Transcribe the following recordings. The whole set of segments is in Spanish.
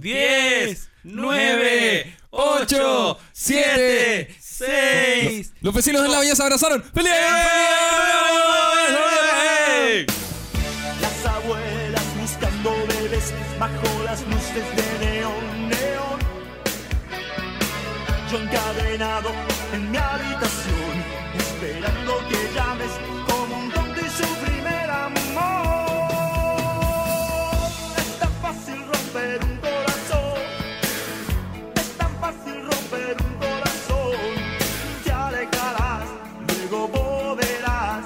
10, 9, 8, 7, 6. Los vecinos del lado ya se abrazaron. ¡Feliz! Las abuelas buscando bebés bajo las luces de neón, neón. Yo encadenado en mi habitación, esperando que llames como un don de su primer amor. Es tan fácil romper un corazón, es tan fácil romper un corazón. Te alejarás, luego volverás.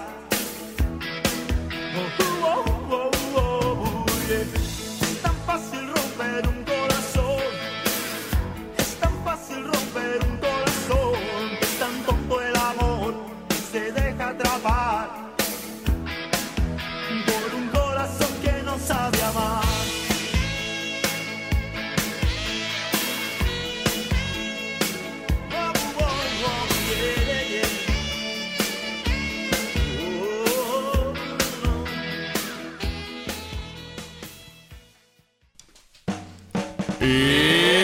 Oh, oh, oh, oh, yeah. Es tan fácil romper un corazón. Es tan fácil romper un corazón. Es tan tonto el amor que se deja atrapar por un corazón que no sabe amar. Oh, oh, oh, yeah, yeah. Oh, oh, oh.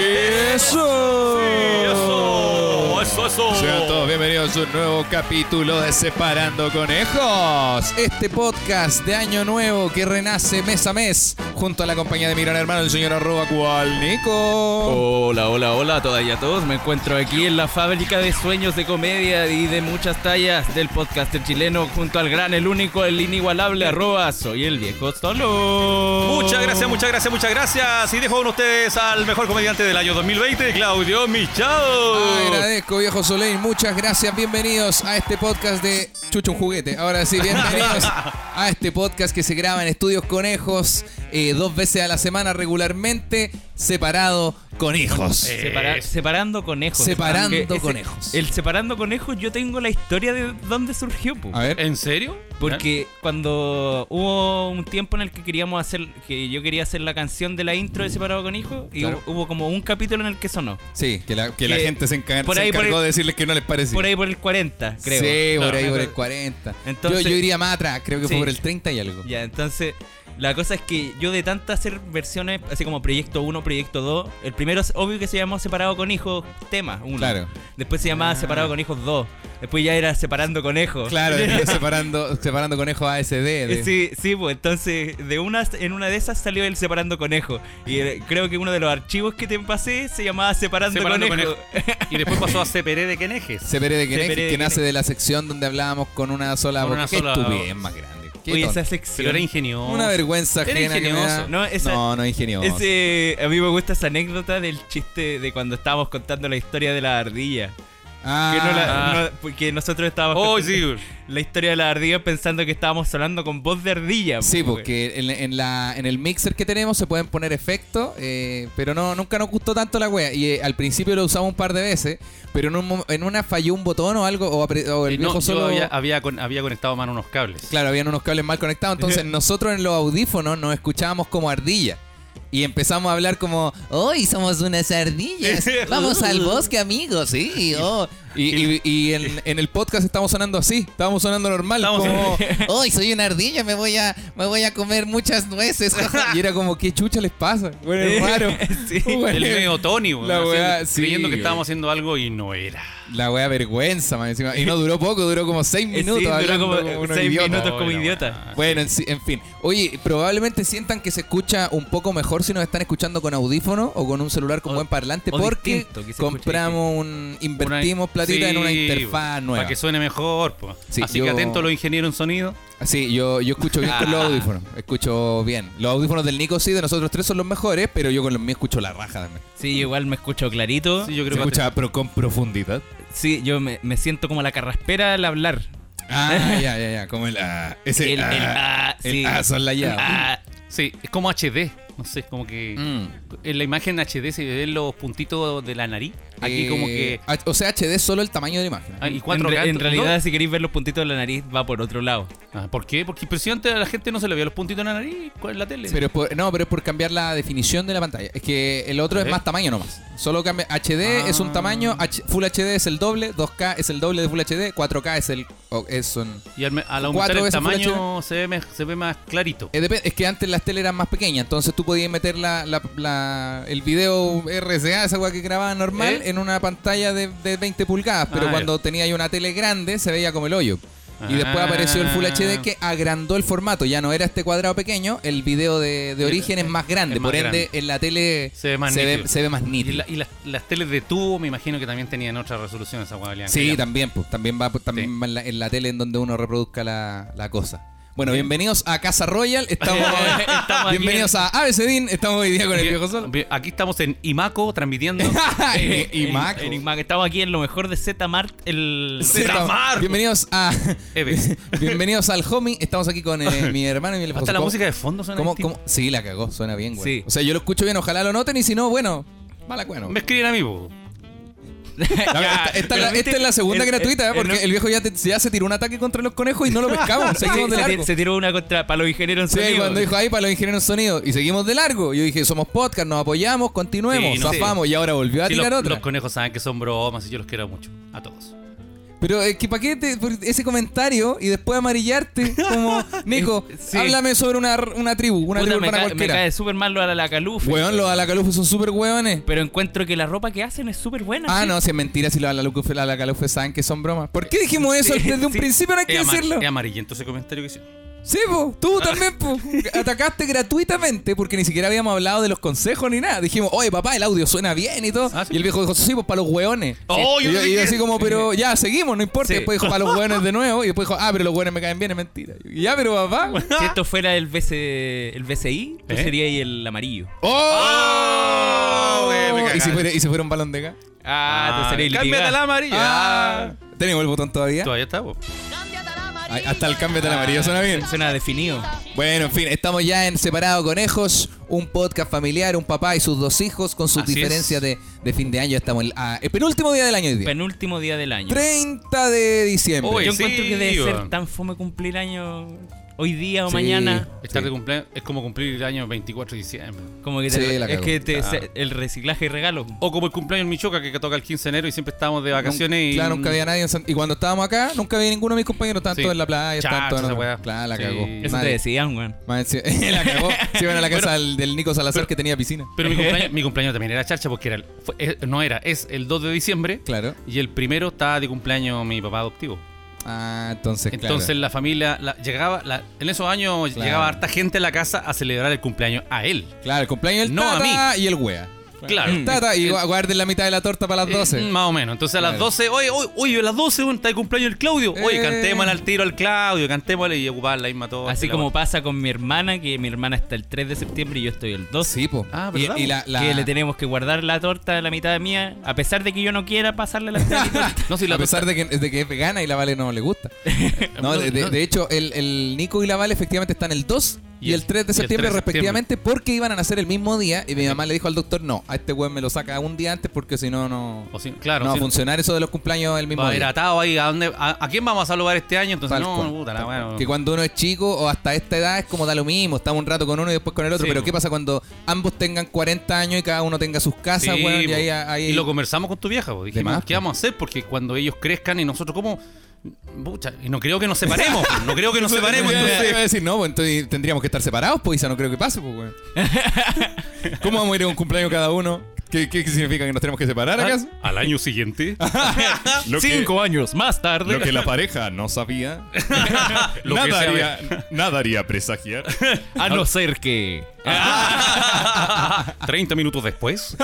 ¡Eso! Eso, eso, eso. Sean todos bienvenidos a un nuevo capítulo de Separando Conejos. Este podcast de Año Nuevo que renace mes a mes junto a la compañía de mi gran hermano, el señor arroba cual Nico. Hola, hola, hola a todas y a todos. Me encuentro aquí en la fábrica de sueños de comedia y de muchas tallas del podcaster chileno junto al gran, el único, el inigualable, arroba soy el viejo solo. Muchas gracias, muchas gracias, muchas gracias. Y dejo con ustedes al mejor comediante del año 2020, Claudio Michao. Agradezco, viejo Soleil. Muchas gracias. Bienvenidos a este podcast de Chucho un juguete. Ahora sí, bienvenidos a este podcast que se graba en Estudios Conejos eh, dos veces a la semana regularmente, separado con hijos. Eh. Separa- separando conejos. Separando Aunque ese- conejos. El separando conejos, yo tengo la historia de dónde surgió. po. A ver. ¿En serio? ¿Ah? Porque cuando hubo un tiempo en el que queríamos hacer, que yo quería hacer la canción de la intro de Separado con Hijo, y Claro. hu- hubo como un capítulo en el que sonó. Sí, que la, que la Que gente se, enca- eh, por se ahí, por encargó ahí- de decirles que no les parecía. Por ahí por el 40, creo. Sí, por Claro. ahí por el 40. Entonces- yo, yo iría más atrás, creo que fue Sí. por el 30 y algo. Ya, entonces, la cosa es que yo de tantas hacer versiones, así como Proyecto 1, Proyecto 2, el primero es obvio que se llamó Separado con Hijos, tema 1. Claro. Ah. Después se llamaba Separado con Hijos 2. Después ya era Separando Conejos. Claro, después separando, separando conejos ASD. de- Sí, sí, pues entonces de una, en una de esas salió el Separando Conejo. Y eh, creo que uno de los archivos que te pasé se llamaba Separando, Separando Conejo. Y después pasó a CPR de Quenejes. Sepere de Kenej, Sepere de que nace Kenej. de la sección donde hablábamos con una sola Con boca. una Qué sola estupidez voz. más grande. Qué Oye, tonto. esa Pero sección. era ingenioso. Una vergüenza Era ajena que me da. ingenioso. No, esa- no, no es ingenioso. Ese, a mí me gusta esa anécdota del chiste de cuando estábamos contando la historia de la ardilla. Ah, Que, no la- Ah. no- porque nosotros estábamos Oh, contando sí. la historia de la ardilla pensando que estábamos hablando con voz de ardilla. Sí, pues, porque en, en la, en el mixer que tenemos se pueden poner efectos, eh, pero no nunca nos gustó tanto la wea. Y eh, al principio lo usamos un par de veces, pero en, un mom- en una falló un botón o algo, o, apre- o el Eh, no, viejo yo solo... había, había con- había conectado mano unos cables. Claro, habían unos cables mal conectados, entonces nosotros en los audífonos nos escuchábamos como ardilla. Y empezamos a hablar como, hoy somos unas ardillas, vamos al bosque amigos, sí. oh". Y, y- y en, en el podcast estamos sonando así, estábamos sonando normal, Estamos- como, hoy soy una ardilla, me voy a me voy a comer muchas nueces. y era como, ¿qué chucha les pasa? Bueno, es raro. Sí. Bueno, El medio Tony, weón, La haciendo- weá, sí, creyendo que weón. estábamos haciendo algo y no era. La wea vergüenza, man, encima. Y no duró poco, duró como seis Eh, sí, minutos. duró hablando como unos seis idiotas. minutos como Hola, idiota. weá. Bueno, en, sí- en fin. Oye, probablemente sientan que se escucha un poco mejor si nos están escuchando con audífono o con un celular con O- buen parlante o porque distinto, que se compramos un... Invertimos Una- platita en una sí, interfaz weón, nueva. Para que suene mejor, po. Sí, Así yo- que atento los ingenieros en sonido. Sí, yo, yo escucho bien con Ah. los audífonos. Escucho bien. Los audífonos del Nico sí, de nosotros tres son los mejores, pero yo con los míos escucho la raja también. Sí, igual me escucho clarito. Sí, Sí, yo Se creo que escucha pero con profundidad. yo me, me siento como la carraspera al hablar. Ah, ya, ya, ya. Como el... ah, ese, El- el ah, el sí. ah, son la llave. Ah, Sí, es como HD. No sé, como que Mm. en la imagen HD se ven los puntitos de la nariz. Aquí Eh, como que... ah, O sea, HD es solo el tamaño de la imagen. ah, y en, cuatro re- en gatos, realidad, si queréis ver los puntitos de la nariz, va por otro lado. ¿no? Ah, ¿Por qué? Porque pero si antes a la gente no se le veía los puntitos en la nariz ¿cuál es la tele. Pero es por- no, pero es por cambiar la definición de la pantalla. Es que el otro es ¿Eh? más tamaño nomás. Solo cambia. HD es un tamaño, H- Full HD es el doble, 2K es el doble de Full HD, 4K es el. o- es, un- y al, me- al cuatro aumentar el veces Full tamaño se ve, me- se ve más clarito. Eh, depende- es que antes las teles eran más pequeñas, entonces tú tú podías meter la, la- la- el video RCA, esa weá que grababa normal, ¿Eh? en una pantalla de, de 20 pulgadas. Pero Ah, ya. cuando tenía ahí una tele grande, se veía como el hoyo. Y después Ah. apareció el Full HD que agrandó el formato. Ya no era este cuadrado pequeño, el video de, de origen es más grande. es más por ende, grande. en la tele Se ve más nítido. se ve más Y, nítido. la- y las, las teles de tubo, me imagino que también tenían otra resolución esa hueá blanca. Sí, Ya. también, pues, también va pues, también Sí. va en, la, en la tele en donde uno reproduzca la, la cosa. Bueno, bienvenidos a Casa Royal. Estamos, Estamos aquí. bienvenidos a ABCDIN. Estamos hoy día con el Bien, viejo sol. bien, Aquí estamos en Imaco transmitiendo. y Mac. En Imac. Estamos aquí en lo mejor de Z-Mart. El... Sí, estamos- Zamar. Bienvenidos a Eves. Bienvenidos al homie. Estamos aquí con eh, mi hermano y mi esposo. Hasta pues, la ¿Cómo- música de fondo suena ¿Cómo, distinta. cómo? Sí, la cagó, suena bien, güey. Sí. O sea, yo lo escucho bien, ojalá lo noten y si no, bueno, mala cueno. Me escriben a mí, po. La- esta, esta pero la- viste, esta es la segunda el- gratuita, ¿eh? el- porque el- el viejo ya, te- ya se tiró un ataque contra los conejos y no lo pescamos. Sí, Seguimos de se, largo. se tiró una contra para los ingenieros en Sí, sonido. cuando dijo ahí para los ingenieros en sonido y seguimos de largo. Yo dije, somos podcast, nos apoyamos, continuemos, Sí, no sé. zafamos y ahora volvió a Sí, tirar los, otra. los conejos saben que son bromas y yo los quiero mucho. A todos. Pero es que para qué te- por ese comentario y después amarillarte como Nico, Sí. háblame sobre una, una tribu, una Puta, tribu me, urbana cae, me cualquiera. cae súper mal lo de la, la calufa. Weón, los alacalufes son súper hueones. Pero encuentro que la ropa que hacen es súper buena. Ah, sí. no, si es mentira, si los alacalufes, los alacalufes saben que son bromas. ¿Por qué dijimos eso desde un sí. principio? No hay que es, amar- decirlo. es amarillento ese comentario que hicieron. Sí, po, tú Ah. también, po. Atacaste gratuitamente porque ni siquiera habíamos hablado de los consejos ni nada. Dijimos, oye, papá, el audio suena bien y todo. Ah, sí. Y el viejo dijo, sí, pues para los hueones. Oh, y yo yo, dije- y yo así como, pero ya, seguimos, no importa. Sí. Y Después dijo, para los hueones de nuevo. Y después dijo, ah, pero los hueones me caen bien, es mentira. Y yo, ya, pero papá. Si esto fuera el, BC, el BCI, tú ¿Eh? sería ahí el amarillo. ¡Oh! güey, me cagaste. ¿Y, si fuera, y si fuera un balón de acá. Ah, tú serías el Cámbiate la litigado. amarilla. Ah. ¿Tenemos el botón todavía? Todavía está, po. Ay, hasta el cambio de la amarilla suena bien. Suena definido. Bueno, en fin, estamos ya en Separado Conejos, un podcast familiar, un papá y sus dos hijos con sus Así diferencias de, es. de fin de año. Estamos en el, ah, el penúltimo día del año hoy día. Penúltimo día del año. 30 de diciembre. Oye, Yo sí, encuentro que debe weón. ser tan fome cumplir año hoy día o Sí. mañana. Estar de cumpleaños es como cumplir el año 24 de diciembre. Como que Sí, te, la es cagó. que te- Ah. se- el reciclaje y regalo. O como el cumpleaños en Michoca que toca el 15 de enero y siempre estábamos de vacaciones y. Claro, nunca había nadie en San- Y cuando estábamos acá, nunca había ninguno de mis compañeros. Estaban Sí. todos en la playa, estaban Chacha, todos en esa otra- weá. Claro, la Sí. cagó. Eso Nadie- te decían, weón. Más encima- la cagó. Se iban a la casa Bueno. del, del Nico Salazar que tenía piscina. Pero mi cumpleaños, mi cumpleaños también era charcha porque era, el- fue- eh, no era, es el 2 de diciembre Claro. y el primero estaba de cumpleaños mi papá adoptivo. Ah, entonces, claro. Entonces la familia la- llegaba, la- en esos años Claro. llegaba harta gente a la casa a celebrar el cumpleaños a él. Claro, el cumpleaños del No a tata y el wea. Claro. El tata y gua- guarden la mitad de la torta para las 12. Eh, más o menos. Entonces a las Claro. 12, oye, oye, oye, a las 12 weón, está de cumpleaños el Claudio. Oye, Eh. cantémosle al tiro al Claudio, cantémosle y ocupar la misma todo. Así como pasa con mi hermana, que mi hermana está el 3 de septiembre y yo estoy el 2. Sí, po. Ah, y, ¿verdad? y la, la- Que le tenemos que guardar la torta de la mitad de mía, a pesar de que yo no quiera pasarle la mitad de mi torta. No, si la a pesar de que, de que es vegana y la Vale no le gusta. No, de, de- de hecho, el, el Nico y la Vale efectivamente están el 2 y, Y el- el 3 de y el 3 de septiembre respectivamente septiembre. porque iban a nacer el mismo día y mi mamá le dijo al doctor, no, a este weón me lo saca un día antes porque si no, no, O si- pues, claro, no va si- a funcionar eso de los cumpleaños el mismo va a haber día. atado ahí. ¿A, dónde, a, a quién vamos a saludar este año? Entonces, Tal no, cual, puta, la tal bueno. cual. Que cuando uno es chico o hasta esta edad es como da lo mismo, estamos un rato con uno y después con el otro, Sí, pero po. ¿qué pasa cuando ambos tengan 40 años y cada uno tenga sus Sí, casas, weón, y po. ahí, ahí- Y lo conversamos con tu vieja, po. dijimos, más, ¿qué po. vamos a hacer? Porque cuando ellos crezcan y nosotros como... Pucha, y no creo que nos separemos, po. no creo que nos separemos. Iba a- entonces, iba a decir, no, pues entonces tendríamos que estar separados, pues, Isa, no creo que pase, pues, weón. ¿Cómo vamos a ir a un cumpleaños cada uno? ¿Qué, qué significa que nos tenemos que separar, Ah. acaso? al año siguiente, Lo que- Cinco años más tarde. la pareja no sabía. lo que sea, nada haría presagiar. A no ser que. 30 minutos después.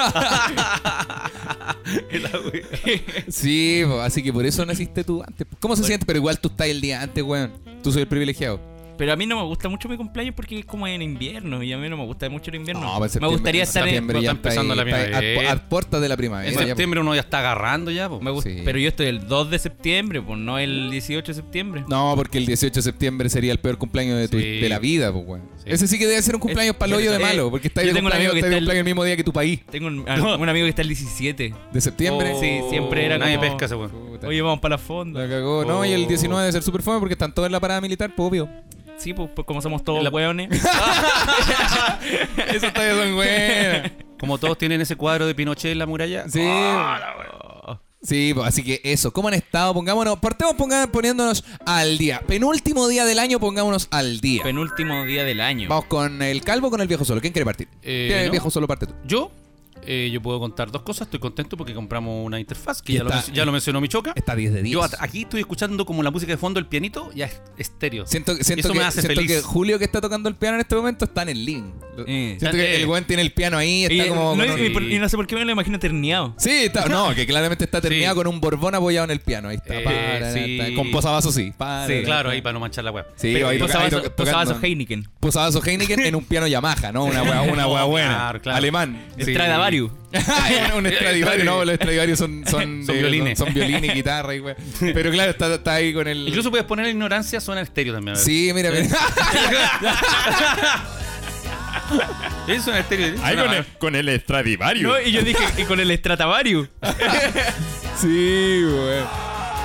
Sí, po, así que por eso naciste tú antes. po. ¿Cómo se siente? Pero igual tú estás el día antes, weón. Tú soy el privilegiado. Ah. Pero a mí no me gusta mucho mi cumpleaños porque es como en invierno y a mí no me gusta mucho el Eh, invierno. No, me pues septiembre- gustaría estar en. septiembre no, ya está ahí, empezando la ahí a- primavera. A, puertas de la en primavera. ya, pues. po. septiembre uno ya está agarrando ya. po. me gust- Sí. Pero yo estoy el 2 de septiembre, pues no el 18 de septiembre. No, porque el 18 de septiembre sería el peor cumpleaños de, tu, Sí. de la vida, pues, weón. Sí. Ese sí que debe ser un cumpleaños Es- paloyo de eh, malo, porque está ahí yo de tengo un cumpleaños, amigo que está ahí está de el- cumpleaños el mismo día que tu país, Tengo un, a- un amigo que está el 17. de septiembre. Oh, Sí, siempre era Nadie como- pesca ese weón. Puta, Oye, vamos para la la fonda. cagó. No, y el Oh. 19 debe ser súper fome porque están todos en la parada militar, pues, obvio. Sí, pues, pues como somos todos La- hueones. Esas tallas son buenas. Como todos tienen ese cuadro de Pinochet en la muralla. Sí. Ah, la weón. Sí, pues, así que eso, ¿cómo han estado? Pongámonos, partemos ponga- poniéndonos al día. Penúltimo día del año, pongámonos al día. Penúltimo día del año. Vamos con el calvo o con el viejo solo. ¿Quién quiere partir? Eh, Tiene El ¿no? viejo solo parte tú. Yo, eh, yo puedo contar dos cosas. Estoy contento porque compramos una interfaz que Y ya, lo, está- men- ya lo mencionó Michoca. Está 10 de 10. Yo at- aquí estoy escuchando como la música de fondo, el pianito, ya es estéreo. Siento, siento Eso que, me hace siento feliz. que Julio que está tocando el piano en este momento está en el link. Eh. Siento que Eh. el buen tiene el piano ahí, está Y, como... no, con un- y por- y no sé por qué me lo imagino terneado. Sí, está, no, que claramente está terminado Sí. con un borbón apoyado en el piano. Ahí está. Eh, Para, sí. ta, Con posavasos sí. Para, Sí, ta, Claro, ta. ahí para no manchar la web. Sí, Pero ahí toca- ahí posaba toca- posaba tocando- su Heineken. Posavasos Heineken en un piano Yamaha, ¿no? Una hueá una hueá No, buena. claro, claro. Alemán. El Sí. Stradivarius. Era un Stradivarius, no, los Stradivarius son, son, Son eh, violines. Son, son violines, guitarra y wea. Pero claro, está, está ahí con el. Incluso puedes poner la ignorancia, suena estéreo también. a ver. Sí, mira, mira. Sí, suena estéreo. Ahí suena con el, mal. con el Stradivarius. No, y yo dije, y con el Stratavarius. Sí, weón.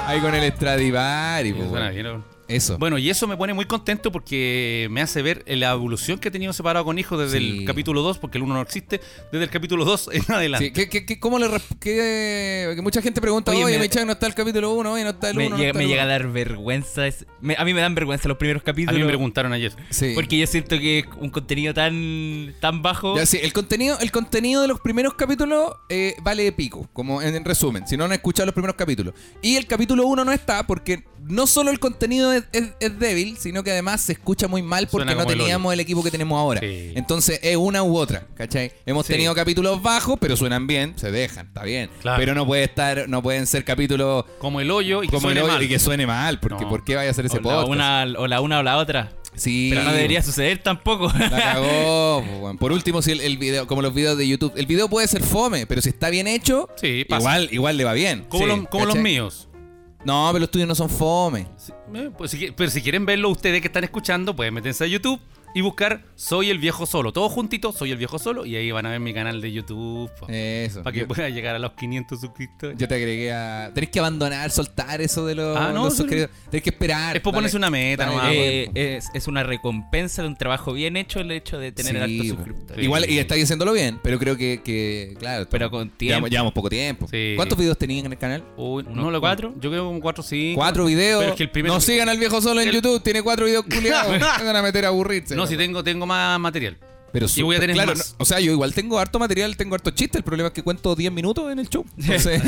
Ahí con el Stradivarius, Sí, po, suena weón. bien, ¿no? Eso. Bueno, y eso me pone muy contento porque me hace ver la evolución que he tenido separado con hijos desde Sí. el capítulo 2, porque el 1 no existe, desde el capítulo 2 en adelante. Sí, ¿qué- qué- qué- cómo le resp- qué- que mucha gente pregunta, Oye, oye, me- Michang, no está el capítulo 1, oye, no está el Me, 1. llega, me llega a dar vergüenza. es- me- a mí me dan vergüenza los primeros A capítulos. mí me preguntaron ayer. Sí. Porque yo siento que es un contenido tan, tan bajo. Ya, sí, el contenido, el contenido de los primeros capítulos eh, vale de pico, como en, en resumen, si no han escuchado los primeros capítulos. Y el capítulo 1 no está porque no solo el contenido es, es- es débil, sino que además se escucha muy mal porque Suena no como el teníamos el, equipo que tenemos ahora. Sí. Entonces es una u otra, ¿cachai? Hemos Sí. tenido capítulos bajos, pero suenan bien, se dejan, está bien. Claro. Pero no puede estar, no pueden ser capítulos Como el hoyo y que como el suene hoyo mal. y que suene mal, porque No. ¿por qué vaya a hacer ese o, la podcast? una, o la una o la otra. Sí. Pero no debería suceder tampoco. La cagó. po, weón. Por último, si el, el video, como los videos de YouTube, el video puede ser fome, pero si está bien hecho, Sí, pasa. igual, igual le va bien. Como, Sí, los, como los ¿cachai? míos. No, pero los tuyos no son fome. Sí, eh, pues si qui- pero si quieren verlo ustedes que están escuchando, pues métanse a YouTube y buscar Soy el Viejo Solo. Todos juntitos, Soy el Viejo Solo. Y ahí van a ver mi canal de YouTube. Eso. Para que Yo, pueda llegar a los 500 suscriptores. yo te agregué a. Tenés que abandonar, soltar eso de los, Ah, no, los sí. suscritos. Tenés que esperar. Es por dale, ponerse una meta, dale, nomás, dale. weón. Eh, es, es una recompensa de un trabajo bien hecho el hecho de tener Sí, altos po. suscriptores. Igual, y estáis haciéndolo bien, pero creo que, que claro. Pero con tiempo. Llevamos, llevamos poco tiempo. Sí. ¿Cuántos videos tenían en el canal? Uy, ¿Unos no, lo cuatro? Yo creo como 4 sí. Cuatro videos. Pero es que el primero no que- sigan al viejo solo en el- YouTube. Tiene cuatro videos culiados. Se van a meter a aburrirse. No, si weón. tengo, tengo más material. Pero Y voy a súper tener claro, más. no- o sea, yo igual tengo harto material, tengo harto chiste. El problema es que cuento 10 minutos en el show. Entonces,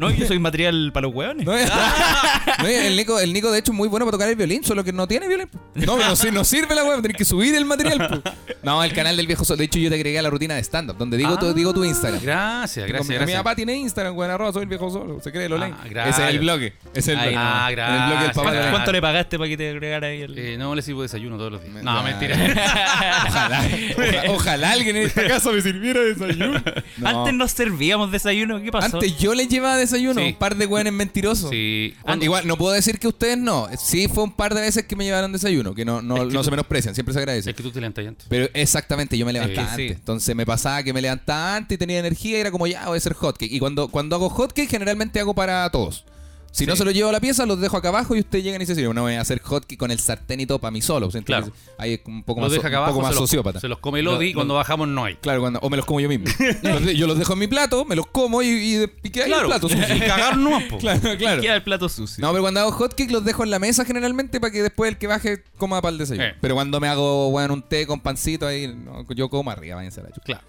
No, yo soy material para los hueones. no es- no es- el, Nico, el Nico, de hecho, es muy bueno para tocar el violín, solo que no tiene violín. No, pero si no sirve la web, tenés que subir el material. po. No, el canal del viejo sol. De hecho, yo te agregué a la rutina de stand-up, donde digo, tu, Ah, digo tu Instagram. Gracias, Tengo- gracias, mi- Mi gracias. papá tiene Instagram, weón, arroba, soy el viejo solo. Se cree lo Ah, lane. gracias. Ese es el bloque. Ese es el Ahí bloque. nomás. Ah, En el bloque del gracias. papá de la- ¿Cuánto le pagaste para que te agregara ahí el.? Eh, no le sirvo desayuno todos los días. Me- No, ya. mentira. Ojalá, ojalá, ojalá alguien en esta casa me sirviera de desayuno. No. Antes nos servíamos desayuno, ¿qué pasó? Antes yo les llevaba desayuno, Sí. un par de hueones mentirosos. sí. Ah, Igual, no puedo decir que ustedes no. Sí fue un par de veces que me llevaron desayuno, que no, no, Es que no tú- se menosprecian, siempre se agradece. Es que tú te levantas antes. Pero exactamente, yo me levantaba Es que sí. antes. Entonces me pasaba que me levantaba antes y tenía energía y era como ya voy a hacer hotcake. Y cuando, cuando hago hotcake, generalmente hago para todos. Si no se lo llevo a la pieza, los dejo acá abajo y ustedes llegan y se sirven. No voy a hacer hotcake con el sartén y todo para mí solo. ¿sí? Entonces, Claro. Ahí es un poco Los más, deja so- acá un abajo. poco más se los- sociópata. Se los come Lodi y Lo- cuando bajamos no hay. Claro, cuando, o me los como yo mismo. Los de- yo los dejo en mi plato, me los como y, y, de- y queda ahí el plato sucio. Y cagar no, po. claro, claro. Queda el plato sucio. No, pero cuando hago hotcakes los dejo en la mesa generalmente para que después el que baje coma para el desayuno. Eh. Pero cuando me hago weón, un té con pancito ahí, no, yo como arriba, váyanse a la chucha. Claro.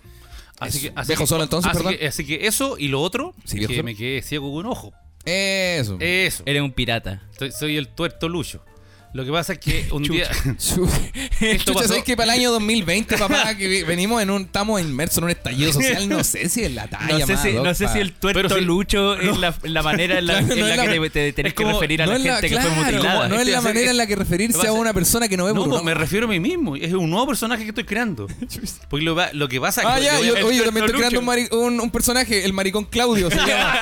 Así Eso. que, así Dejo que- solo entonces, así perdón. que, así que eso y lo otro, Sí, Mm. que dejo solo. me quedé ciego con un ojo. Eso. Eh, Eso. Eres un pirata. Soy, soy el tuerto Lucho. Lo que pasa es que un día. Chucha, pasó- ¿sabes que para el año 2020, papá, que vi- venimos en un, estamos inmersos en un estallido social? No sé si es la talla, no sé, más si, ad hoc no sé pa- si el tuerto Pero sí- lucho es la, la manera en la, Claro, no en la es que la- te, te tenés es como- que referir a no la es gente que fue claro, mutilada. No es Este, la así- manera en la que referirse a una persona que no ve No, por pues, me refiero a mí mismo. Es un nuevo personaje que estoy creando. Porque lo, va- lo que pasa es Ah, que. ya, yo voy a- yo, el oye, yo tuerto también estoy creando un, Lucho. mari- un, un personaje, el maricón Claudio se llama.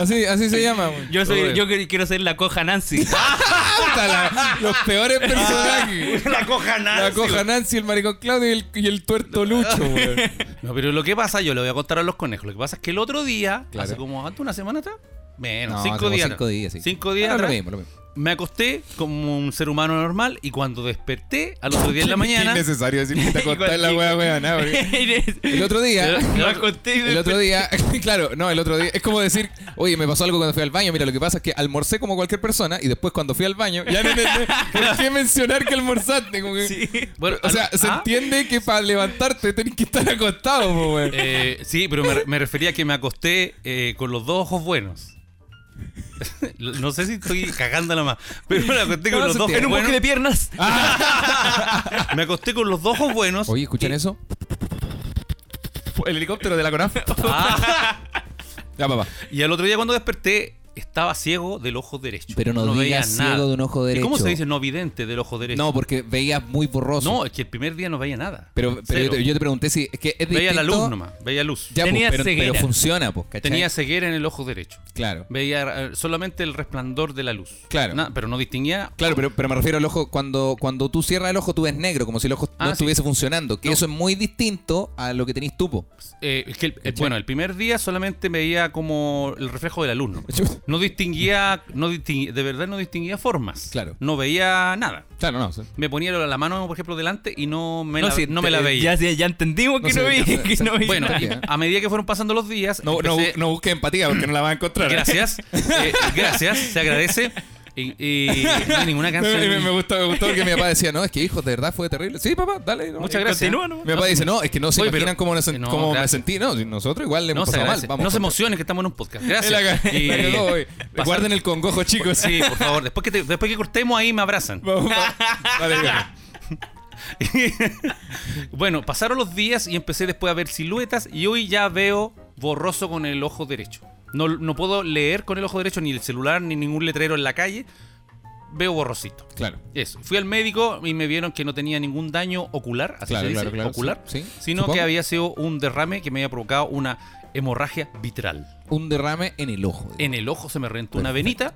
Así, así se llama. weón. Yo, soy, Oye. yo que- quiero ser la coja Nancy. Puta, la- los peores Ah, personajes. La coja nada. La coja Nancy, el maricón Claudio y el, y el tuerto Lucho, weón. No, pero lo que pasa, yo le voy a contar a los conejos. Lo que pasa es que el otro día, Claro. hace como antes, una semana atrás, menos, No, cinco como días. cinco atrás. días, sí. Cinco días Ah, lo atrás, mismo, lo mismo. me acosté como un ser humano normal y cuando desperté al otro día en la mañana. Es necesario decir que te acostás en la wea, wea, nada, porque- El otro Te día. lo- te lo acosté y El otro día, claro, no, el otro día. Es como decir, oye, me pasó algo cuando fui al baño. Mira, lo que pasa es que almorcé como cualquier persona y después cuando fui al baño, ya no entendí por qué mencionar que almorzaste. Como que- Bueno, o al- sea, se ¿Ah? entiende que para levantarte tenés que estar acostado, po, weón. Eh, sí, pero me, me refería a que me acosté eh, con los dos ojos buenos. no sé si estoy cagándola más, pero me acosté con No, los se dos en entiende. ojos un bosque de buenos. piernas. Ah, Me acosté con los dos ojos buenos. Oye, ¿escuchan eso? El helicóptero de la CONAF. Ah. Ya, papá. Y al otro día cuando desperté estaba ciego del ojo derecho. Pero no veía digas ciego de un ojo ¿Y ¿Cómo derecho? se dice no vidente del ojo derecho? No, porque veías muy borroso. No, es que el primer día no veía nada. pero pero yo, Cero. te, yo te pregunté si. Es que es veía la distinto- luz nomás, veía luz. Ya, po, Tenía pero, pero ceguera. funciona, pues, ¿cachai? Tenía ceguera en el ojo derecho. Claro. Veía eh, solamente el resplandor de la luz. Claro. Na- pero no distinguía. Claro, pero, pero me refiero al ojo, cuando, cuando tú cierras el ojo tú ves negro, como si el ojo Ah, no sí. estuviese funcionando, que eso es muy distinto a lo que tenéis tú, po. Eh, es que el- eh, bueno, el primer día solamente veía como el reflejo del alumno. No distinguía, no distinguía- de verdad no distinguía formas. Claro. No veía nada. Claro, no, sí. Me ponía la mano, por ejemplo, delante y no me, la, sí, no me la te- veía. Ya, sí, ya entendimos que No no, sé, vi, no sé, que no vi Bueno, nada. y Empatía. a medida que fueron pasando los días, No, no, empecé- bu- no busques empatía porque no la vas a encontrar. gracias, eh, gracias, se agradece. Y, y no hay ninguna No, y canción. me, me gustó, me gustó porque mi papá decía, no, es que hijo, de verdad fue terrible. Sí, papá, dale. no. Muchas gracias. Continúa, ¿no? Mi papá dice, no, es que no se Oye, imaginan pero- cómo, nos- no, cómo me gracias. sentí. No, si nosotros igual le No hemos se pasado mal. agradece. Vamos, No se con- emocionen que estamos en un podcast. Gracias. La ca- Y- la cagó, oye. pasar- Guarden el congojo, chicos. Sí, por favor, después que, te- después que cortemos ahí me abrazan. Vamos, vamos. Vale, ya. bueno, pasaron los días y empecé después a ver siluetas y hoy ya veo borroso con el ojo derecho. No, no puedo leer con el ojo derecho ni el celular ni ningún letrero en la calle. Veo borrosito. Claro. Eso. Fui al médico y me vieron que no tenía ningún daño ocular, así Claro, se dice, claro, claro, ocular, sí, sí, sino supongo. que había sido un derrame que me había provocado una hemorragia vitral. Un derrame en el ojo. En el ojo se me rentó una venita.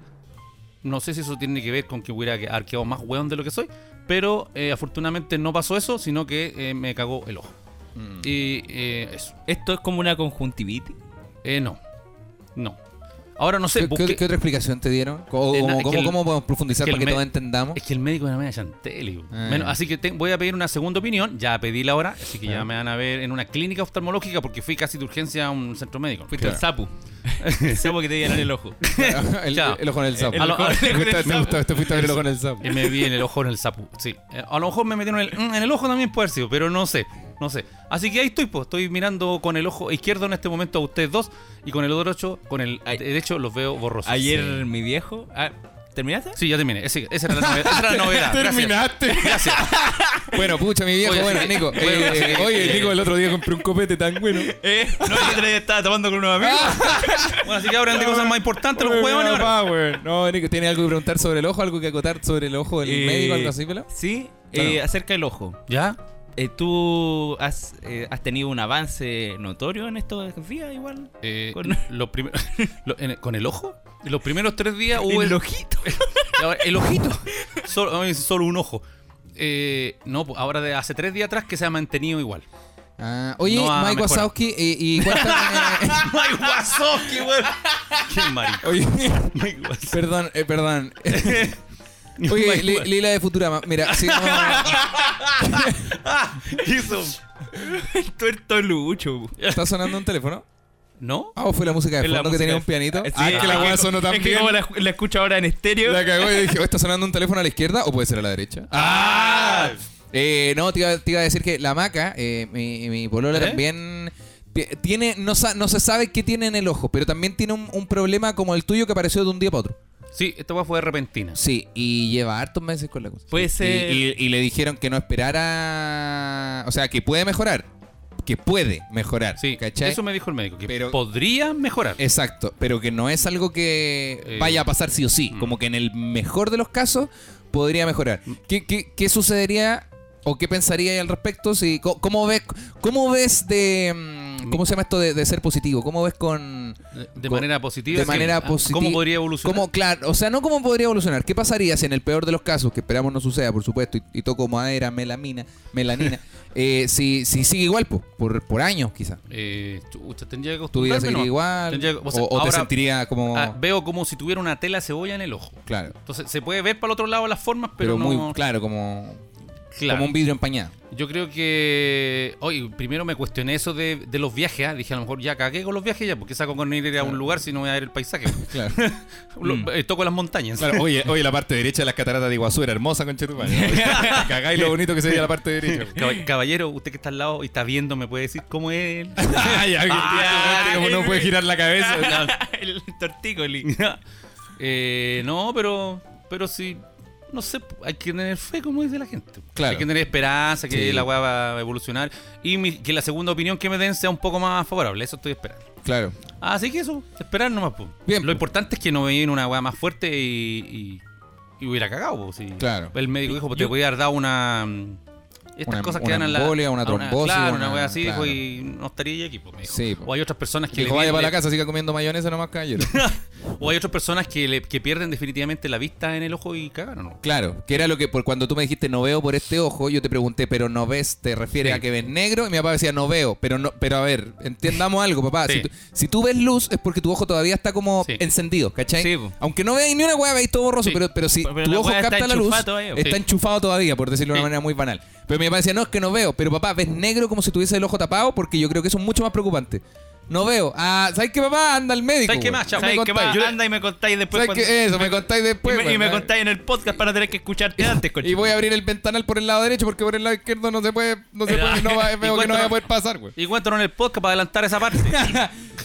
No sé si eso tiene que ver con que hubiera que- arqueado más hueón de lo que soy, pero eh, afortunadamente no pasó eso, sino que eh, me cagó el ojo. Mm. Y eh, eso. Esto es como una conjuntivitis. Eh, no. No. Ahora no sé, ¿Qué, busqué- qué- qué otra explicación te dieron? ¿Cómo, Eh, na- cómo- es que cómo- el- cómo podemos profundizar que el para que me- todos entendamos? es que el médico era media chantelio. Ah, Bueno, ya. así que te- voy a pedir una segunda opinión. Ya pedí la hora, así que Eh. ya me van a ver en una clínica oftalmológica porque fui casi de urgencia a un centro médico. Fuiste el sapo. El sapo que te dieron el ojo. el, Chao. el ojo en el sapo. El A lo- ojo- Me gusta- me gusta, te fuiste a ver el ojo en el sapo. Y Eh, me vi en el ojo en el sapo. Sí. Eh, A lo mejor me metieron en el, mm, en el ojo también puede haber sido, pero no sé. No sé. Así que ahí estoy, pues. Estoy mirando con el ojo izquierdo en este momento a ustedes dos y con el otro ocho, con el Ay. derecho los veo borrosos. Ayer mi viejo. ah, ¿Terminaste? Sí, ya terminé. Ese- esa era la novedad. Esa era la novedad. Gracias. Terminaste. Gracias. Bueno, pucha, mi viejo. Oye, bueno, sí. Nico. Bueno, eh, así que- oye, Nico, el otro día compré un copete tan bueno. Eh, no, el otro día estaba tomando con unos amigos. Ah, Bueno, así que hablan de cosas más importantes los Oye, huevones. papá, ahora. weón. No, Nico, ¿tiene algo que preguntar sobre el ojo? ¿Algo que acotar sobre el ojo del Eh, médico? ¿Algo así, pelo? Sí, eh, Claro. acerca del ojo. ¿Ya? Eh, ¿Tú has, eh, has tenido un avance notorio en estos días igual? Eh, Con- los prim- lo- en el- ¿Con el ojo? Los primeros tres días hubo el ojito. Ahora, El ojito. Solo, ay, solo un ojo. Eh, no, pues, ahora de hace tres días atrás que se ha mantenido igual. Ah, oye, No ha Mike mejorado. Wazowski, eh, y cuéntame. eh, Mike Wazowski, weón. Qué marico. oye, Mike Wazowski. perdón, eh, perdón. Oye, Li- Lila de Futurama, mira, sí, no, Hizo- Tuerto lucho. ¿está sonando un teléfono? ¿No? Ah, ¿o fue la música de Es la fondo que tenía un música pianito. Sí, ah, es que la weá sonó tan Es que bien. como la, la escucho ahora en estéreo. La cagó y dije, "Oh, ¿está sonando un teléfono a la izquierda o puede ser a la derecha? ¡Ah! Eh, no, te iba, te iba a decir que la maca, eh, mi, mi polola ¿Eh? también ti- tiene, no, sa- no se sabe qué tiene en el ojo, pero también tiene un, un problema como el tuyo que apareció de un día para otro. Sí, esta weá fue repentina. Sí, y lleva hartos meses con la cosa. Puede Y- ser- Y, y le dijeron que no esperara. O sea, que puede mejorar. Que puede mejorar. Sí, ¿cachai? eso me dijo el médico, que Pero- podría mejorar. Exacto, pero que no es algo que Eh, vaya a pasar sí o sí. Como que en el mejor de los casos podría mejorar. ¿Qué, qué- qué sucedería o qué pensaría ahí al respecto? Si, co- ¿cómo, ves, ¿Cómo ves de, mm, ¿Cómo se llama esto de, de ser positivo? ¿Cómo ves con. De- de con- manera positiva. De es que, manera ah, positiva. ¿Cómo podría evolucionar? ¿Cómo, claro, o sea, no cómo podría evolucionar. ¿Qué pasaría si en el peor de los casos, que esperamos no suceda, por supuesto, y, y toco madera, melamina, melanina, eh, si, si sigue igual, po, por, por años quizás? Eh, chucha, tendría que ¿Tu vida acostumbrarme seguiría nomás. igual? Tendría que- ¿O, o sea, o te ahora- sentiría como.? Ah, veo como si tuviera una tela de cebolla en el ojo. claro. Entonces, se puede ver para el otro lado las formas, pero, Pero, no... muy claro, como, Claro. como un vidrio empañado. Yo creo que. Oye, primero me cuestioné eso de, de los viajes. ah. Dije, a lo mejor ya cagué con los viajes, ya, porque saco con ir a un lugar si no voy a ver el paisaje. Claro. Lo- Mm. eh, toco las montañas. Claro, oye, oye, la parte derecha de las cataratas de Iguazú era hermosa con Chetumal. Cagáis lo bonito que se veía la parte derecha. Cab- Caballero, usted que está al lado y está viendo, ¿me puede decir cómo es el, Ay, ay, Ah, como no puede girar la cabeza. el tortícoli? Eh, no, pero, pero sí. No sé, hay que tener fe, como dice la gente. Claro. Hay que tener esperanza que Sí. la weá va a evolucionar y mi- que la segunda opinión que me den sea un poco más favorable. Eso estoy esperando. Claro. Así Ah, que eso, esperar nomás. po. Bien, Lo po. importante es que no me viene una weá más fuerte y, y, y hubiera cagado. po, si Claro. El médico dijo, po, te voy a haber dado una. mm, Estas Una- cosas que una dan a la. embolia, una a trombosis, Claro, una una- weá así, claro. dijo, y no estaría aquí. po, me dijo. Sí, po. O hay otras personas que. Que le vaya pierden- para la casa, siga comiendo mayonesa nomás, caballero. O hay otras personas que, le- que pierden definitivamente la vista en el ojo y cagaron. ¿no? Claro, que era lo que por cuando tú me dijiste no veo por este ojo, yo te pregunté, pero no ves, te refieres Sí. a que ves negro y mi papá decía no veo, pero no, pero a ver, entendamos algo, papá. Sí. Si, tú, si tú ves luz es porque tu ojo todavía está como Sí. encendido, ¿cachai? Sí, po. Aunque no veáis ni una hueá, veis todo borroso, Sí. pero, pero si Pero tu la ojo hueá está capta la luz, enchufada todavía, po. está Sí. enchufado todavía, por decirlo de Sí. una manera muy banal. Pero mi papá decía, no, es que no veo, pero papá, ves negro como si tuviese el ojo tapado, porque yo creo que eso es mucho más preocupante. No veo. Ah, ¿sabes qué, papá? Anda al médico. ¿Sabes qué weón. más, chavo? Me ¿Sabes qué contáis. más? Yo- Anda y me contáis después. ¿Sabes Pues cuando- qué? Eso, me contáis después. y me, y weón. me Ah. contáis en el podcast para tener que escucharte antes, coche. Y voy a abrir el ventanal por el lado derecho porque por el lado izquierdo no se puede, no se puede, no va, ¿Y veo que cuánto no voy a no? poder pasar, güey. Y cuéntanos en el podcast para adelantar esa parte.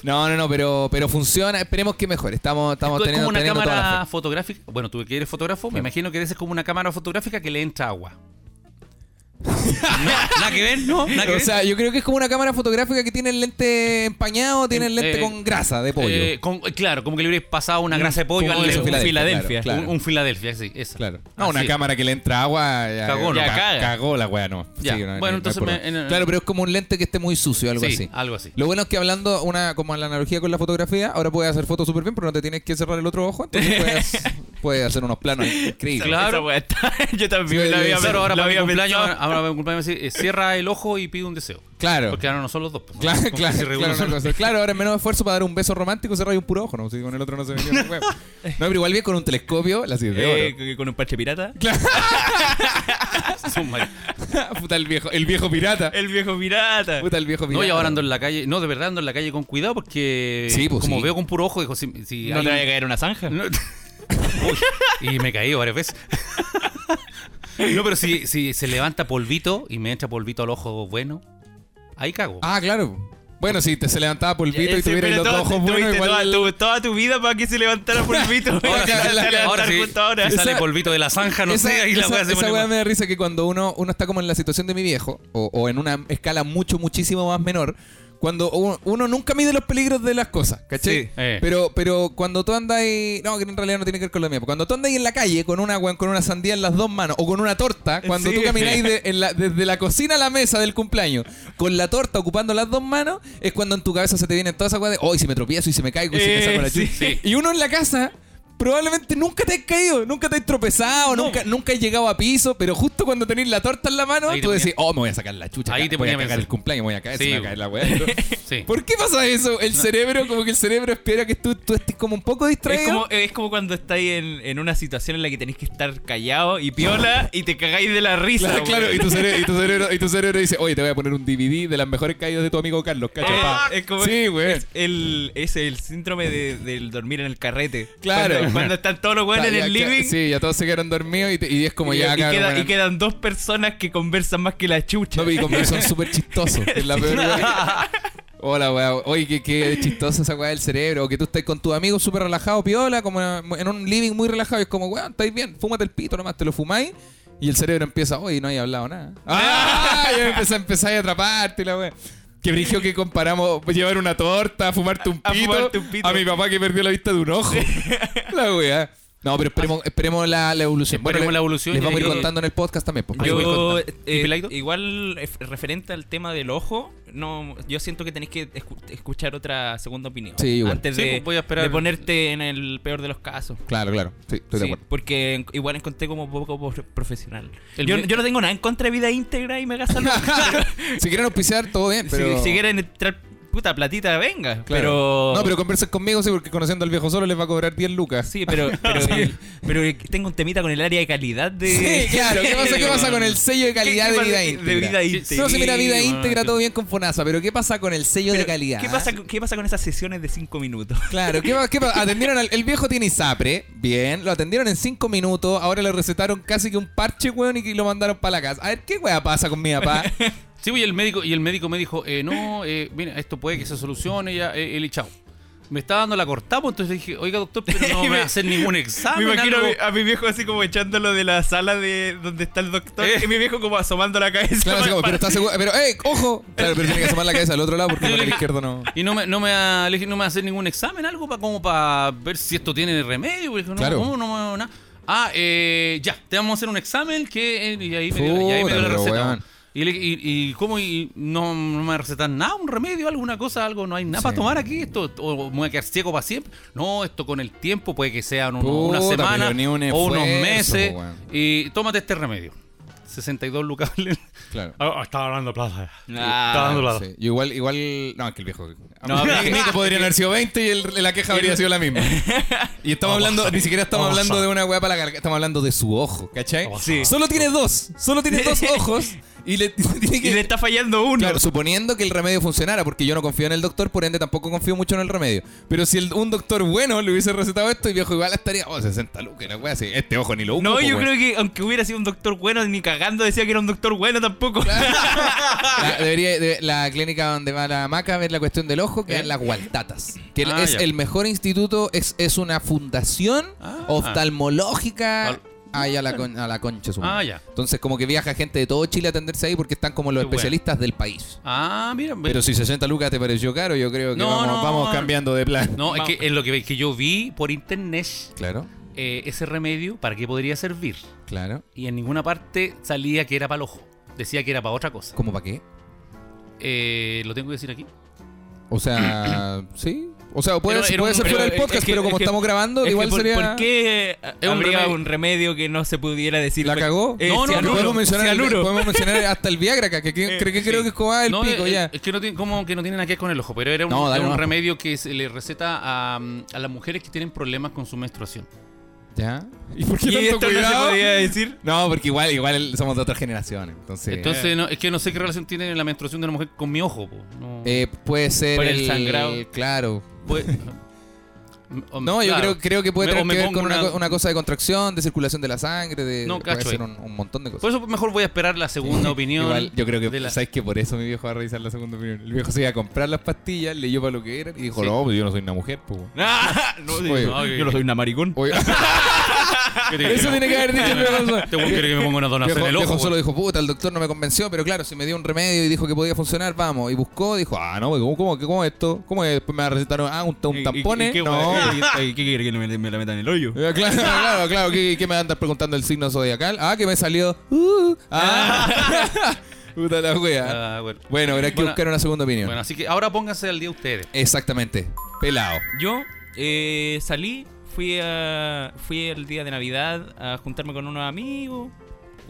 No, no, no, pero, pero funciona, esperemos que mejore. Estamos, estamos Tú es teniendo, como una teniendo toda cámara la fe. fotográfica. Bueno, tú que eres fotógrafo, me imagino que debe ser como una cámara fotográfica que le entra agua. No, nada que ver, ¿no? Nada que O ver. sea, yo creo que es como una cámara fotográfica que tiene el lente empañado, tiene el lente Eh, con grasa de pollo. Eh, con- eh, claro, como que le hubierais pasado una grasa de pollo Como al eso, un Filadelfia. Claro, Un, claro, un Filadelfia, Ah, sí, esa. claro. Ah, No, una Así. cámara que le entra agua. Ya, Cagó, ca- ya caga. cagó la weá, no. Ya, no, no, bueno, no hay entonces problema. me- en- en- claro, pero es como un lente que esté muy sucio, algo Sí, así. algo así. Lo bueno es que hablando una como la analogía con la fotografía, ahora puedes hacer fotos súper bien, pero no te tienes que cerrar el otro ojo, entonces puedes, puedes hacer unos planos increíbles. Esa claro. weá está- Yo también Sí, la había Claro, ahora la para mi había cumpleaños, pensado. ahora para mi cumpleaños me dice, eh, cierra el ojo y pide un deseo. Claro. Porque ahora no son los dos. pues, ¿no? Claro, Como que claro, se reúne claro, solo. una cosa. Claro, ahora es menos esfuerzo para dar un beso romántico, se raya un puro ojo, ¿no? Si con el otro no se ve ni un huevo. No, pero igual bien con un telescopio, la sirve de Eh, con- con un parche pirata. Eh, Son mal. oro. Puta, el viejo, el viejo pirata. El viejo pirata. Puta, el viejo pirata. No, y ahora ando en la calle. No, de verdad ando en la calle con cuidado porque Sí, pues, como sí. veo con puro ojo, dijo, si, si No hay te un- vaya a caer una zanja. No- Uy, y me caí varias veces. No, pero si, si se levanta polvito y me entra polvito al ojo bueno, ahí cago. Ah, claro. Bueno, si te se levantaba polvito y Ese, Eh, tuvieras pero los dos todo- ojos tuviste buenos, toda, igual. tu, toda tu vida para que se levantara polvito. Ahora, Se sí, va a ahora levantar sí, justo ahora. si sale Esa- polvito de la zanja, no sé, ahí la esa- weá se esa pone weá mal. me da risa que cuando uno, uno está como en la situación de mi viejo, o, o en una escala mucho, muchísimo más menor, cuando uno, uno nunca mide los peligros de las cosas, ¿cachai? Sí, eh. Pero, pero cuando tú andas ahí- No, que en realidad no tiene que ver con lo mío. pero Cuando tú andas ahí en la calle con una weón, con una sandía en las dos manos, o con una torta, cuando Sí. tú camináis de- en la- desde la cocina a la mesa del cumpleaños, con la torta ocupando las dos manos, es cuando en tu cabeza se te vienen todas esas weas de, oh, y si me tropiezo, y si me caigo, y si me Eh, saco la sí. chucha". Y uno en la casa probablemente nunca te has caído, nunca te has tropezado, No. nunca, nunca has llegado a piso, pero justo cuando tenés la torta en la mano, Ahí te tú ponía- decís, oh, me voy a sacar la chucha. Ahí ca- te voy ponía a a cagar pensar. el cumpleaños, me voy a caer, se Sí, me va a caer la weá. Sí. ¿Por qué pasa eso? El cerebro, como que el cerebro espera que tú, tú estés como un poco distraído. Es como, es como cuando estáis en, en una situación en la que tenéis que estar callado y piola y te cagáis de la risa. Claro, weón. claro, y tu, cerebro, y, tu cerebro, y tu cerebro dice, oye, te voy a poner un DVD de las mejores caídas de tu amigo Carlos, cacho. Eh, pa". es como- sí, güey. El, es el síndrome de- del dormir en el carrete. Claro. Cuando, cuando están todos los Ta- buenos en ya- el ya- living. Sí, ya todos se quedaron dormidos y, te- y es como y, ya... y cabrón, queda- bueno. y quedan dos personas que conversan más que la chucha. No, y como que son súper chistosos. que es la peor weá. Hola, weá. Oye, qué, qué chistosa esa weá del cerebro. O que tú estás con tus amigos súper relajado, piola, como en un living muy relajado. Y es como, weón, estáis bien, fúmate el pito nomás, te lo fumáis. Y el cerebro empieza, oye, no hay hablado nada. ¡Ah! Ya empieza, empezáis a atraparte, y la weá. Que brillo que comparamos llevar una torta, fumarte un A pito, fumarte un pito. a mi papá que perdió la vista de un ojo. la weá. No, pero esperemos, esperemos la, la evolución. Esperemos le- la evolución Les y vamos a ir ahí- contando en el podcast también. pues. Ahí voy Yo, contando. ¿Y eh, Pelaito? igual, eh, referente al tema del ojo, no, yo siento que tenéis que escu- escuchar otra segunda opinión. Sí, igual. Antes Sí, de, pues voy a esperar. de ponerte en el peor de los casos. Claro, claro. Sí, estoy de Sí, acuerdo. porque en- igual encontré como poco por- profesional. El Yo, mío- yo no tengo nada en contra de vida íntegra y mega salud. Si quieren auspiciar, todo bien. Si- Pero... si, quieren entrar, puta platita, venga. Claro. Pero. No, pero conversen conmigo, sí, porque conociendo al viejo solo les va a cobrar 10 lucas. Sí, pero, pero, pero tengo un temita con el área de calidad de. Sí, claro. ¿Qué pasa, qué pasa con el sello de calidad ¿Qué- de qué vida pasa- íntegra? de vida íntegra. No, si mira, vida Sí, íntegra, bueno. todo bien con Fonasa, pero ¿qué pasa con el sello de Pero, calidad? ¿eh? ¿qué pasa, ¿Qué pasa con esas sesiones de 5 minutos? Claro, ¿qué, pa- qué pa- Atendieron al el viejo tiene ISAPRE, bien, lo atendieron en 5 minutos, ahora le recetaron casi que un parche, weón, y que lo mandaron para la casa. A ver, ¿qué weá pasa con mi papá? Sí, y el médico, y el médico me dijo, eh, no, eh, mira, esto puede que se solucione, ya, eh, él y chao. Me estaba dando la cortamos, entonces dije, oiga doctor, pero no me va a hacer ningún examen. algo". mi viejo así como echándolo de la sala de donde está el doctor. Eh. y mi viejo como asomando la cabeza. Claro, así como, pero está seguro, pero ¡eh, ojo! Claro, pero tiene que asomar la cabeza al otro lado porque con el izquierdo no... Y no me, no me, va- le dije, no me va a hacer ningún examen, algo para como para ver si esto tiene remedio. Le dije, no, Claro. ¿cómo? no, me- nada. Ah, eh, ya, te vamos a hacer un examen que. eh, y ahí me, dio- y ahí me dio Puta, la pero receta. weón. Y, le- y, y cómo y no, no me recetan nada, un remedio, alguna cosa, algo, no hay nada Sí. para tomar aquí, esto, o me voy a quedar ciego para siempre. No, esto con el tiempo puede que sean uno- una Puta, semana pero ni un o unos esfuerzo, meses. weón. Y tómate este remedio. 62 lucas. Claro. Ah, estaba hablando plaza. Ah, estaba hablando plaza. Sí. Yo igual, igual. No, es que el viejo. No, No, pero- que podrían haber sido 20 y el- la queja habría sido la misma. Y estamos hablando, ni siquiera estamos vamos a- hablando de una weá para la garganta, estamos hablando de su ojo, ¿cachai? Vamos a- Sí. Solo tiene dos, solo tiene dos ojos y le tiene que. Y le está fallando uno. Claro, suponiendo que el remedio funcionara, porque yo no confío en el doctor, por ende tampoco confío mucho en el remedio. Pero si el- un doctor bueno le hubiese recetado esto, el viejo igual estaría, oh, 60 lucas, la weá, sí, este ojo ni lo No, ocupo, yo weón. creo que aunque hubiera sido un doctor bueno, ni cagando decía que era un doctor bueno tampoco. La, debería de- la clínica donde va la maca a ver la cuestión del ¿Eh? ojo, que es las Gualtatas. Que Ah, es ya. el mejor instituto, es, es una fundación Ah. Ah. oftalmológica. Al- ahí a la, con- a la concha su Ah, madre. ya. Entonces, como que viaja gente de todo Chile a atenderse ahí porque están como los Qué bueno. especialistas del país. Ah, mira, Pero si 60 lucas te pareció caro, yo creo que No, vamos, no. vamos cambiando de plan. No, es que es lo que, que yo vi por internet Claro, eh, ese remedio para qué podría servir. claro. Y en ninguna parte salía que era para el ojo. Decía que era para otra cosa. ¿Cómo para qué? Eh, lo tengo que decir aquí. O sea, sí. O sea, puede, Pero era puede un- ser fuera pero del es- podcast, es que- pero como es que- estamos grabando, Es que igual por, sería. ¿Por qué eh, Es un habría remedio. un remedio que no se pudiera decir? ¿La cagó? Eh, No, no, cianuro, podemos mencionar, el- cianuro. podemos mencionar hasta el Viagra, acá, que, que- creo que creo que Escobar Ah, el Eh, No, pico eh, ya. Es, que no tiene, como que no tiene nada que ver con el ojo, pero era un, No, era dale un nomás. remedio que se le receta a, mm, a las mujeres que tienen problemas con su menstruación. ¿Ya? ¿Y por Y este esto no se podía decir. No, porque igual, igual somos de otra generación, entonces. Entonces, no, es que no sé qué relación tiene la menstruación de una mujer con mi ojo. po. No, Eh, puede ser Por el sangrado. Claro. puede- o- No, yo claro. creo, creo que puede Me- o tener me que ver pongo con una, una- co- una cosa de contracción, de circulación de la sangre, de No, puede cacho eh. ser ahí. un, un montón de Por cosas. eso mejor voy a esperar la segunda opinión. Igual, yo creo que de la- sabes que por eso mi viejo va a revisar la segunda opinión. El viejo se iba a comprar las pastillas, leyó para lo que eran y dijo, Sí. no, pues yo no soy una mujer, pues. Ah, no, Oye, no, yo no soy una maricón. Oye, ¿Qué te- eso tiene que haber dicho el viejo. Te voy a querer que me ponga una donación Viejo- en el viejo ojo. solo dijo, puta, el doctor no me convenció, pero claro, si me dio un remedio y dijo que podía funcionar, vamos. Y buscó, dijo, ah, no, ¿cómo, cómo, cómo es esto? ¿Cómo es? Después me recetaron, ah, un, un tampone. no. ¿Qué quiere que me, me la metan en el hoyo? Eh, Claro, claro, claro. ¿Qué, qué me van a andar preguntando el signo zodiacal? Ah, que me salió. Uh, ah. Puta la wea. Ah, bueno. Bueno, habrá que Bueno, buscar una segunda opinión. Bueno, así que ahora pónganse al día ustedes. Exactamente. Pelado. Yo eh, salí, fui a, fui el día de Navidad a juntarme con unos amigos.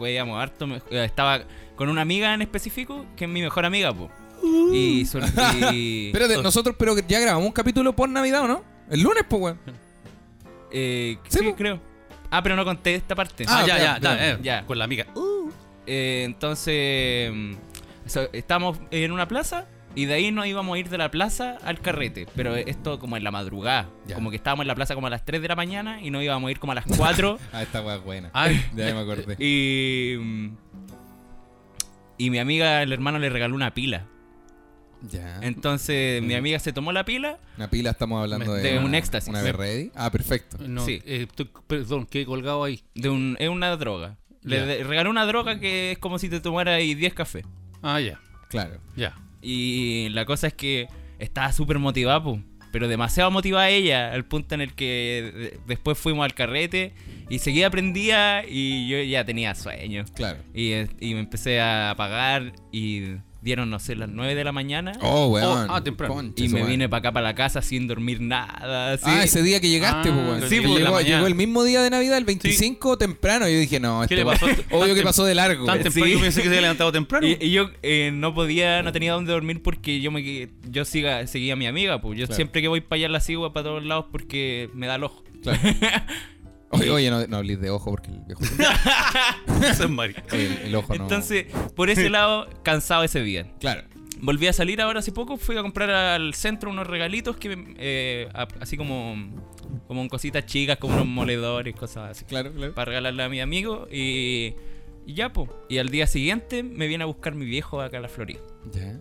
Weíamos harto. me- eh, estaba con una amiga en específico, que es mi mejor amiga, po. Y, sol- y- Uh. Espérate, oh, nosotros, pero que ya grabamos un capítulo por Navidad, ¿o no? El lunes, pues, weón. eh, Sí, sí, po. creo. Ah, pero no conté esta parte. Ah, Ah, ya, bien, ya, ya, bien. eh, ya, con la amiga. Eh, entonces, mm, so- estábamos en una plaza y de ahí nos íbamos a ir de la plaza al carrete. Pero esto como en la madrugada. Ya. Como que estábamos en la plaza como a las 3 de la mañana y nos íbamos a ir como a las 4. Ah, esta wea es buena. Ay, Ya me acordé. y, mm, y mi amiga, el hermano, le regaló una pila. Ya. Entonces, mi amiga se tomó la pila. Una pila estamos hablando de, de un una- éxtasis. Una Berredi. Ah, perfecto. no, Sí. eh, estoy- perdón, quedé colgado ahí. De un, es una droga. Le Ya. de- regaló una droga que es como si te tomara ahí 10 cafés. Ah, ya, Claro. ya. Y la cosa es que estaba súper motivado, po. pero demasiado motivada ella, al punto en el que de- después fuimos al carrete y seguía prendida y yo ya tenía sueño. Claro. Y, eh, y me empecé a apagar y dieron, no sé, las 9 de la mañana. Oh, weón. ah, temprano. Concha y su me madre. vine para acá, para la casa, sin dormir nada. así. Ah, ese día que llegaste, Ah, pues, weón. sí, Que pues, la llegó, mañana. llegó el mismo día de Navidad, el 25 temprano. Yo dije, no, ¿Qué este le pasó? weón- obvio que pasó de largo. Tan temprano Sí. yo pensé que se había levantado temprano. Y, y yo eh, no podía, no tenía dónde dormir porque yo me que- yo siga, seguía a mi amiga, pues yo siempre que voy para allá la sigo para todos lados porque me da el ojo. Oye, oye, no, no hables de ojo porque el, viejo- Eso es marica. el- el ojo no. Entonces, por ese lado, cansado ese día. claro. Volví a salir ahora hace poco, fui a comprar al centro unos regalitos que eh, a- así como como en cositas chicas, como unos moledores, cosas así. Claro, claro. Para regalarle a mi amigo y, y ya, pues. Y al día siguiente me viene a buscar mi viejo acá a la Florida. Ya.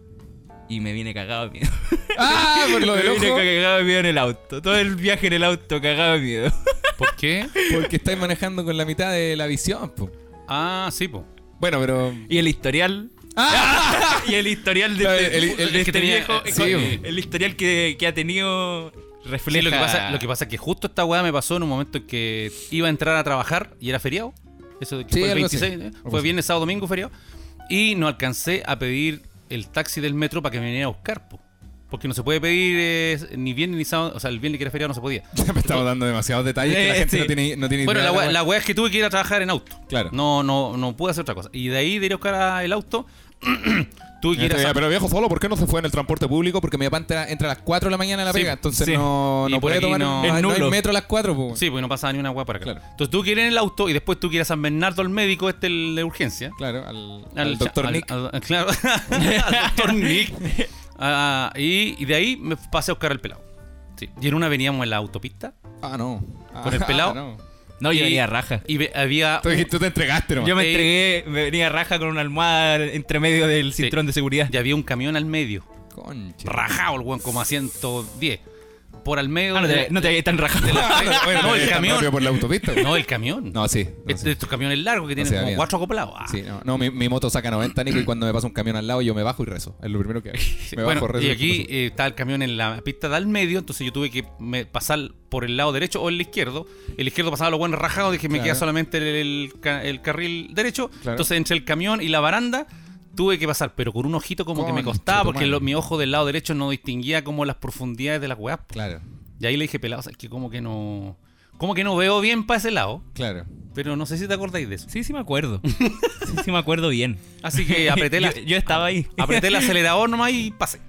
Y me viene cagado de miedo. Ah, por lo del Me vine ojo. cagado de miedo en el auto. Todo el viaje en el auto cagado de miedo. ¿Por qué? Porque estáis manejando con la mitad de la visión, pues. Ah, sí, po. Bueno, pero. Y el historial. y el historial de, Ah. Claro, este- el- el- de el este que tenía- viejo. sí, eh, el historial que, que ha tenido refleja. Sí, lo, que pasa, lo que pasa es que justo esta weá me pasó en un momento en que iba a entrar a trabajar y era feriado. Eso de que Sí, fue el algo así. 26, ¿eh? Algo fue así. viernes, sábado, domingo, feriado. Y no alcancé a pedir el taxi del metro para que me viniera a buscar, po. Porque no se puede pedir eh, ni viernes ni sábado, o sea, el viernes que era feriado no se podía. Me estamos dando demasiados detalles que la Eh, gente sí. no tiene, no tiene Bueno, idea. la de weá, la weá es que tuve que ir a trabajar en auto. Claro. No, no, no pude hacer otra cosa. Y de ahí de ir a buscar a- el auto, tuve que ir a... Este, Pero viejo solo, ¿por qué no se fue en el transporte público? Porque mi papá entra, entra a las 4 de la mañana a la Sí, pega, entonces sí. no, Y no por puede aquí tomar no- no, Es hay- no hay nulo. metro a las 4, pues. Sí, porque no pasaba ni una weá para acá. Claro. Entonces tú quieres en el auto y después tú quieres a San Bernardo al médico, este el de urgencia. Claro, al, al Al cha- doctor al- Nick. al- al- claro, al doctor Nick. Ah, y, y de ahí me pasé a buscar al pelado. Sí. Y en una veníamos en la autopista Ah, no. Ah, Con el pelado. no. No, yo Y- venía raja. y ve- había. Tú, dijiste, tú te entregaste nomás. Yo me Ey. entregué, me venía raja con una almohada entre medio del Sí. cinturón de seguridad. Y había un camión al medio. Concha. Rajado el weón, como a 110. Por al medio. Ah, no de- te, no te veías tan rajado. Ah, no, bueno, No, el tan camión. rápido por la autopista. güey. No, el camión. No, sí. no, Este- sí. Estos camiones largos que tienen se da como miedo. cuatro acoplados. Ah. Sí, no, no, mi, mi moto saca 90, Nico, y cuando me pasa un camión al lado, yo me bajo y rezo. Es lo primero que hago. Sí, Me bueno, bajo, rezo. y aquí eh, estaba el camión en la pista del medio, entonces yo tuve que me- pasar por el lado derecho o el izquierdo. El izquierdo pasaba los buenos rajados, dije, me Claro. queda solamente el, el ca- el carril derecho. Claro. Entonces entre el camión y la baranda tuve que pasar, pero con un ojito como que me Concha costaba, tu porque madre. lo- mi ojo del lado derecho no distinguía como las profundidades de las weas. po. Claro, Y ahí le dije, pelado, es que como que no... Como que no veo bien para ese lado, claro. pero no sé si te acordáis de eso. Sí, sí me acuerdo. Sí, sí me acuerdo bien. Así que apreté la... Yo- yo estaba ahí. Apreté el acelerador nomás y pasé.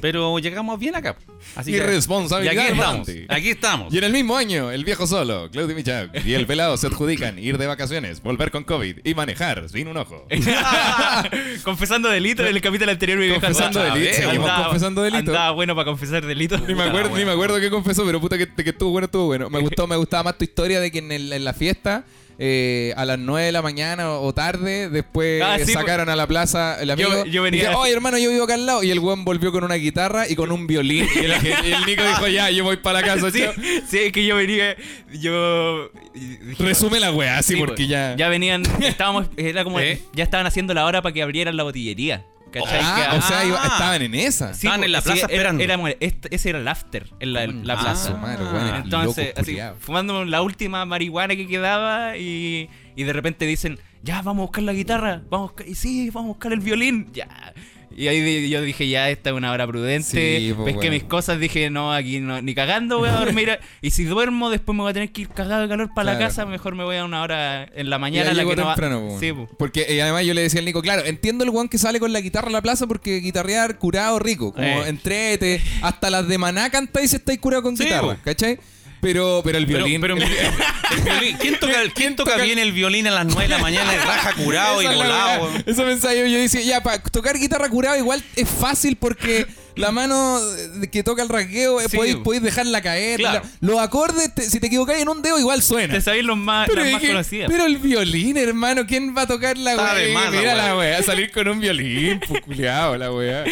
Pero llegamos bien acá. Así que... Y Irresponsabilidad. aquí estamos. hermano. Aquí estamos. Y en el mismo año, el viejo solo, Claudio Michak y el pelado se adjudican ir de vacaciones, volver con COVID y manejar sin un ojo. Eh, confesando delito en el capítulo anterior me dijo, Confesando andaba- delito, andaba- seguimos confesando delito. Andaba bueno para confesar delito. Ni me acuerdo, ni me acuerdo qué confesó, pero puta que, que estuvo bueno, estuvo bueno. Me gustó, me gustaba más tu historia de que en, el- en la fiesta. eh, a las 9 de la mañana o o tarde, después Ah, sí, sacaron a la plaza el amigo. Yo- yo venía- y dije, Oye, hermano, yo vivo acá al lado. Y el weón volvió con una guitarra y con un violín. Y el, y el Nico dijo, ya, yo voy para la casa, Sí, chao". sí, es que yo venía. Yo. dije, Resume la weá, así sí, porque pues, ya... Ya venían. Estábamos. Era como. ¿Eh? Ya estaban haciendo la hora para que abrieran la botillería. ¿Cachai? ah, que- o sea, iba- ah. estaban en esa. Sí, Estaban pues, en la plaza era- esperando. éramos- este- ese era el after, en la, la Ah, plaza. su madre, weón, eran Entonces, locos así, culiados. fumando la última marihuana que quedaba y, y de repente dicen, ya, vamos a buscar la guitarra, vamos a buscar, y sí, vamos a buscar el violín, ya. Y ahí di- yo dije, ya, esta es una hora prudente. Sí, pues, Pesqué weón. mis cosas, dije, no, aquí no, ni cagando voy a dormir. y si duermo, después me voy a tener que ir cagado de calor para la Claro. casa, mejor me voy a una hora en la Ya mañana. en la llegó que no va- temprano, po. Sí, pues. Porque eh, además yo le decía al Nico, claro, entiendo el weón que sale con la guitarra a la plaza porque guitarrear curado rico, como Eh. entrete, hasta las de maná cantáis si estáis curado con Sí, guitarra, po. ¿cachai? Pero, pero el Pero- violín. pero- el- el violín. ¿Quién toca, el- quién toca bien el violín a las 9 de la mañana? y Raja curado y Esa es la volado. weá. weón? Eso pensaba yo, yo decía, ya, para tocar guitarra curado igual es fácil porque la mano de- que toca el rasgueo eh, Sí, podéis, po. podéis dejarla caer. Claro. la- los acordes, te- si te equivocáis en un dedo, igual suena. Te sabéis los más, Pero, las más dije, conocidas. pero el violín, hermano, ¿quién va a tocar la Está de weá? más la Mira weá. la weá, Salir con un violín, pues, puculeado, la weá.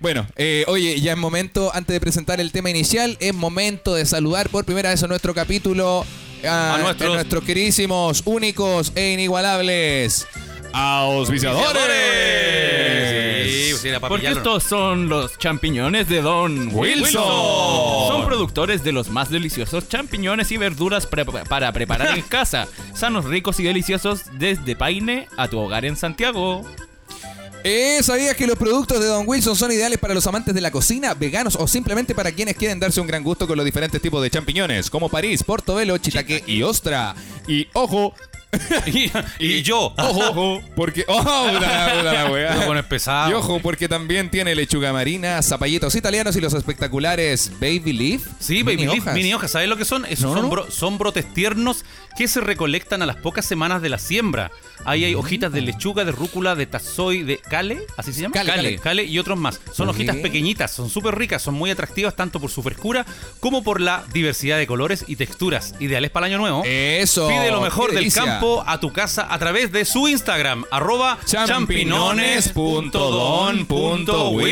Bueno, eh, oye, ya es momento, antes de presentar el tema inicial, es momento de saludar por primera vez a nuestro capítulo, a, A nuestros- a nuestros queridísimos, únicos e inigualables. ¡Auspiciadores! Sí, pues era para Porque pillarlo. estos son los champiñones de Don Wilson. Son productores de los más deliciosos champiñones y verduras pre- para preparar en casa. Sanos, ricos y deliciosos desde Paine a tu hogar en Santiago. Eh, ¿Sabías que los productos de Don Wilson son ideales para los amantes de la cocina, veganos o simplemente para quienes quieren darse un gran gusto con los diferentes tipos de champiñones, como París, Portobelo, Chitaque y Ostra? Y ojo, y, y yo. ojo, ojo, porque. ¡Oh, puta la- puta la weá! Lo pones pesado. Y ojo, porque también tiene lechuga marina. harina, zapallitos italianos y los espectaculares Baby Leaf. Sí, baby mini leaf, hojas. mini hojas. ¿Sabes lo que son? Esos No, son, no. bro- son brotes tiernos que se recolectan a las pocas semanas de la siembra. Ahí Mm. hay hojitas de lechuga, de rúcula, de tazoy, de cale, ¿así se llama? Cale, cale. Cale y otros más. Son Ok. hojitas pequeñitas, son súper ricas, son muy atractivas tanto por su frescura como por la diversidad de colores y texturas. Ideales para el año nuevo. Eso. Pide lo mejor qué del delicia. campo a tu casa a través de su Instagram, arroba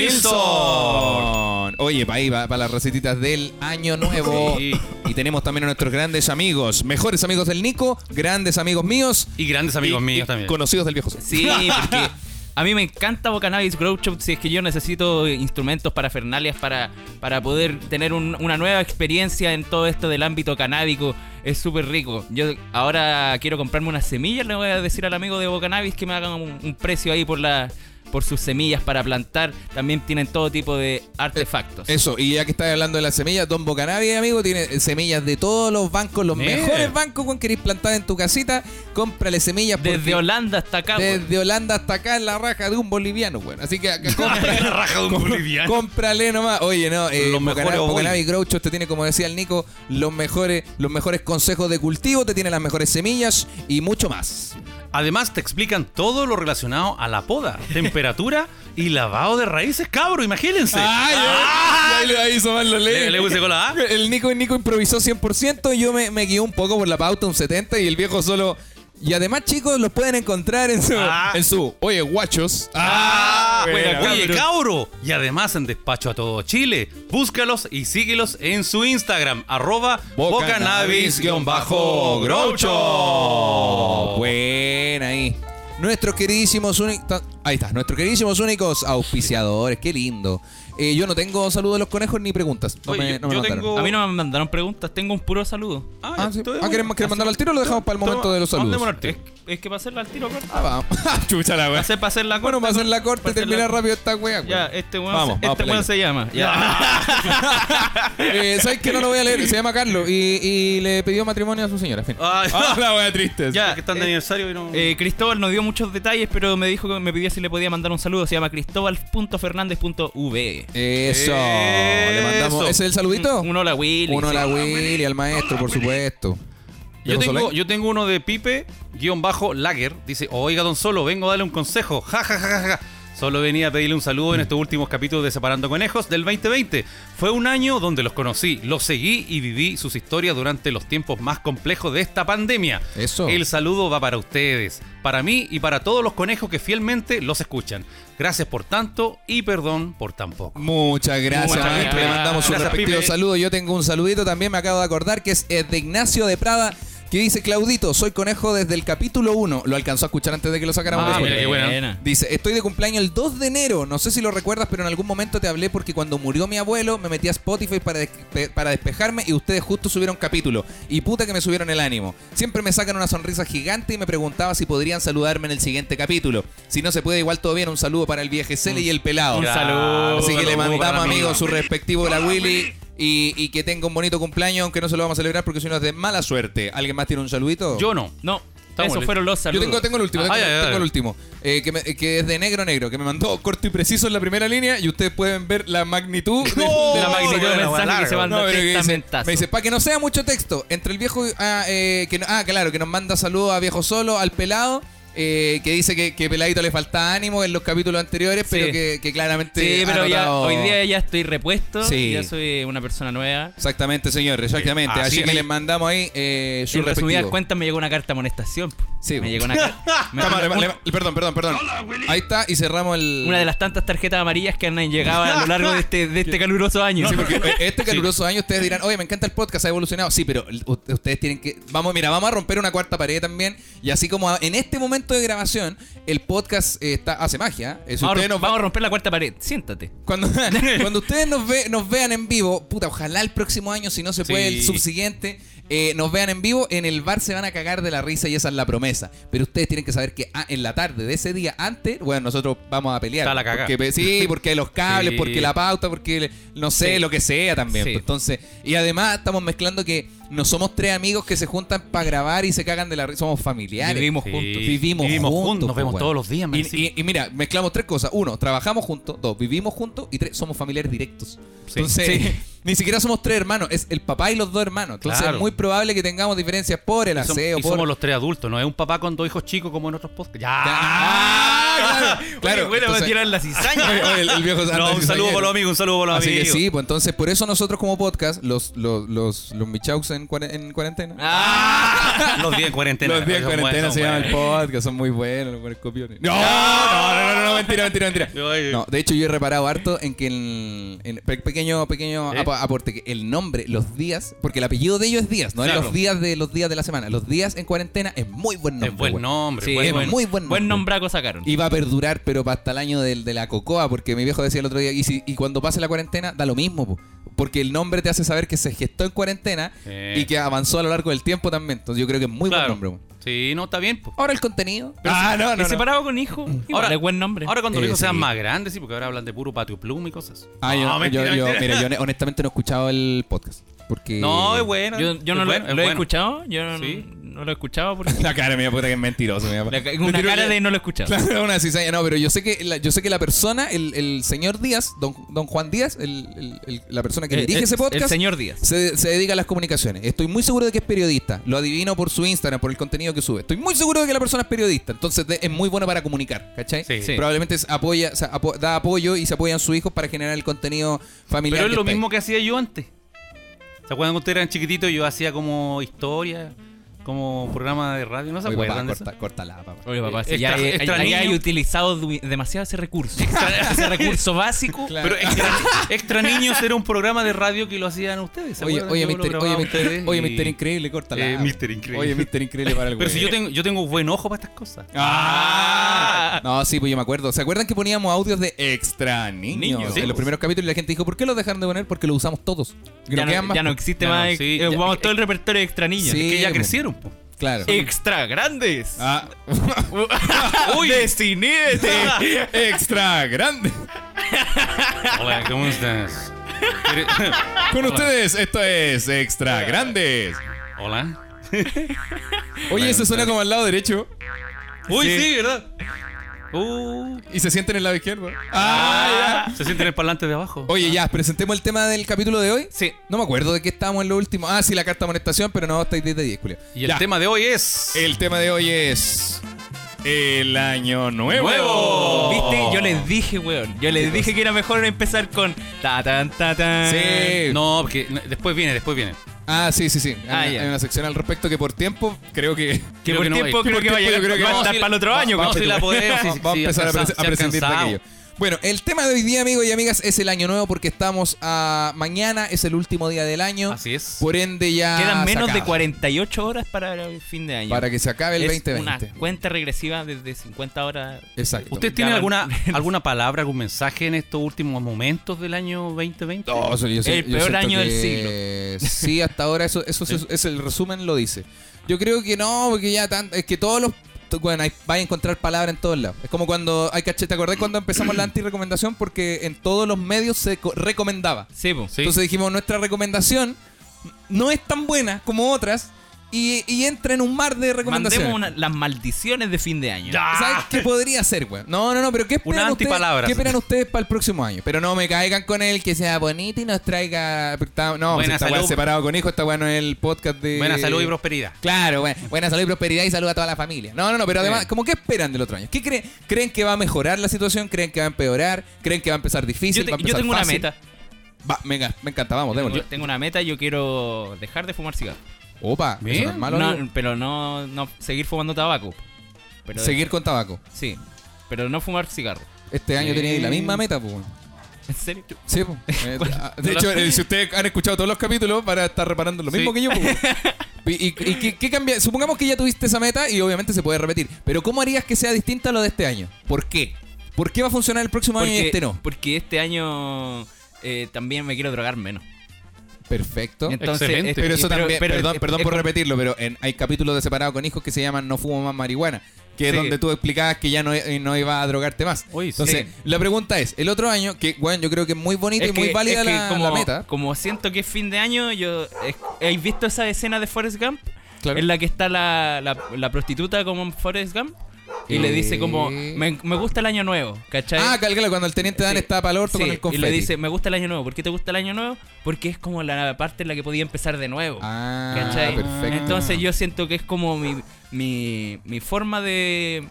champinones.don.wilson. Oye, para ahí va, para las recetitas del año nuevo. Sí. Y tenemos también a nuestros grandes amigos, mejores amigos del Nico, grandes amigos míos. Y grandes amigos y- míos y también. Conocidos del viejo. Sol. Sí, porque a mí me encanta Bocanabis Grow Shop. Si es que yo necesito instrumentos para fernalias para, para poder tener un- una nueva experiencia en todo esto del ámbito canábico, es súper rico. Yo ahora quiero comprarme unas semillas. Le voy a decir al amigo de Bocanabis que me hagan un, un precio ahí por la por sus semillas para plantar. También tienen todo tipo de artefactos. Eso, y ya que estás hablando de las semillas, Don Bocanavia, amigo, tiene semillas de todos los bancos, los Mira. mejores bancos, Juan, queréis plantar en tu casita, cómprale semillas porque- Desde Holanda hasta acá. pues. weón. Desde Holanda hasta acá en la raja de un boliviano, bueno. Así que acá, La raja de un boliviano. Cómprale nomás. Oye, no, eh, Los Bocana- mejores ovoides. Bocanavi Groucho te tiene, como decía el Nico, los mejores, los mejores consejos de cultivo, te tiene las mejores semillas y mucho más. Además, te explican todo lo relacionado a la poda, temperatura y lavado de raíces, cabro, imagínense. Ah, Ahí le hizo mal los Le- le puse con la A. El Nico, el Nico improvisó 100%, yo me, me guió un poco por la pauta, un 70%, y el viejo solo... Y además, chicos, los pueden encontrar en su... Ah. En su oye, guachos. Ah, buena, oye, cabro. Y además en despacho a todo Chile. Búscalos y síguelos en su Instagram, arroba Groucho. bocanabis-groucho. Buena ahí. Nuestros queridísimos únicos. Ahí está, nuestros queridísimos únicos auspiciadores. Qué lindo. Eh, yo no tengo saludo de los conejos ni preguntas. No Oye, me, yo- no me yo mandaron. tengo- A mí no me mandaron preguntas, tengo un puro saludo. Ah, Ah, sí. estoy- Ah, ¿quieres, quieres mandarlo al tiro o lo dejamos para el momento Toma, de los mandémoslo saludos? al tiro. Es que para hacerla al tiro, corto. Ah, vamos. Chucha la weá. Hacer- para hacer la corta. bueno, para hacer la corte para y hacer la- terminar rápido esta wea. Ya, wea. este weón, Vamos, se, vamos este para weón la se llama. Ya. Eh, ¿Sabes que No lo voy a leer. Se llama Carlos y, y le pidió matrimonio a su señora. Fin. Ay, Ah, la weá triste. Ya. es que están de eh, aniversario y no- Eh, Cristóbal nos dio muchos detalles, pero me dijo que me pidió si le podía mandar un saludo. Se llama cristóbal.fernández.v. Eso. Le mandamos. Eso. ¿Ese es el saludito? Mm, Un, un hola Willy. Uno a sí. la Willy, al maestro, por supuesto. Yo ¿Viejo tengo, Solé? yo tengo uno de Pipe, guión bajo, Lager. Dice, oiga, don Solo, vengo a darle un consejo. Ja, ja, ja, ja, ja. Solo venía a pedirle un saludo en estos últimos capítulos de Separando Conejos del 2020. Fue un año donde los conocí, los seguí y viví sus historias durante los tiempos más complejos de esta pandemia. Eso. El saludo va para ustedes, para mí y para todos los conejos que fielmente los escuchan. Gracias por tanto y perdón por tan poco. Muchas gracias, Muchas maestro. Le gracias. mandamos un Gracias, respectivo Pipe. saludo. Yo tengo un saludito también, me acabo de acordar, que es eh, de Ignacio de Prada, que dice, Claudito, soy conejo desde el capítulo 1. Lo alcanzó a escuchar antes de que lo sacáramos. de Ah, Spotify. mira qué buena. Dice, estoy de cumpleaños el 2 de enero. No sé si lo recuerdas, pero en algún momento te hablé porque cuando murió mi abuelo me metí a Spotify para, despe- para despejarme y ustedes justo subieron capítulo. Y puta que me subieron el ánimo. Siempre me sacan una sonrisa gigante y me preguntaba si podrían saludarme en el siguiente capítulo. Si no se puede, igual todo bien. Un saludo para el vieje Cele y el pelado. Un saludo. Así que le Saludo para mandamos, mí. amigos, su respectivo la Willy. Y, y que tenga un bonito cumpleaños, aunque no se lo vamos a celebrar porque si no es de mala suerte. ¿Alguien más tiene un saludito? Yo no. No, Estamos esos listos. fueron los Yo saludos. tengo, tengo el último, tengo, Ah, ya, ya, ya. tengo el último. Eh, que, me- que es de negro negro, que me mandó corto y preciso en la primera línea y ustedes pueden ver la magnitud de, De la magnitud de Oh, bueno, mensaje que se largo. mandó. No, pero que dice- testamentazo. me dice, para que no sea mucho texto, entre el viejo... Ah, eh, que, no- ah, claro, que nos manda saludos a Viejo Solo, al Pelado, eh, que dice que, que Peladito le falta ánimo en los capítulos anteriores, pero Sí. que, que claramente... Sí, ha pero ya, notado- hoy día ya estoy repuesto. Sí. Ya soy una persona nueva. Exactamente, señor, exactamente. Así, Así que es. les mandamos ahí eh, su En resumidas respectivo. cuentas me llegó una carta de amonestación. po. Sí, Me llegó una, ca- me- Cámara, una- leva- perdón, perdón, perdón. Ahí está y cerramos el. una de las tantas tarjetas amarillas que han llegado a lo largo de este, de este caluroso año. Sí, porque eh, este caluroso año ustedes dirán, oye, me encanta el podcast, ha evolucionado. Sí, pero u- ustedes tienen que. Vamos, mira, vamos a romper una cuarta pared también. Y así como a- en este momento de grabación, el podcast eh, está, hace magia. Eh, si vamos, a ustedes rom- nos- vamos a romper la cuarta pared. Siéntate. Cuando, cuando ustedes nos, ve- nos vean en vivo, puta, ojalá el próximo año, si no se puede, Sí. el subsiguiente, eh, nos vean en vivo, en el bar se van a cagar de la risa y esa es la promesa. Pero ustedes tienen que saber que ah, en la tarde de ese día antes, bueno, nosotros vamos a pelear. Está la cagá. Porque pe- sí, porque los cables, Sí. porque la pauta, porque le- no sé, Sí. lo que sea también. Sí. Pues Entonces, y además estamos mezclando que no somos tres amigos que se juntan para grabar y se cagan de la risa, somos familiares. Vivimos Sí. juntos. Vivimos, juntos, Nos pues, vemos weón. todos los días, man, Y, sí. y- y mira, mezclamos tres cosas. Uno, trabajamos juntos. Dos, vivimos juntos. Y tres, somos familiares directos. Entonces, Sí. ni siquiera somos tres hermanos. Es el papá y los dos hermanos. Entonces Claro. es muy probable que tengamos diferencias por el Y som- aseo, y por... somos los tres adultos, no es un papá con dos hijos chicos como en otros podcasts. ¡Ya! Ah, claro, claro. Oye, bueno, Entonces- va a tirar la cizaña. Oye, oye, el, el viejo No, anda un saludo cizañero. por los amigos, un saludo por los Así que amigos. sí, pues entonces por eso nosotros como podcast, los, los, los, los Michaux en, cuaren- en cuarentena. Los días en cuarentena. pues. Los días en Son cuarentena buenos, se llama el buenos. podcast, son muy buenos, los buenos copiones. No, no, no, no, no, mentira, mentira, mentira. Oye. No, de hecho yo he reparado harto en que el en- pe- pequeño pequeño ¿Eh? ap- aporte que el nombre, los días, porque el apellido de ellos es Díaz, no es Claro. los días de los días de la semana, los días en cuarentena es muy buen nombre. Es buen güey. nombre. Sí, buen es nombre. muy buen Buen nombre. nombraco sacaron. Y va a perdurar, pero para hasta el año del- de, la cocoa, porque mi viejo decía el otro día, y, si- y cuando pase la cuarentena, da lo mismo, po, porque el nombre te hace saber que se gestó en cuarentena Eh. y que avanzó a lo largo del tiempo también. Entonces yo creo que es muy Claro. buen nombre. pues. güey. Sí, no, está bien. po. Ahora el contenido. ah, no, no. separado con hijo. Ahora, es buen nombre. Ahora cuando Eh, los hijos sean sí. más grandes, sí, porque ahora hablan de puro patio plum y cosas. Ah, yo, no, yo- mentira, yo- mentira. mira, yo hone- honestamente no he escuchado el podcast. Porque. No, es bueno. yo, yo no es lo, bueno, es lo he bueno. escuchado. Yo no, Sí. no lo he escuchado porque. La cara mía puta que es mentiroso, mi papá. la ca- Le una tiró cara ya- de no lo he escuchado. Claro, una cizaña, no, pero yo sé que la, yo sé que la persona, el, el señor Díaz, don, don Juan Díaz, el- el- el- la persona que Eh, El- Eh, dirige el- ese podcast, El señor Díaz. se, se dedica a las comunicaciones. Estoy muy seguro de que es periodista. Lo adivino por su Instagram, por el contenido que sube. Estoy muy seguro de que la persona es periodista. Entonces de- es muy buena para comunicar, ¿cachai? Sí. Sí. Probablemente es- apoya, o sea, apo- da apoyo y se apoyan sus hijos para generar el contenido familiar. Pero es que lo está ahí. mismo que hacía yo antes. ¿Se acuerdan que ustedes eran chiquititos y yo hacía como historia, como programa de radio? ¿No se Oye, papá, acuerdan de eso? corta, córtala, papá. Oye, papá, si Extra- ya, he- extra ya he niño. utilizado du- demasiado ese recurso. ese recurso básico. Pero eh, extra, Extra Niños era un programa de radio que lo hacían ustedes. ¿se Oye, acuerdan? oye, Yo lo Mister, oye, grababa Mister- ustedes oye, y- Mister Increíble, córtala. Eh, Mister Increíble. Oye, Mister Increíble para el Pero si güey. yo tengo, yo tengo buen ojo para estas cosas. ¡Ah! No, sí, pues yo me acuerdo. ¿Se acuerdan que poníamos audios de extra niños? Niños, sí, en los pues. primeros capítulos y la gente dijo, ¿por qué los dejaron de poner? Porque los usamos todos. Que Ya no quedan no, más. ya no existe Ya no, más. sí, eh, ya- ocupamos todo el repertorio de extra niños. Sí. pues. que ya po. crecieron. po. Claro. Extra grandes. Ah, Uy, decidete. extra grande. Hola, ¿cómo estás? ¿Eres- Con ustedes, esto es Extra Grandes. Hola. Oye, eso suena como al lado derecho Uy, sí, ¿verdad? Uh, y se sienten en el lado izquierdo. Ah, ya. se siente en el parlante de abajo. Oye, ya, presentemos el tema del capítulo de hoy. Sí. No me acuerdo de qué estábamos en lo último. Ah, sí, la carta de amonestación, pero no, estáis 10 de 10, Julio. Y el tema de hoy es. El tema de hoy es. El año nuevo. Oh. ¡Nuevo! ¿Viste? Yo les dije, weón. Yo les dije que era mejor empezar con. Ta, tan, ta, tan. Sí. No, porque no, después viene, después viene. Ah, sí, sí, sí. Hay, Ah, hay ya. una sección al respecto que por tiempo creo que. Que Creo por que no va a tiempo ir. creo Por que va a tiempo llegar yo creo que va a vamos estar a ir- para el otro vamos- año. vamos conche a ir tu la madre. podemos. Sí, sí, Vamos a sí, empezar a, alcanzamos, presen- a sí, prescindir de alcanzamos. aquello. Bueno, el tema de hoy día, amigos y amigas, es el año nuevo porque estamos a. Mañana es el último día del año. Así es. Por ende, ya. Quedan se menos de acaba. 48 horas para el fin de año. Ah, Para que se acabe el es 2020. una cuenta regresiva desde 50 horas. Exacto. ¿Ustedes Ya tienen van- alguna, alguna palabra, algún mensaje en estos últimos momentos del año 2020? No, eso yo sé- El yo peor siento año del que- Sí, hasta ahora eso, eso es, es el resumen lo dice. Yo creo que no, porque ya tan, es que todos los to- bueno, hay, vais a encontrar palabras en todos lados. Es como cuando hay caché, ¿te acordás cuando empezamos la anti-recomendación? Porque en todos los medios se co- recomendaba. Sí, po. Sí. Entonces dijimos, nuestra recomendación no es tan buena como otras y, y entra en un mar de recomendaciones. Mandemos una- las maldiciones de fin de año. ¿Sabes qué podría ser, güey? No, no, no, pero ¿qué esperan, Una ustedes, antipalabra. ¿qué esperan ustedes para el próximo año? Pero no me caigan con el que sea bonito y nos traiga. está- no, Buena si esta weá salud. es separado con hijo, esta weá no es el podcast de. Buena salud y prosperidad. Claro, buena, buena salud y prosperidad y salud a toda la familia. No, no, no, pero además, Sí. ¿cómo qué esperan del otro año? ¿Qué creen? ¿Creen que va a mejorar la situación? ¿Creen que va a empeorar? ¿Creen que va a empezar difícil? yo, te- ¿Va a yo empezar tengo una fácil? meta. Va, venga, me encanta, vamos, démosle. Tengo, tengo una meta. Yo quiero dejar de fumar cigarro. Opa, Bien. eso no es malo. No, amigo. pero no, no seguir fumando tabaco. Pero Seguir con tabaco. Sí, pero no fumar cigarro. Este año tenía la misma meta, pues. weón. ¿En serio? Sí, pues. Eh, ah, de No hecho, lo- eh, si ustedes han escuchado todos los capítulos, van a estar reparando lo mismo Sí. que yo. po, weón. ¿Y, y- y qué, qué cambia? Supongamos que ya tuviste esa meta y obviamente se puede repetir. Pero ¿cómo harías que sea distinta a lo de este año? ¿Por qué? ¿Por qué va a funcionar el próximo año y este no? porque este año eh, también me quiero drogar menos. Perfecto. Entonces, Excelente. este- Pero eso pero- también, pero- perdón, es- perdón es por como- repetirlo, pero en- hay capítulos de Separado con Hijos que se llaman No fumo más marihuana, que es Sí. donde tú explicabas que ya no, eh, no iba a drogarte más. Oye, sí. Entonces, la pregunta es, el otro año, que bueno, yo creo que es muy bonito es y muy que- válida es que la, como, la meta. Como siento que es fin de año, yo. es- ¿Habéis visto esa escena de Forrest Gump? Claro. En la que está la, la, la prostituta como en Forrest Gump. Y le dice como, Eh. me, me gusta el año nuevo, ¿cachai? Ah, claro, claro, cuando el teniente Dan Sí. está para el orto Sí, con el confeti. Y le dice, me gusta el año nuevo. ¿Por qué te gusta el año nuevo? Porque es como la parte en la que podía empezar de nuevo. Ah, ¿Cachai? perfecto. Entonces yo siento que es como mi, mi, mi forma de,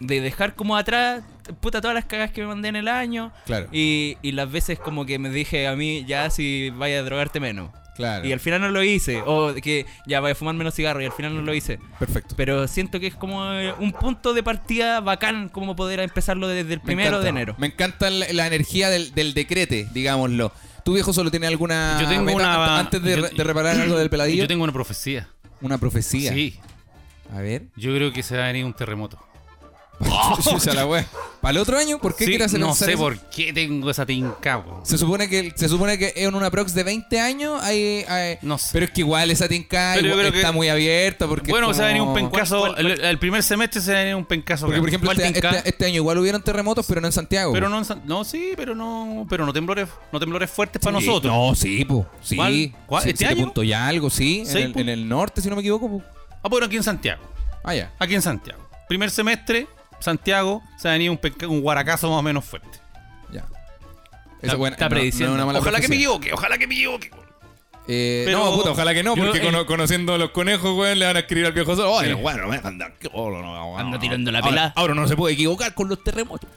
de dejar como atrás, puta, todas las cagas que me mandé en el año. Claro. Y, y las veces como que me dije a mí, ya si vaya a drogarte menos. Claro. Y al final no lo hice. O que ya vaya a fumar menos cigarro y al final no lo hice. Perfecto. Pero siento que es como eh, un punto de partida bacán como poder empezarlo desde el Me primero encanta. de enero. Me encanta la, la energía del, del decrete, digámoslo. ¿Tu viejo solo tiene alguna Yo tengo meta una- ant- antes de, yo- re- de reparar algo del peladillo? Yo tengo una profecía. Una profecía. Sí, A ver. yo creo que se va a venir un terremoto. Chucha la wea. ¿Para el otro año? ¿Por qué Oh, Sí, quieres hacer No lanzar sé eso? por qué tengo esa tinca, weón. Se supone que se supone que en una prox de 20 años hay, hay- No sé. pero es que igual esa tinca Pero yo igual creo que- está muy abierta porque Bueno, es se va a venir un como- pencazo. El, el primer semestre se va a venir un pencazo. Porque por grande. ejemplo ¿Cuál este, tinca? este- este año igual hubieron terremotos, pero no en Santiago. Pero po. no, en San- no, sí, pero no, pero no temblores, no temblores fuertes para Sí. nosotros. No, sí, po. Sí. ¿Cuál? ¿Cuál? Sí, ¿Este siete año? punto y algo, sí, en Seis el, pu- en el norte si no me equivoco. po. Ah, bueno, aquí en Santiago. Ah, ya. Aquí en Santiago. Primer semestre, Santiago se ha venido un, penca- un guaracazo más o menos fuerte. Ya. Está- está prediciendo. Ojalá que me equivoque, ojalá que me equivoque. Eh, Pero- No, puta, ojalá que no, Yo- porque eh. cono- conociendo a los conejos, weón, le van a escribir al viejo solo. "Oye, Sí. bueno, me dejan dar- que- oh, no, no, no, Ando no". tirando la Ahora- pelada. Ahora, no se puede equivocar con los terremotos.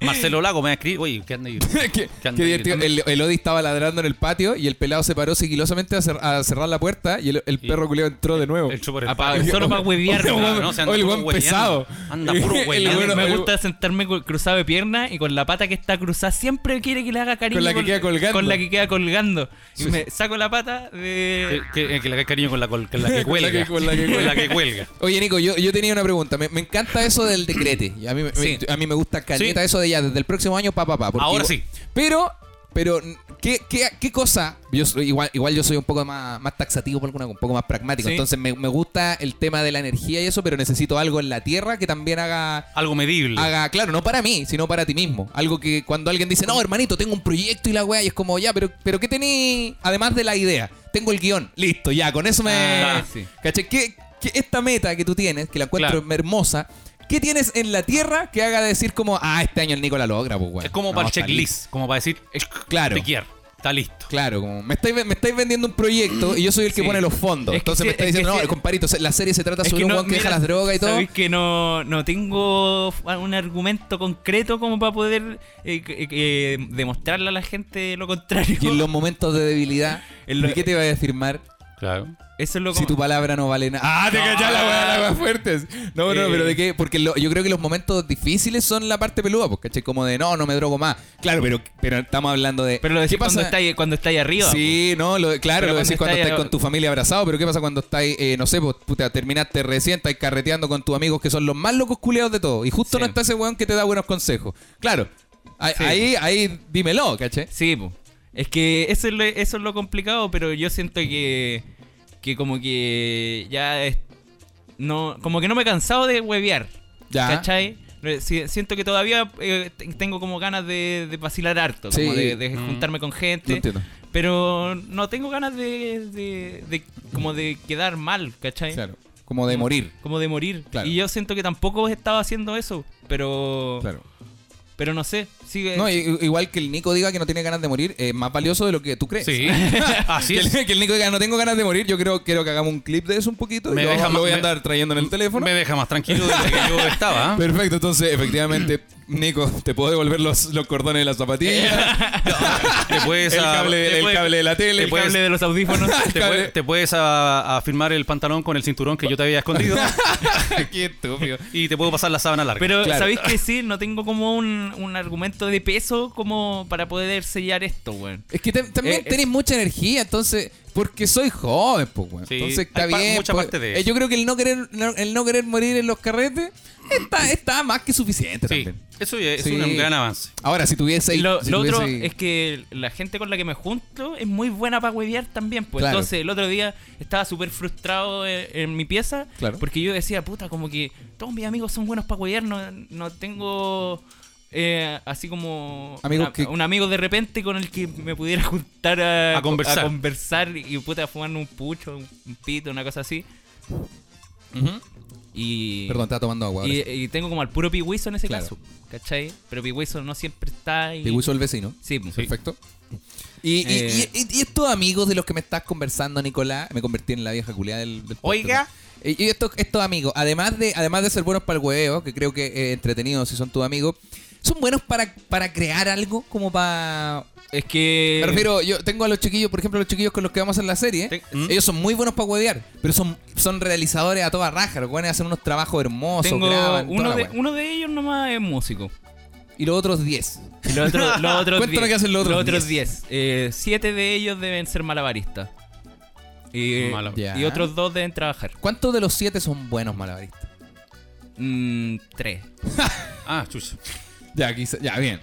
Marcelo Lago me ha escrito. Oye, ¿qué anda ahí? Qué- ¿Qué anda qué ahí? divertido. El, el Odi estaba ladrando en el patio y el pelado se paró sigilosamente a, cer- a cerrar la puerta y el, el perro culiao entró de nuevo. El chupo por el Ah, pa- patio. solo para hueviar. Oye, ¿no? weón, no, se anda oye, el puro weón hueveando. pesado. Anda puro El hueveando. weón- me el- gusta sentarme cu- cruzado de pierna y con la pata que está cruzada siempre quiere que le haga cariño. Con la que queda colgando. Con la que queda colgando. Y Sí, me saco la pata de... Que, que- que le haga cariño con la, col- con la que Con la que- cuelga. con la que Con la que cuelga. Oye, Nico, yo, yo tenía una pregunta. Me, me encanta eso del decrete. Y A mí, me- Sí. me, a mí me gusta caleta Sí. eso de ya, desde el próximo año, pa, pa, pa. porque Ahora igual- sí. Pero, pero, ¿qué, qué, qué cosa? Yo soy- igual, igual yo soy un poco más, más taxativo, por alguna, un poco más pragmático. Sí. Entonces me, me gusta el tema de la energía y eso, pero necesito algo en la tierra que también haga... Algo medible. Haga, claro, no para mí, sino para ti mismo. Algo que cuando alguien dice, no, hermanito, tengo un proyecto y la weá, y es como, ya, pero, pero ¿qué tenés? Además de la idea, tengo el guión, listo, ya, con eso me. Ah, sí. ¿Cachai? ¿Qué- qué- esta meta que tú tienes, que la encuentro hermosa, ¿qué tienes en la tierra que haga decir, como, ah, este año el Nico la logra, pues, weón? Es como No, para el está listo. checklist, como para decir, Claro. tiquear, está listo. Claro, como me estáis, me estáis vendiendo un proyecto y yo soy el que Sí. pone los fondos. Es que Entonces sí, me estáis es que diciendo, no, sí. comparito, la serie se trata sobre un weón que mira, deja las drogas y todo. sabéis que no, no tengo un argumento concreto como para poder eh, eh, eh, demostrarle a la gente lo contrario. Y en los momentos de debilidad, En lo- ¿de qué te iba a firmar? Claro. Eso es lo Si como- tu palabra no vale nada. Ah, te cachás la weá, la weá fuertes. No, no, Eh. pero de qué, porque lo- yo creo que los momentos difíciles son la parte peluda, pues, ¿cachai? Como de no, no me drogo más. Claro, pero, pero estamos hablando de. Pero lo decís ¿qué cuando estáis cuando estáis arriba. Sí, no, lo, claro, Pero lo decís cuando cuando estáis- estáis con tu familia abrazado, pero ¿qué pasa cuando estáis, eh, no sé, pues, puta, terminaste recién, estáis carreteando con tus amigos que son los más locos culeados de todo, y justo Sí. no está ese weón que te da buenos consejos. Claro, ahí, Sí. ahí, ahí dímelo, ¿cachai? Sí, po. es que eso es, lo, eso es lo complicado, pero yo siento que, que como que ya es- no como que no me he cansado de huevear, Ya. ¿cachai? Eh, si- Siento que todavía eh, te- tengo como ganas de, de vacilar harto, Sí. como de, de juntarme con Lo gente, entiendo. pero no tengo ganas de, de- de- como de quedar mal, ¿cachai? Claro, como de morir. Como de morir. Claro. Y yo siento que tampoco he estado haciendo eso, pero Claro. pero no sé, sigue No, i- igual que el Nico diga que no tiene ganas de morir, es más valioso de lo que tú crees. Sí. Así Que es. el, que el Nico diga no tengo ganas de morir, yo creo, quiero que hagamos un clip de eso un poquito. Me y lo, deja lo voy a ma- andar trayendo en el teléfono. Me deja más tranquilo de lo que yo estaba. ¿ah? Perfecto, entonces efectivamente Nico, ¿te puedo devolver los, los cordones de las zapatillas? Te puedes el, a- cable, te el puedes- cable de la tele. te el puedes- Cable de los audífonos. Te, cable- puedes- te puedes a, a firmar el pantalón con el cinturón que yo te había escondido cable- Qué estúpido. y te puedo pasar la sábana larga. Pero Claro. ¿sabéis que sí? No tengo como un, un argumento de peso como para poder sellar esto, weón. Es que tam- también Eh, eh. tenés mucha energía, entonces, porque soy joven, pues, weón. Sí, entonces está hay pa- bien. mucha pues. parte de eso. Eh, Yo creo que el no querer, no- el no querer morir en los carretes está, está más que suficiente sí, también. eso ya es Sí. un gran avance. Ahora, si tuviese lo si lo otro tuviese- es que la gente con la que me junto es muy buena para huevear también. Pues Claro. entonces el otro día estaba súper frustrado en, en mi pieza Claro. porque yo decía, puta, como que todos mis amigos son buenos para huevear, no, no tengo... eh, así como Amigos una- que- un amigo de repente con el que me pudiera juntar a, A conversar. conversar y puta a fumar un pucho, un un pito, una cosa así. Y Perdón, estaba tomando agua. Y, y tengo como al puro Pigüizo en ese Claro. caso. ¿Cachai? Pero Pigüizo no siempre está ahí. Te puso el vecino. Sí, pues. Perfecto. Y, y- Eh. y- y- y estos amigos de los que me estás conversando, Nicolás, me convertí en la vieja culiada del, del podcast. Oiga. Y y estos, estos amigos, además de, además de ser buenos para el hueveo, que creo que eh, entretenidos si son tus amigos, son buenos para, para crear algo, como para... Es que. Me refiero, yo tengo a los chiquillos, por ejemplo, a los chiquillos con los que vamos a hacer la serie. Ten- ¿Mm? Ellos son muy buenos para huevear, pero son, son realizadores a toda raja. Los buenos hacen unos trabajos hermosos, Tengo graban, toda uno, la de, wea. uno de ellos nomás es músico. Y los otros 10. Y los otros, los otros Cuéntame diez- qué hacen los otros otros 10. siete de ellos deben ser malabaristas. Y, Mala- Ya. y otros dos deben trabajar. ¿Cuántos de los 7 son buenos malabaristas? Mm, tres. Ah, chucha. Ya, quizá, ya, bien.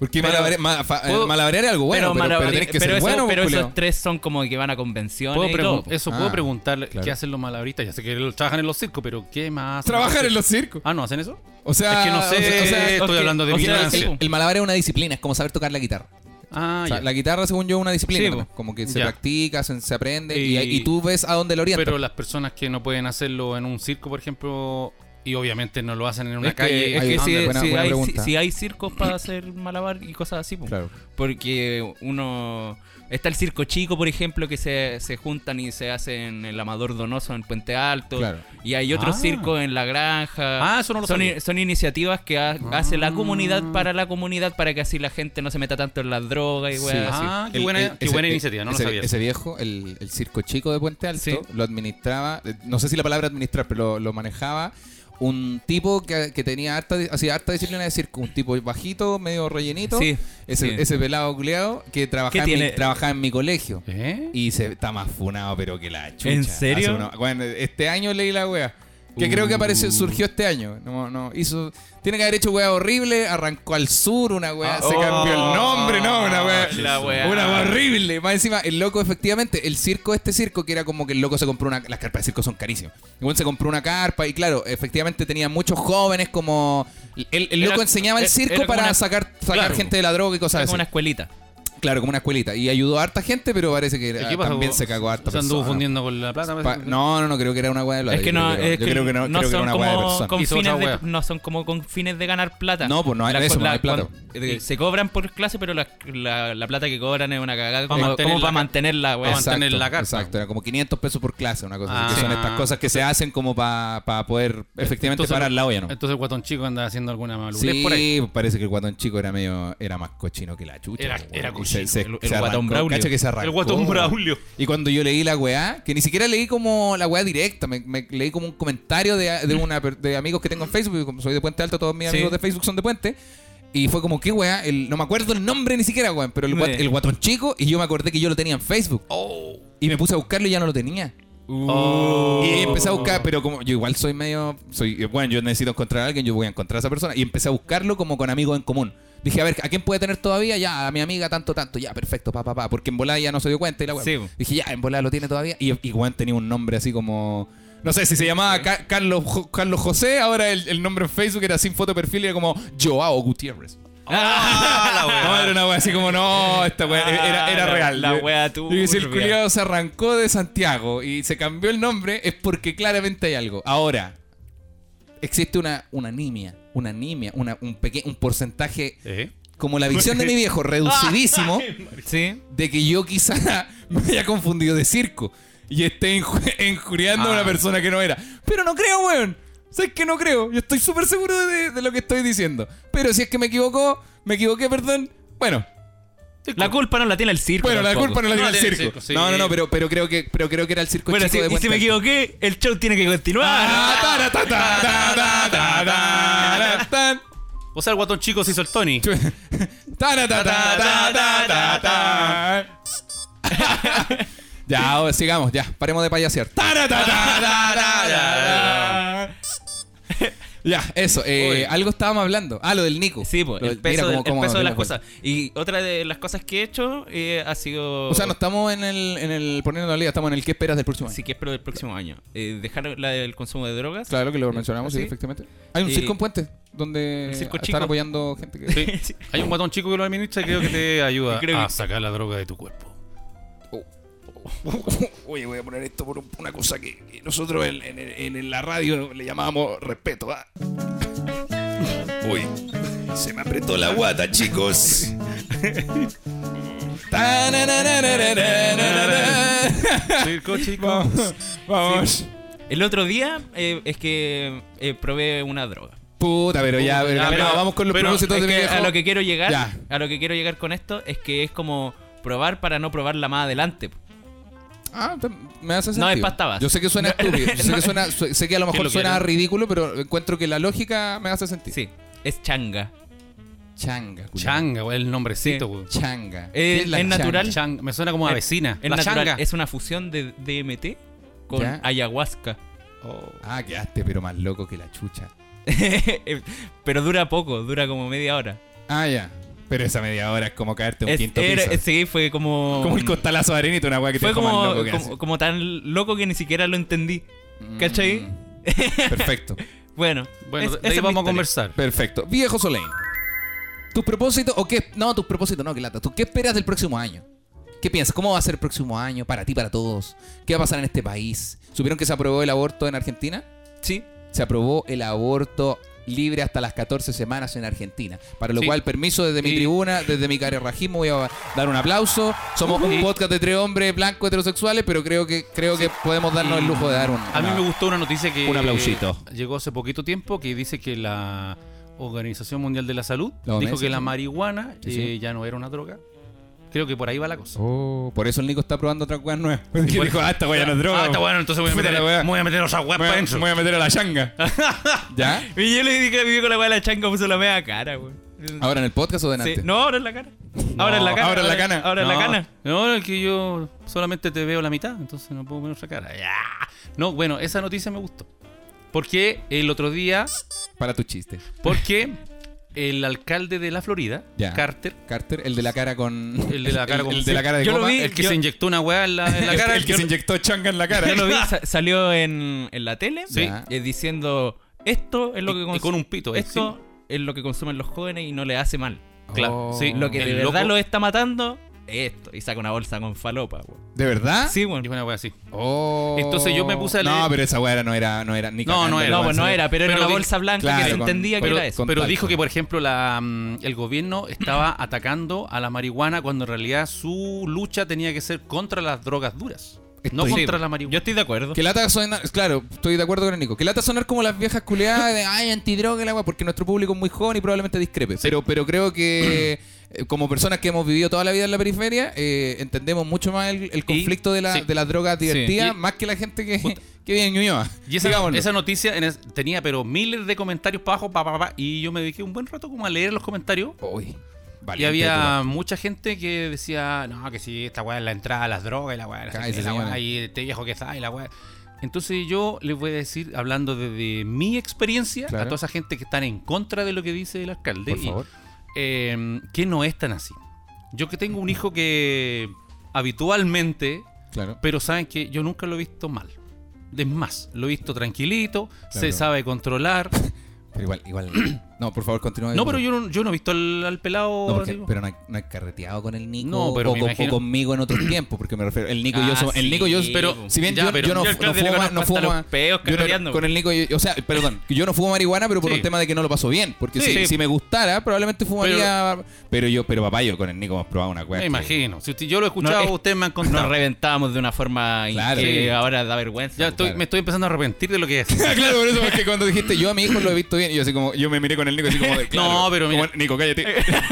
Porque Pero- malabare- ma- fa- eh, puedo- malabarear es algo bueno, pero, pero, malabari- tenés que pero ser eso- bueno, pues, pero culiao. esos tres son como que van a convenciones. ¿Puedo y pregun- todo, pues. po. eso Ah, puedo preguntarle claro. qué hacen los malabaristas. Ya sé que lo- trabajan en los circos, pero ¿qué más? hacen? Trabajar en los circos. Ah, ¿no hacen eso? O sea, es que no sé, o sea- o sea, estoy ok, hablando de o mi sea, ignorancia. sí, el malabar es una disciplina, es como saber tocar la guitarra. Ah, O sea, ya. pues. la guitarra, según yo, es una disciplina. Sí, también. po. como que se Ya. practica, se, se aprende y, Y- y tú ves a dónde lo orientas. Pero las personas que no pueden hacerlo en un circo, por ejemplo, y obviamente no lo hacen en una Es que- calle. ah, es que, ahí si, anda, buena- si buena hay, pregunta. si hay circos para hacer malabar y cosas así, pues. po. Claro. Porque uno. Está el circo chico, por ejemplo, que se, se juntan y se hacen el Amador Donoso en Puente Alto. Claro. Y hay otros Ah. circos en La Granja. Ah, eso no lo son, sabía. i- son iniciativas que ha- hace la comunidad Ah. para la comunidad para que así la gente no se meta tanto en las drogas y Sí, weas así. Ah, qué buena- qué buena iniciativa, no lo ese, sabía. Ese viejo, el, el circo chico de Puente Alto, Sí. lo administraba, eh, no sé si la palabra administrar, pero lo, lo manejaba un tipo que, que tenía harta, di- hacía harta disciplina de circo, un tipo bajito, medio rellenito, Sí, ese, sí. ese pelado culeado que trabajaba en, tiene? mi, trabajaba en mi colegio. ¿Eh? Y se está más funado, pero que la chucha. ¿En serio? Uh. Hace uno- bueno, este año leí la wea. Que creo que apareció, surgió este año. No, no, hizo, tiene que haber hecho wea horrible, arrancó al sur una wea, se oh, Ah, cambió el nombre, no, una wea. la wea. Una wea horrible. Más encima, el loco, efectivamente, el circo, este circo, que era como que el loco se compró una. Las carpas de circo son carísimas. El weón se compró una carpa y claro, efectivamente tenía muchos jóvenes como. El, el Era- loco enseñaba el era- circo era como para una- sacar, sacar claro. gente de la droga y Era cosas como así. una escuelita. Claro, como una escuelita. Y ayudó a harta gente, pero parece que ¿Y ah, qué pasó? también se cagó a harta Se anduvo persona. fundiendo con la plata. Pa- parece. no, no, no, creo que era una hueá de plata. es que yo no, creo, es yo que creo que no, no creo que era son una hueá de como persona. con Hizo otra fines de, wea. no son como con fines de ganar plata. No, pues, no hay- eso, co- no hay plata. con- eh, se cobran por clase, pero la, la, la plata que cobran es una cagada como, mantener como la para ca- mantenerla, wea. para mantener Exacto, la carpa. Exacto, era como 500 pesos por clase, una cosa. así, Ah. que son estas cosas que se hacen como para poder efectivamente Entonces- parar la olla, ¿no? Entonces el guatón chico anda haciendo alguna malulez Sí, por ahí. parece que el guatón chico era medio era más cochino que la chucha. Era- weón. era Y cochino. El- el guatón arrancó, Braulio. cacha que se arrancó, El guatón weón. Braulio. Y cuando yo leí la weá, que ni siquiera leí como la weá directa, me, me leí como un comentario de, de una per- de amigos que tengo en Facebook, y como soy de Puente Alto, todos mis Sí. amigos de Facebook son de Puente. Y fue como, ¿qué weá? El- no me acuerdo el nombre ni siquiera, weón, pero el, guat- Eh. el guatón chico, y yo me acordé que yo lo tenía en Facebook. Y me puse a buscarlo y ya no lo tenía. Y empecé a buscar, pero como yo igual soy medio. soy Bueno, yo necesito encontrar a alguien, yo voy a encontrar a esa persona. Y empecé a buscarlo como con amigos en común. Dije, a ver, ¿a quién puede tener todavía? Ya, a mi amiga, tanto, tanto. Ya, perfecto, pa, pa, pa. Porque en volada ya no se dio cuenta y la weá. Sí. Dije, ya, en volada lo tiene todavía. Y, y weón tenía un nombre así como. No sé, si se llamaba Ca- Carlos, Jo- Carlos José, ahora el, el nombre en Facebook era sin foto de perfil y era como Joao Gutiérrez. Ah, la wea. No, era una wea así como, no, esta wea era- era, era Ah, la- real. la wea tú. Y si el turbia. culiado se arrancó de Santiago y se cambió el nombre, es porque claramente hay algo. Ahora, existe una, una anemia, una anemia, una- un, peque- un porcentaje, ¿Eh? como la visión de mi viejo, reducidísimo, Sí. de que yo quizá me haya confundido de circo y esté inju- injuriando a una persona que no era. Pero no creo, weón. ¿Sabes que no creo? Yo estoy súper seguro de, de lo que estoy diciendo. Pero si es que me equivoco, me equivoqué, perdón. Bueno, La culpa no la tiene el circo. bueno, la tampoco. culpa no la tiene No el tiene el circo. circo, sí. No, no, no, pero, pero, creo que, pero creo que era el circo Bueno, chico si- de y si Puente me Alto. equivoqué, el show tiene que continuar. Ah, tara, ta, ta, ta, ta, ta, ta, ta, tan. O sea, el guatón chico se hizo el Tony. Tara, ta, ta, ta, ta, ta, ta. Ya, ahora sigamos, ya, paremos de payasear. Tara, ta, ta, ta, ta, ta, ta. Ya, eso, eh, Oye. algo estábamos hablando. Ah, lo del Nico. Sí, pues, Lo- el peso, mira del- cómo- el cómo peso de las abrimos el- cosas. Y otra de las cosas que he hecho eh, ha sido... O sea, no estamos en el, en el poniendo la liga, estamos en el qué esperas del próximo año. Sí que espero del próximo año. Eh, dejar la del consumo de drogas. Claro que lo mencionamos, sí, Sí. efectivamente. Hay un Y- circo en Puente donde El circo están chico. apoyando gente que. Sí. Hay un guatón chico que lo administra y creo que te ayuda Creo a que- sacar la droga de tu cuerpo. Oye, voy a poner esto por un- una cosa que, que nosotros en, en- en- en la radio le llamábamos respeto. ¿ah? Uy, se me apretó la guata, chicos. Circo chico. Vamos, vamos. El otro día eh, es que eh, probé una droga. Puta, pero ya, pero, Ya, no, pero- vamos con los pero propósitos es de mi que viejo. A lo que quiero llegar, Ya. a lo que quiero llegar con esto es que es como probar para no probarla más adelante. Ah, te- me hace sentido. No, es pastabas. Yo sé que suena No, estúpido, yo sé, no. que suena, su- sé que a lo Que mejor lo suena quieren. ridículo, pero encuentro que la lógica me hace sentido. Sí, es changa. Changa, culiao. Changa, güey, el nombrecito, Sí. güey. Changa. Eh, ¿Qué la es changa? natural. Chang- me suena como a Eh, vecina. Es la natural, changa. es una fusión de DMT con Ya. ayahuasca. Oh. Ah, quedaste, pero más loco que la chucha. Pero dura poco, dura como media hora. Ah, ya. Pero esa media hora es como caerte un Es- quinto era- piso. sí, fue como. como el costalazo de arenita, una weá que te fue deja más como, loco que como- hace. como tan loco que ni siquiera lo entendí. ¿Cachai? Mm. Perfecto. Bueno, Bueno, es- de- esa de ahí es mi vamos a historia. conversar. Perfecto. Viejo Soleil. ¿Tus propósitos o qué? No, tus propósitos no, que lata. ¿Tú qué esperas del próximo año? ¿Qué piensas? ¿Cómo va a ser el próximo año para ti, para todos? ¿Qué va a pasar en este país? ¿Supieron que se aprobó el aborto en Argentina? Sí, Se aprobó el aborto libre hasta las 14 semanas en Argentina. Para lo Sí. cual, permiso desde mi Y- tribuna, desde mi carerrajismo, voy a dar un aplauso. Somos un Y- podcast de tres hombres blancos heterosexuales, pero creo que creo que podemos darnos el lujo de dar un. A mí me gustó una noticia que Un aplausito. llegó hace poquito tiempo que dice que la Organización Mundial de la Salud La OMS, dijo que la sí. marihuana Sí, sí. eh, ya no era una droga. Creo que por ahí va la cosa. Oh, por eso el Nico está probando otra weá nueva. Porque Bueno. dijo, ah, esta weá no es droga. Ah, está bueno, entonces voy a Puta meter, la weá. me voy a meter esa weá Me voy, para a- adentro. me voy a meter a la changa. ¿Ya? Y yo le dije que vivió con la weá de la changa, puso la media cara, güey. ¿Ahora en el podcast o delante? Sí. No, ahora en la cara. Ahora en la cara. ahora en la cana. Ahora en la No, cana. No, es que yo solamente te veo la mitad, entonces no puedo poner otra cara. Ya. No, bueno, esa noticia me gustó. Porque el otro día, Para tu chiste. porque el alcalde de la Florida, Ya. Carter, Carter, el de la cara con. El de la cara el, con- el de la cara de Yo lo goma. vi. el que yo- se inyectó una weá en la, en la El- cara. el que se inyectó changa en la cara. Yo lo vi, sa- salió en, en la tele Sí. eh, diciendo esto es lo que Y- y consume- con un pito, eh, esto es lo que consumen los jóvenes y no le hace mal. Oh. Claro, sí. Oh. Lo que de El verdad loco- lo está matando es esto. Y saca una bolsa con falopa, güey. ¿De verdad? Sí, bueno. Dijo una weá así. Oh. Entonces yo me puse a No, leer- pero esa weá era- no era, no era ni No, cagando no la era. No, weá, pues no se- era, pero, era Pero una di- bolsa blanca que claro, se con- entendía que Pero, era eso. con- pero contacto. dijo que, por ejemplo, la, mm, el gobierno estaba atacando a la marihuana cuando en realidad su lucha tenía que ser contra las drogas duras. no Estoy- contra la marihuana. pues, Yo estoy de acuerdo. Que lata sonar, claro, estoy de acuerdo con el Nico. Que lata sonar como las viejas culeadas de ay, antidroga el agua, porque nuestro público es muy joven y probablemente discrepe. Pero, pero creo que eh, como personas que hemos vivido toda la vida en la periferia, eh, entendemos mucho más el, el conflicto de, la, sí. de las drogas divertidas, Y- más que la gente que, que vive en Ñuñoa. Y esa, Digámoslo. esa noticia en es- tenía pero miles de comentarios para abajo, pa, pa, pa, y yo me dediqué un buen rato como a leer los comentarios. Uy, y valiente había mucha gente que decía, no, que sí, esta weá es la entrada a las drogas y la weá, no sé Cállese, qué, la señora. weá, y este viejo que está y la weá. Entonces yo les voy a decir, hablando desde mi experiencia, Claro. a toda esa gente que están en contra de lo que dice el alcalde, tu- Por y- favor. eh, que no es tan así. Yo que tengo un hijo que habitualmente, Claro. pero saben que yo nunca lo he visto mal. Es más, lo he visto tranquilito, se sabe controlar. Pero igual, igual. No, por favor, continúa. No, pero yo no, yo no he visto al, al pelado. No, porque- así. pero no hay, no hay carreteado con el Nico No, pero o, me con- o imagino- conmigo en otro tiempo, porque me refiero. El Nico y yo Ah, somos. El Nico y yo. sí, pero- si bien ya, yo, pero yo no, yo al no alcalde le fumo, ma- conozco no fumo hasta los ma- peos yo no- carreteando. con el Nico, y- o sea, perdón, que yo no fumo marihuana, pero por Sí. un tema de que no lo paso bien, porque Sí. si, si me gustara probablemente fumaría, pero, yo, pero papá, yo con el Nico hemos probado una cueva. Me que- imagino. Si usted- yo lo he escuchado, No, es- ustedes me han Nos contado. reventábamos de una forma Claro. que Sí. ahora da vergüenza. ya estoy, claro. me estoy empezando a arrepentir de lo que es. Ah, claro, por eso porque cuando dijiste yo a mi hijo lo he visto bien, y yo así como yo me miré con el Nico así como de, claro, No, pero mira. como, Nico, cállate.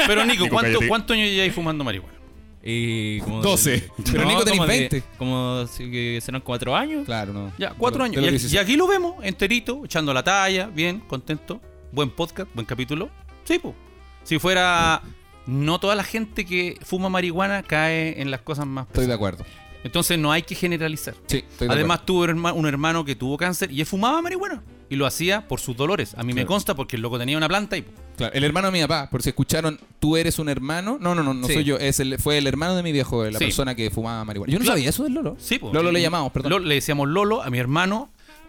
Pero Nico, Nico, ¿cuánto, cállate. ¿cuánto años lleváis fumando marihuana? Y como 12. Pero Nico tenés como de- 20. como si- que serán cuatro años. Claro, no. Ya, cuatro De lo- de lo que años. Y, dices. y aquí lo vemos, enterito, echando la talla, bien, contento. Buen podcast, buen capítulo. Sí, pues. Si fuera. No toda la gente que fuma marihuana cae en las cosas más. Estoy de acuerdo. Entonces no hay que generalizar. Sí, estoy de acuerdo. Además, tuve un herma- un hermano que tuvo cáncer y él fumaba marihuana. Y lo hacía por sus dolores. A mí me consta porque el loco tenía una planta y. Claro, el hermano de mi papá, por si escucharon, tú eres un hermano. No, no, no, no Sí. soy yo. Es el, fue el hermano de mi viejo, la Sí. persona que fumaba marihuana. Yo no Claro. sabía eso del Lolo. Sí, po. Lolo le Y- llamamos, perdón. Lolo- le decíamos Lolo a mi hermano.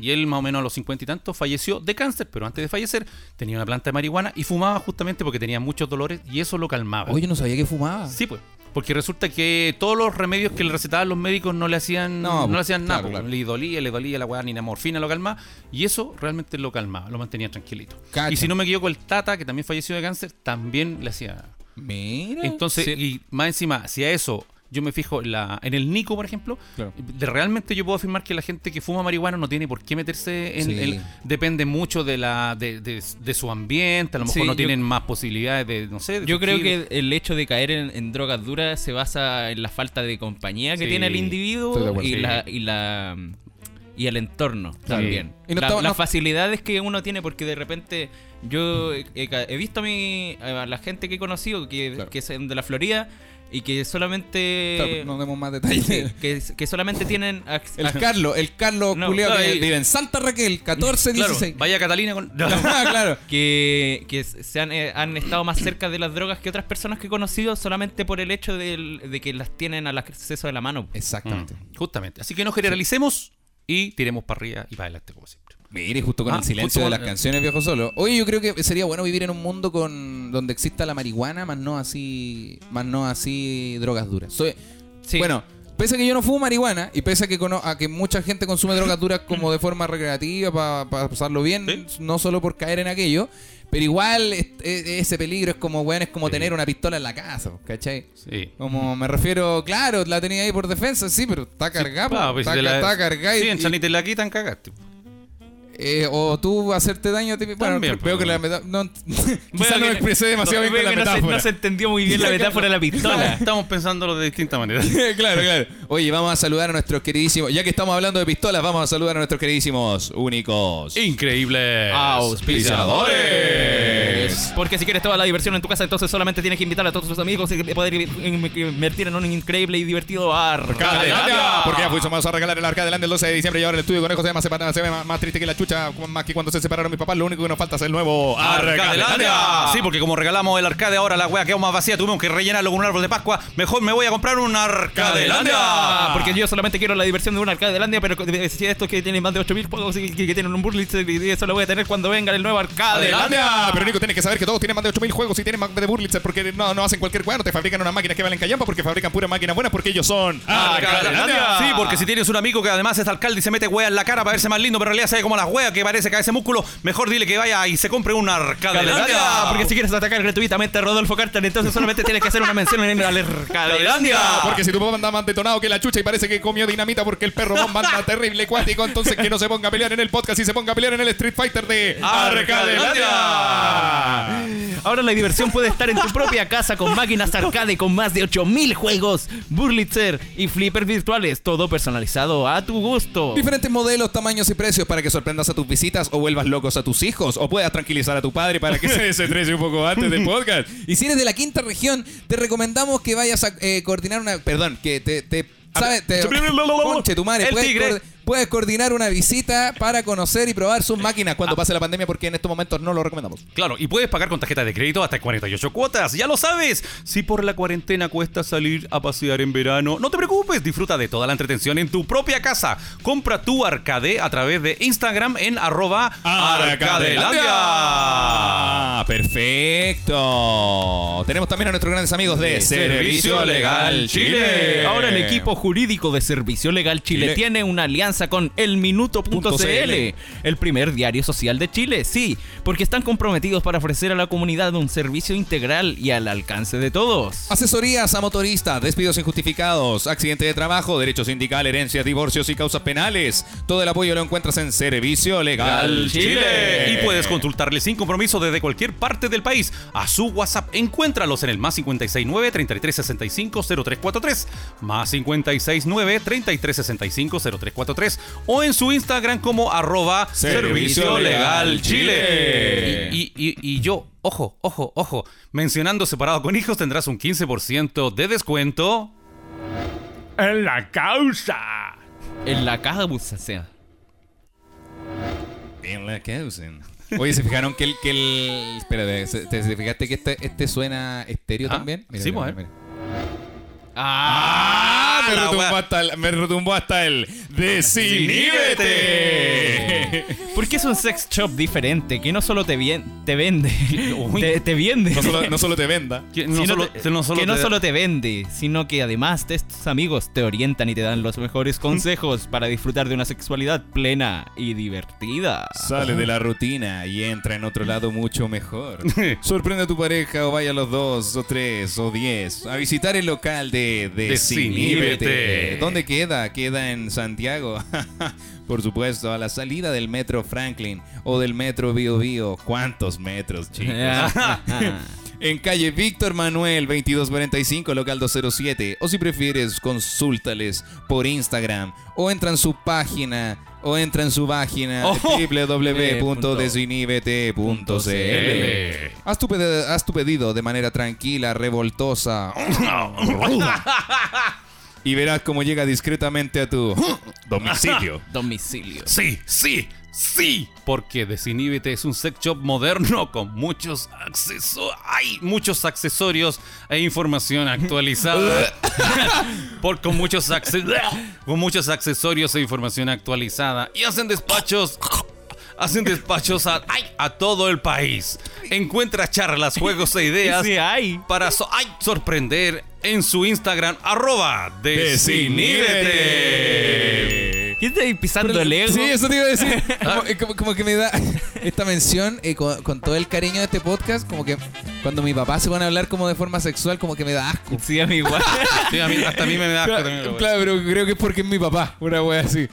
Y él más o menos a los cincuenta y tantos falleció de cáncer, pero antes de fallecer tenía una planta de marihuana y fumaba justamente porque tenía muchos dolores y eso lo calmaba. Oye, yo no sabía que fumaba. Sí, pues. Porque resulta que todos los remedios que le recetaban los médicos no le hacían, No, no, pues, le hacían nada. claro, pues. claro. Le dolía, le dolía la weá, ni la morfina lo calmaba. Y eso realmente lo calmaba, lo mantenía tranquilito. Cacha. Y si no me equivoco, el Tata, que también falleció de cáncer, también le hacía. Mira. Entonces, y más encima, si a eso yo me fijo en, la- en el Nico, por ejemplo, Claro. de- realmente yo puedo afirmar que la gente que fuma marihuana no tiene por qué meterse en Sí. el- Depende mucho de la de, de- de su ambiente, a lo mejor Sí, no yo- tienen más posibilidades de, no sé. de Yo creo surgir. que el hecho de caer en, en drogas duras se basa en la falta de compañía que Sí. tiene el Estoy de individuo acuerdo. y Sí. la, y la y el entorno también. Y no La- estamos- las no- facilidades que uno tiene porque de repente yo he, he ca- he visto a, mi, a la gente que he conocido que, Claro. que son de la Florida y que solamente eh, Claro, no demos más detalles. que, que- que solamente tienen ac- El ac- Carlos, el Carlos No, culiao claro, que y- vive en Santa Raquel, 14, eh, Claro, 16. vaya Catalina con. Ah, claro. que, que se han, eh, han estado más cerca de las drogas que otras personas que he conocido solamente por el hecho del- de, que las tienen al acceso de la mano. Exactamente. Mm, justamente. Así que no generalicemos y tiremos para arriba y para adelante, como siempre. Mire, justo con Ah, el silencio justo de con- las canciones, viejo solo. Oye, yo creo que sería bueno vivir en un mundo con donde exista la marihuana, más no así, más no así drogas duras. Soy- Sí. Bueno, pese a que yo no fumo marihuana y pese a que, cono- a que mucha gente consume drogas duras como de forma recreativa para pasarlo bien, no solo por caer en aquello, pero igual es- es- ese peligro es como, weón, es como tener una pistola en la casa, ¿cachai? Sí. Como me refiero, claro, la tenía ahí por defensa, sí, pero está cargada, Ah, po, pues, está, si te la- está cargada y- Sí, en y- San y te la quitan, cagaste. eh, o tú hacerte daño a ti mismo. Bueno, También, creo que pero- la metáfora. No, Bueno, quizás no que- me expresé demasiado no, bien con veo que no la se- metáfora. No se entendió muy bien la metáfora de la pistola. Estamos pensándolo de distintas maneras. claro, claro. Oye, vamos a saludar a nuestros queridísimos. Ya que estamos hablando de pistolas, vamos a saludar a nuestros queridísimos únicos. Increíble. Auspiciadores. Porque si quieres toda la diversión en tu casa, entonces solamente tienes que invitar a todos tus amigos y poder in- invertir en un increíble y divertido bar. Arcadelandia. Porque ya fuimos a regalar el arca delante el 12 de diciembre y ahora el estudio con José más separado se ve más, más triste que la chucha, más que cuando se separaron mis papás, lo único que nos falta es el nuevo Arcadelandia. Arcadelandia. Sí, porque como regalamos el arcade ahora, la wea quedó más vacía, tuvimos que rellenarlo con un árbol de Pascua. Mejor me voy a comprar un Arcadelandia. Porque yo solamente quiero la diversión de un Arcadelandia, pero eh, si estos que tienen más de 8000 juegos y que que tienen un burlitz, y eso lo voy a tener cuando venga el nuevo Arcadelandia. Arcadelandia. Pero Nico, tienes que saber que todos tienen más de 8000 juegos y tienen más de Burlitzer porque no, no hacen cualquier weá, no te fabrican unas máquinas que valen callampa porque fabrican puras máquinas buenas porque ellos son Ah, Sí, porque si tienes un amigo que además es alcalde y se mete hueá en la cara para verse más lindo, pero en realidad se ve como las hueas que parece que a ese músculo, mejor dile que vaya y se compre un Arcadelandia. arcadelandia. Porque si quieres atacar gratuitamente a Rodolfo Carter, entonces solamente tienes que hacer una mención en el Arcadelandia. Porque si tu papá anda más detonado que la chucha y parece que comió dinamita porque el perro bomba anda terrible cuático, entonces que no se ponga a pelear en el podcast y se ponga a pelear en el Street Fighter de Arcadelandia. Arcadelandia. Ahora la diversión puede estar en tu propia casa con máquinas arcade con más de 8000 juegos, burlitzer y flippers virtuales, todo personalizado a tu gusto. Diferentes modelos, tamaños y precios para que sorprendas a tus visitas o vuelvas locos a tus hijos o puedas tranquilizar a tu padre para que se desestrese un poco antes del podcast. Y si eres de la quinta región, te recomendamos que vayas a eh, coordinar una. Perdón, que te. te ¿Sabes? Te, Conche tu madre, El puedes tigre. coor- puedes coordinar una visita para conocer y probar sus máquinas cuando pase la pandemia, porque en estos momentos no lo recomendamos. Claro, y puedes pagar con tarjeta de crédito hasta en 48 cuotas, ya lo sabes. Si por la cuarentena cuesta salir a pasear en verano, no te preocupes, disfruta de toda la entretención en tu propia casa. Compra tu arcade a través de Instagram en arroba arcadelandia. Ah, perfecto. Tenemos también a nuestros grandes amigos de Servicio Legal Chile. Ahora el equipo jurídico de Servicio Legal Chile, Chile. tiene una alianza con elminuto.cl, CL, el primer diario social de Chile. Sí, porque están comprometidos para ofrecer a la comunidad un servicio integral y al alcance de Ah. Ah. todos. Asesorías a motoristas, despidos injustificados, accidente de trabajo, derecho sindical, herencias, divorcios y causas penales. Todo el apoyo lo encuentras en Servicio Legal Chile. Y puedes consultarle sin compromiso desde cualquier parte del país. A su WhatsApp, encuéntralos en el más 569-3365-0343, más 569-3365-0343 o en su Instagram como arroba Servicio Legal Chile. Y, y- y- y yo, ojo, ojo, ojo, mencionando separado con hijos tendrás un 15% de descuento. En la causa. En la caja busa sea. En la causen. Oye, ¿se fijaron que el... Que el espérate, ¿se- ¿te, te fijaste que este, este suena estéreo Ah, también? sí, pues, Ah, me, la retumbó wea. hasta el, me retumbó hasta el... ¡Desiníbete! Porque es un sex shop diferente que no solo te, vien- te vende, te, te vende. No solo, no solo te venda. Que no sino solo- te- que no solo que no te- solo te vende, sino que además de estos amigos te orientan y te dan los mejores consejos para disfrutar de una sexualidad plena y divertida. Sale de la rutina y entra en otro lado mucho mejor. Sorprende a tu pareja o vaya los dos o tres o diez a visitar el local de Desiníbete. Desiníbete. ¿Dónde queda? Queda en Santiago. Por supuesto, a la salida del metro Franklin o del metro Bio Bio. ¿Cuántos metros, chicos? En calle Víctor Manuel 2245, local 207. O si prefieres, consúltales por Instagram. O entra en su página. O entra en su página www.desiníbete.cl. Haz tu, pedi- haz tu pedido de manera tranquila, revoltosa. y verás cómo llega discretamente a tu domicilio. Domicilio. Sí, sí, sí. Porque Desiníbete es un sex shop moderno con muchos accesorios. Hay muchos accesorios e información actualizada. Por, con, muchos acce- con muchos accesorios e información actualizada. Y hacen despachos. Hacen despachos a, ay, a todo el país. Encuentra charlas, juegos e ideas Sí, hay. para so- ay, sorprender en su Instagram arroba Desiníbete. ¿Quién está ahí pisando el ego? Sí, eso te iba a decir. Ah. Como, eh, como- como que me da esta mención eh, con, con todo el cariño de este podcast, como que cuando mi papá se pone a hablar como de forma sexual, como que me da asco. Sí, a mí igual. Sí, a mí- hasta a mí me da asco también, Claro, güey. claro, pero creo que es porque es mi papá, una wea así.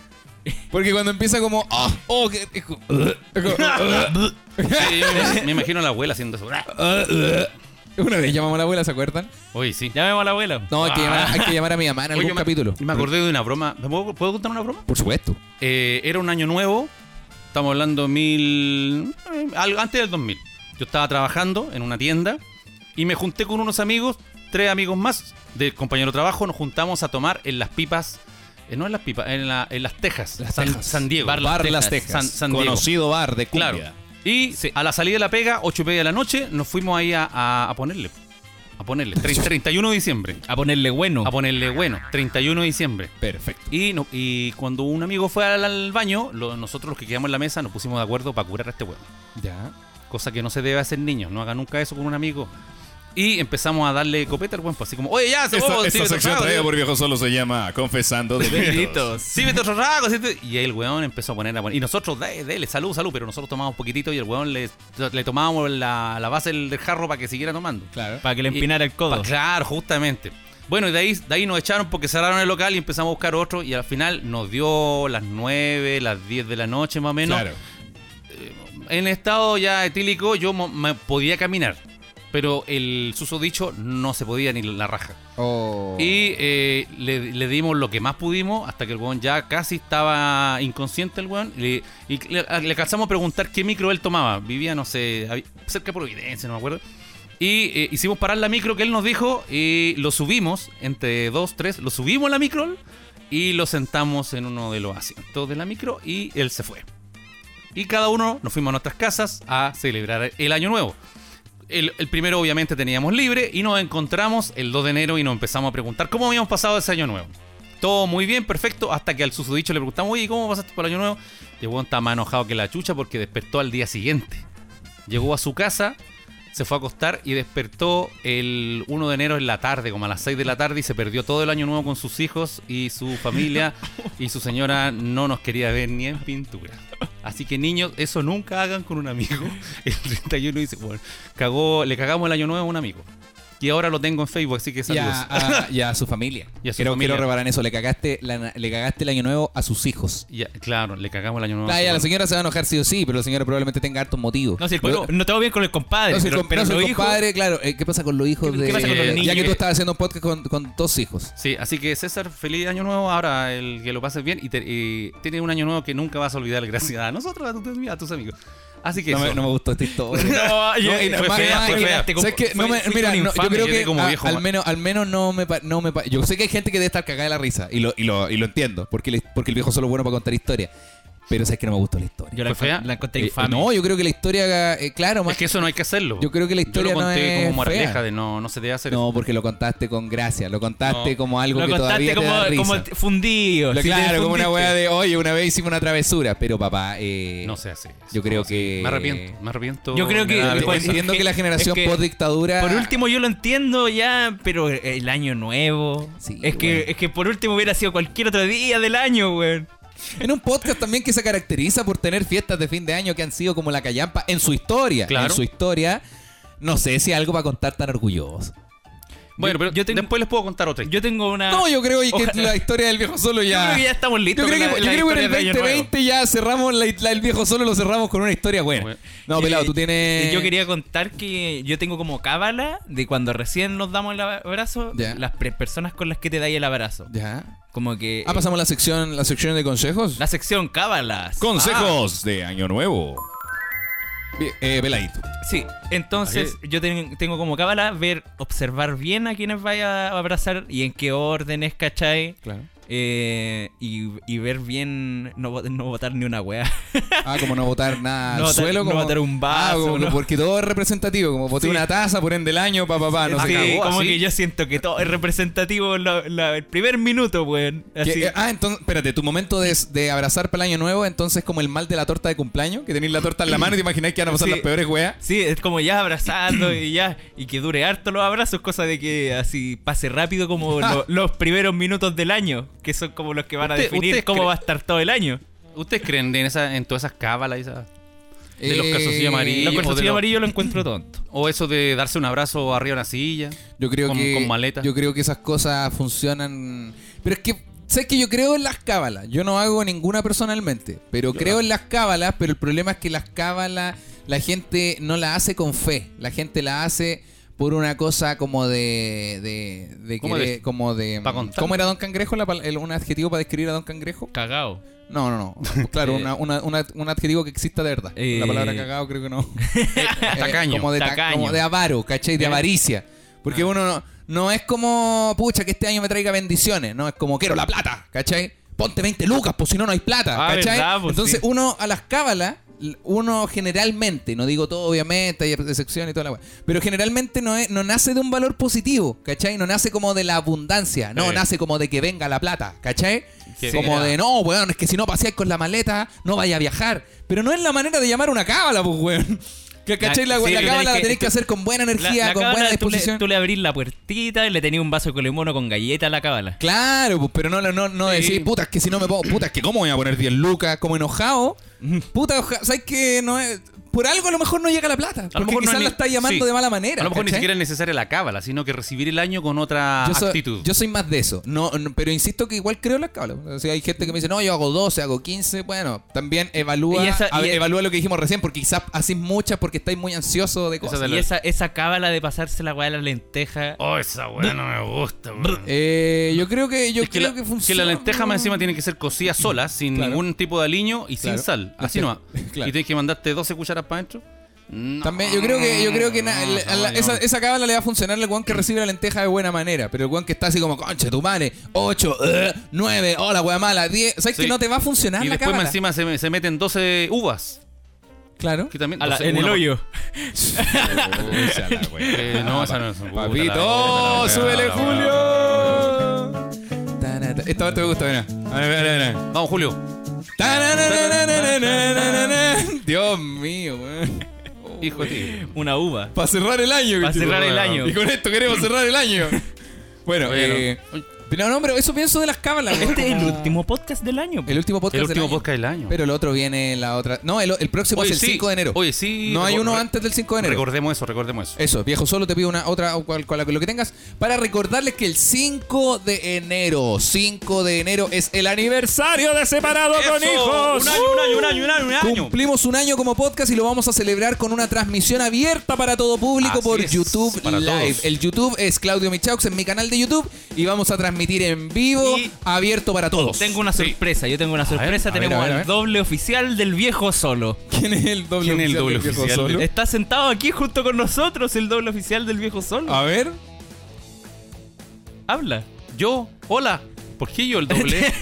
Porque cuando empieza como, "Ah, oh, que- es como- es como- Sí, yo me, me imagino a la abuela haciendo eso. una vez llamamos a la abuela, ¿se acuerdan? Oye, sí. Ah. Llamemos a la abuela. No, hay que llamar, hay que llamar a mi mamá en Oye, algún yo me- capítulo. Me acordé de una broma. ¿Me puedo, puedo contar una broma? Por supuesto. Eh, era un año nuevo. Estamos hablando mil. eh, algo antes del 2000. Yo estaba trabajando en una tienda y me junté con unos amigos, tres amigos más del compañero de trabajo. Nos juntamos a tomar en las pipas. eh, no en las pipas, en, la- en las tejas. Las San, Tejas. San Diego. Bar Las Tejas. San, San Diego. Conocido bar de cumbia. Claro. Y a la salida de la pega, 8 y media de la noche, nos fuimos ahí a, a- a ponerle. A ponerle. Tre- 31 de diciembre. A ponerle bueno. A ponerle, bueno, 31 de diciembre. Perfecto. Y, no- y cuando un amigo fue al, al baño, lo- nosotros los que quedamos en la mesa nos pusimos de acuerdo para curar a este huevo. Ya. Cosa que no se debe hacer niños, no haga nunca eso con un amigo. Y empezamos a darle copeta al huevo, así como, oye, ya, se Esta, huevo, esta sirve sección otro traída trago, por viejo solo se llama Confesando delitos. Benditos. sírvete otro trago, sírvete". Y ahí el huevón empezó a poner a poner. Y nosotros, dale, dale, salud, salud, pero nosotros tomábamos poquitito y el huevón le, le tomábamos la, la base del, del jarro para que siguiera tomando. Claro. Para que le empinara el codo. Pa- claro, justamente. Bueno, y de ahí, de ahí nos echaron porque cerraron el local y empezamos a buscar otro. Y al final nos dio las 9, las 10 de la noche más o menos. Claro. En estado ya etílico yo mo- me podía caminar. Pero el susodicho no se podía ni la raja. Oh. Y eh, le, le dimos lo que más pudimos hasta que el weón ya casi estaba inconsciente el weón. Le- y le, le alcanzamos a preguntar qué micro él tomaba. Vivía, no sé, hab- cerca de Providencia, no me acuerdo. Y eh, hicimos parar la micro que él nos dijo y lo subimos, entre dos, tres, lo subimos a la micro y, y lo sentamos en uno de los asientos de la micro y él se fue. Y cada uno nos fuimos a nuestras casas a celebrar el año nuevo. El, el primero obviamente teníamos libre y nos encontramos el 2 de enero y nos empezamos a preguntar cómo habíamos pasado ese año nuevo. Todo muy bien, perfecto, hasta que al susodicho le preguntamos, oye, ¿cómo pasaste por el año nuevo? Y el weón estaba más enojado que la chucha porque despertó al día siguiente. Llegó a su casa, se fue a acostar y despertó el 1 de enero en la tarde, como a las 6 de la tarde, y se perdió todo el año nuevo con sus hijos y su familia. y su señora no nos quería ver ni en pintura. Así que niños, eso nunca hagan con un amigo. El 31 dice, bueno, cagó, le cagamos el año nuevo a un amigo. Y ahora lo tengo en Facebook, así que Y saludos. a, a- y a su familia. Y a su quiero, familia. quiero reparar en eso. Le cagaste, la- le cagaste el año nuevo a sus hijos. Ya, claro, le cagamos el año nuevo. Ah, ya, la Bueno, señora se va a enojar sí o sí, pero la señora probablemente tenga hartos motivos. No, si el Pero- pueblo- no te va bien con el compadre. No, si el pero, com- pero no, si el los hijos- compadre, claro. eh, ¿Qué pasa con los hijos ¿Qué- de.? eh, qué pasa con los Ya niños? que tú estás haciendo un podcast con, con dos hijos. Sí, así que César, feliz año nuevo. Ahora el que lo pases bien y, te- y tiene un año nuevo que nunca vas a olvidar gracias a nosotros, a, tu- a tus amigos. Así que No eso. me, no me gustó esta historia. No, yo- No, y fue más- fea, más- fue fea. ¿sabes qué? No fue- me- fui mira, un no, yo infame, creo quedé que como a- viejo, al man. menos, al menos no me, pa- no me pa- yo sé que hay gente que debe estar cagada de la risa y lo, y lo, y lo entiendo, porque, le- porque el viejo solo es bueno para contar historias, pero sabes que no me gustó la historia. Yo la, ¿Fue fea? encont- la encontré Eh, infame. no, yo creo que la historia eh, claro, más Es que eso no hay que hacerlo. Yo creo que la historia Yo lo no conté es como moraleja fea. de no, no se debe hacer eso. No, porque lo contaste con gracia, lo contaste No, como algo lo que contaste todavía te da como, risa. como t- fundido. Lo- sí, te claro, como una fundiste. weá de, oye, una vez hicimos una travesura, pero papá, eh, No se hace. eso. yo creo No, sí. que- Me arrepiento, me arrepiento. Yo creo me que- da ent- pues, vergüenza. entiendo es que- que la generación es que- post dictadura Por último, yo lo entiendo ya, pero el año nuevo. Sí, es, que, weón. es que por último hubiera sido cualquier otro día del año, weón. En un podcast también que se caracteriza por tener fiestas de fin de año que han sido como la callampa en su historia. Claro. En su historia, no sé si algo para contar tan orgulloso. Bueno, pero Yo tengo- después les puedo contar otra. historia. Yo tengo una. No, yo creo que Ah. Ojalá. la historia del viejo solo Yo ya. creo que ya estamos listos. Yo creo que, con la- yo la creo que en historia el del año nuevo. 2020 ya cerramos la, la- el viejo solo, lo cerramos con una historia buena. Bueno. No, Sí, pelado, tú sí, tienes. Yo quería contar que yo tengo como cábala de cuando recién nos damos el abrazo, Ya. las pre- personas con las que te dais el abrazo. Ya. Como que. Ah, pasamos la sección, la sección de consejos. La sección cábalas. Consejos de Año Nuevo. Bien, Eh, peladito. Ah, sí, entonces yo ten- tengo como cábala ver, observar bien a quienes vaya a abrazar y en qué órdenes, ¿cachai? Claro. Eh, y, y ver bien, no, vo- no votar ni una wea. Ah, como no botar nada No al botar- suelo. no como, botar un Ah, vaso, como- ¿no? Porque todo es representativo. Como boté Sí. una taza, por ende el año, papá, papá. Ah, no Sí, sé qué. acabó como así. que yo siento que todo es representativo la- la- el primer minuto, weón. Que- Así. eh, ah, entonces, espérate, tu momento de, de abrazar para el año nuevo, entonces como el mal de la torta de cumpleaños, que tenéis la torta en la mano y te imagináis que van a pasar Sí. las peores weas. Sí, es como ya abrazando y ya. Y que dure harto los abrazos, cosa de que así pase rápido como lo- los primeros minutos del año, que son como los que van a Usted- definir usted cómo cree- va a estar todo el año. ¿Ustedes creen en, esa, en todas esas cábalas? y esas- De los calzoncillos Los amarillos. yo- calzoncillos modelo. amarillos lo encuentro tonto. ¿O eso de darse un abrazo arriba de una silla? Yo creo con- que. con maleta. Yo creo que esas cosas funcionan. Pero es que, ¿sabes que Yo creo en las cábalas. Yo no hago ninguna personalmente, pero creo en las cábalas, pero el problema es que las cábalas la gente no la hace con fe. La gente la hace por una cosa como de. de, de ¿Cómo querer- de- como de pa' contar? ¿Cómo era Don Cangrejo? La pal- el- un adjetivo para describir a Don Cangrejo. Cagao. No, no, no. Pues Claro, Eh, una- una- una- un adjetivo que exista de verdad. Eh, la palabra cagado creo que no. Eh, tacaño, como, de ta- tacaño. Eh. Ah. como de avaro, ¿cachai? De avaricia. Porque uno no, no es como, pucha, que este año me traiga bendiciones. No, es como, quiero la plata, ¿cachai? Ponte 20 lucas, pues si no, no hay plata, Ah, ¿cachai? verdad, pues, Entonces sí. uno a las cábalas, l- uno generalmente, no digo todo obviamente, hay excepciones y toda la wea, pero generalmente no, es, no nace de un valor positivo, ¿cachai? No nace como de la abundancia, no, Eh. nace como de que venga la plata, ¿cachai? Sí. como de, no, weón, es que si no paseáis con la maleta, no vaya a viajar. Pero no es la manera de llamar una cábala, pues, weón. Que, ¿Cachai? La, sí, la tenés cábala la que- tenéis que tú- hacer con buena La, energía, la con cábala, buena tú le- disposición. Tú le, abrís la puertita y le tenías un vaso de limono con galleta a la cábala. Claro, pues, pero no, no, no, no decís, puta, es que si no me pongo, puta, es que cómo voy a poner 10 lucas, como enojado. Puta, oja- ¿sabes que No es, por algo a lo mejor no llega la plata. A lo porque mejor no quizás es ni- la estás llamando sí. de mala manera. A lo mejor ni ¿cachai? siquiera es necesaria la cábala, sino que recibir el año con otra yo soy, actitud. yo soy más de eso. No, no, pero insisto que igual creo en las cábalas. O sea, hay gente que me dice, no, yo hago 12, hago 15. Bueno, también evalúa, Y esa- a- e- y- evalúa lo que dijimos recién, porque quizás hacís muchas porque estáis muy ansioso de cosas. de Y esa, esa cábala de pasarse la weá de las lentejas. Oh, esa weá no me gusta, weón. Eh, yo creo que yo Es que, creo la, que que funciona. Mm, la lenteja más encima tiene que ser cocida sola, sin Claro. ningún tipo de aliño y Claro. sin sal. Así Lenteja. nomás. Claro. Y tienes que mandarte 12 cucharas para adentro. También, yo creo que, yo creo que na- la- la- esa, esa cábala le va a funcionar al guan que recibe la lenteja de buena manera. Pero el guan que está así como, concha, tu madre, eh, 8, 9, hola, wea oh, mala, 10. ¿Sabes Sí. que no te va a funcionar Ah, Y la después cábala? más encima se, se meten 12 uvas. Claro. Que también, A la- 12, en el una- hoyo. Eh, no, esa no es. Ah, Papito, oh, Puta la- súbele, puta la- Julio. Tarata. Esta parte me gusta, mira. A ver, a ver, a ver. Vamos, Julio. Tararararararararara. Dios mío, weón. Hijo de ti. Una uva. Para cerrar el año, Para bicho. cerrar el año. Y con esto queremos cerrar el año. Bueno, Oye, eh, pero no, pero eso pienso de las cábalas. weón. Este es el último podcast del año. El último podcast El del último año. podcast del año. Pero el otro viene la otra. No, el, el próximo Oye, es el sí. 5 de enero. Oye, sí. No hay recor- uno re- antes del 5 de enero. Recordemos eso, recordemos eso. Eso, viejo, solo te pido una otra o cual, cual- lo que tengas para recordarles que el 5 de enero, 5 de enero es el aniversario de Separado con Eso, Hijos. Un año, un año, un año, un año, un año. Cumplimos un año como podcast y lo vamos a celebrar con una transmisión abierta para todo público Así por es, YouTube para Live. todos. El YouTube es Claudio Michaux en mi canal de YouTube y vamos a transmitir en vivo, Y- abierto para todos. Tengo una sorpresa, yo tengo una sorpresa. a ver, Tenemos a ver, a al ver. doble oficial del viejo solo. ¿Quién es el doble ¿Quién es el doble del viejo oficial? este? solo? Está sentado aquí junto con nosotros el doble oficial del viejo solo. A ver. Habla. Yo, hola. ¿Por qué yo el doble?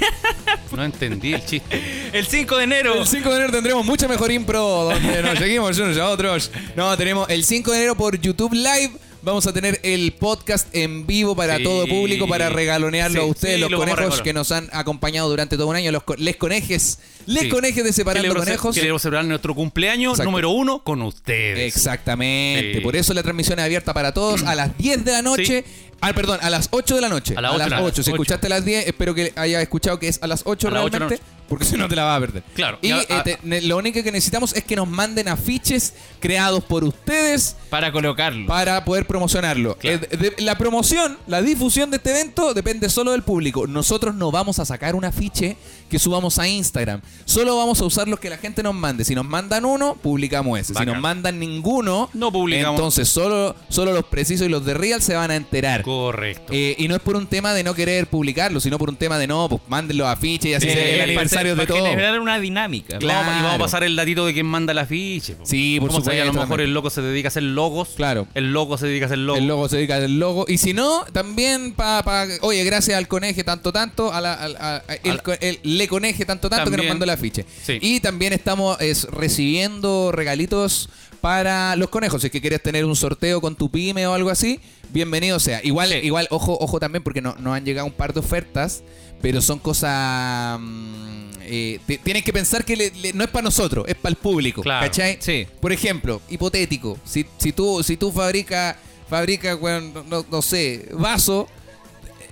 no entendí el chiste. El 5 de enero. El 5 de enero tendremos mucha mejor impro donde nos seguimos unos a otros. No, tenemos el 5 de enero por YouTube Live. Vamos a tener el podcast en vivo para Sí. todo público para regalonearlo Sí, a ustedes, sí, los lo vamos a conejos regalonear. que nos han acompañado durante todo un año, los co- les conejes, les Sí. conejes de separando Queremos- conejos. Queremos celebrar nuestro cumpleaños Exacto. número uno con ustedes. Exactamente, Sí. por eso la transmisión es abierta para todos a las 10 de la noche. Ah, perdón, a las 8 de la noche. A las ocho, las a las 8. Si ocho. escuchaste a las 10, espero que hayas escuchado que es a las 8 A las ocho de la realmente, porque si no te la vas a perder. Claro. ah, Y Y a- eh, a- te- ne- lo único que necesitamos es que nos manden afiches creados por ustedes Para colocarlo. para poder promocionarlo. Claro. Eh, de- de- la promoción, la difusión de este evento depende solo del público. Nosotros no vamos a sacar un afiche que subamos a Instagram. Solo vamos a usar los que la gente nos mande. Si nos mandan uno, publicamos ese. Si Bacán. nos mandan ninguno, No publicamos. Entonces solo, solo los precisos y los de Real se van a enterar. Correcto. Eh, y no es por un tema de no querer publicarlo, sino por un tema de no, pues manden los afiches y así Sí, se ve el para aniversario hacer- de Eh, para todo. generar una dinámica. Claro. Vamos- pues, y vamos a pasar el datito de quién manda la ficha. po. Sí, por Vamos a- A lo supuesto, mejor el loco se dedica a hacer logos. Claro. El loco se dedica a hacer logos. El logo se dedica al logo. Y si no, también para. oye, gracias al coneje tanto tanto, a la- al- a- a- el, Al- co- el- le coneje tanto tanto que nos También. mandó el afiche. Sí. Y también estamos es, recibiendo regalitos para los conejos. Si es que quieres tener un sorteo con tu pyme o algo así, bienvenido sea. Igual, igual ojo, ojo también, porque no, nos han llegado un par de ofertas, pero son cosas. mm, eh, te- tienes que pensar que le- le- no es para nosotros, es para el público. Claro. ¿Cachai? Sí. Por ejemplo, hipotético, si, si tú si tú fabricas fabrica, weón, no, no- no sé, vaso,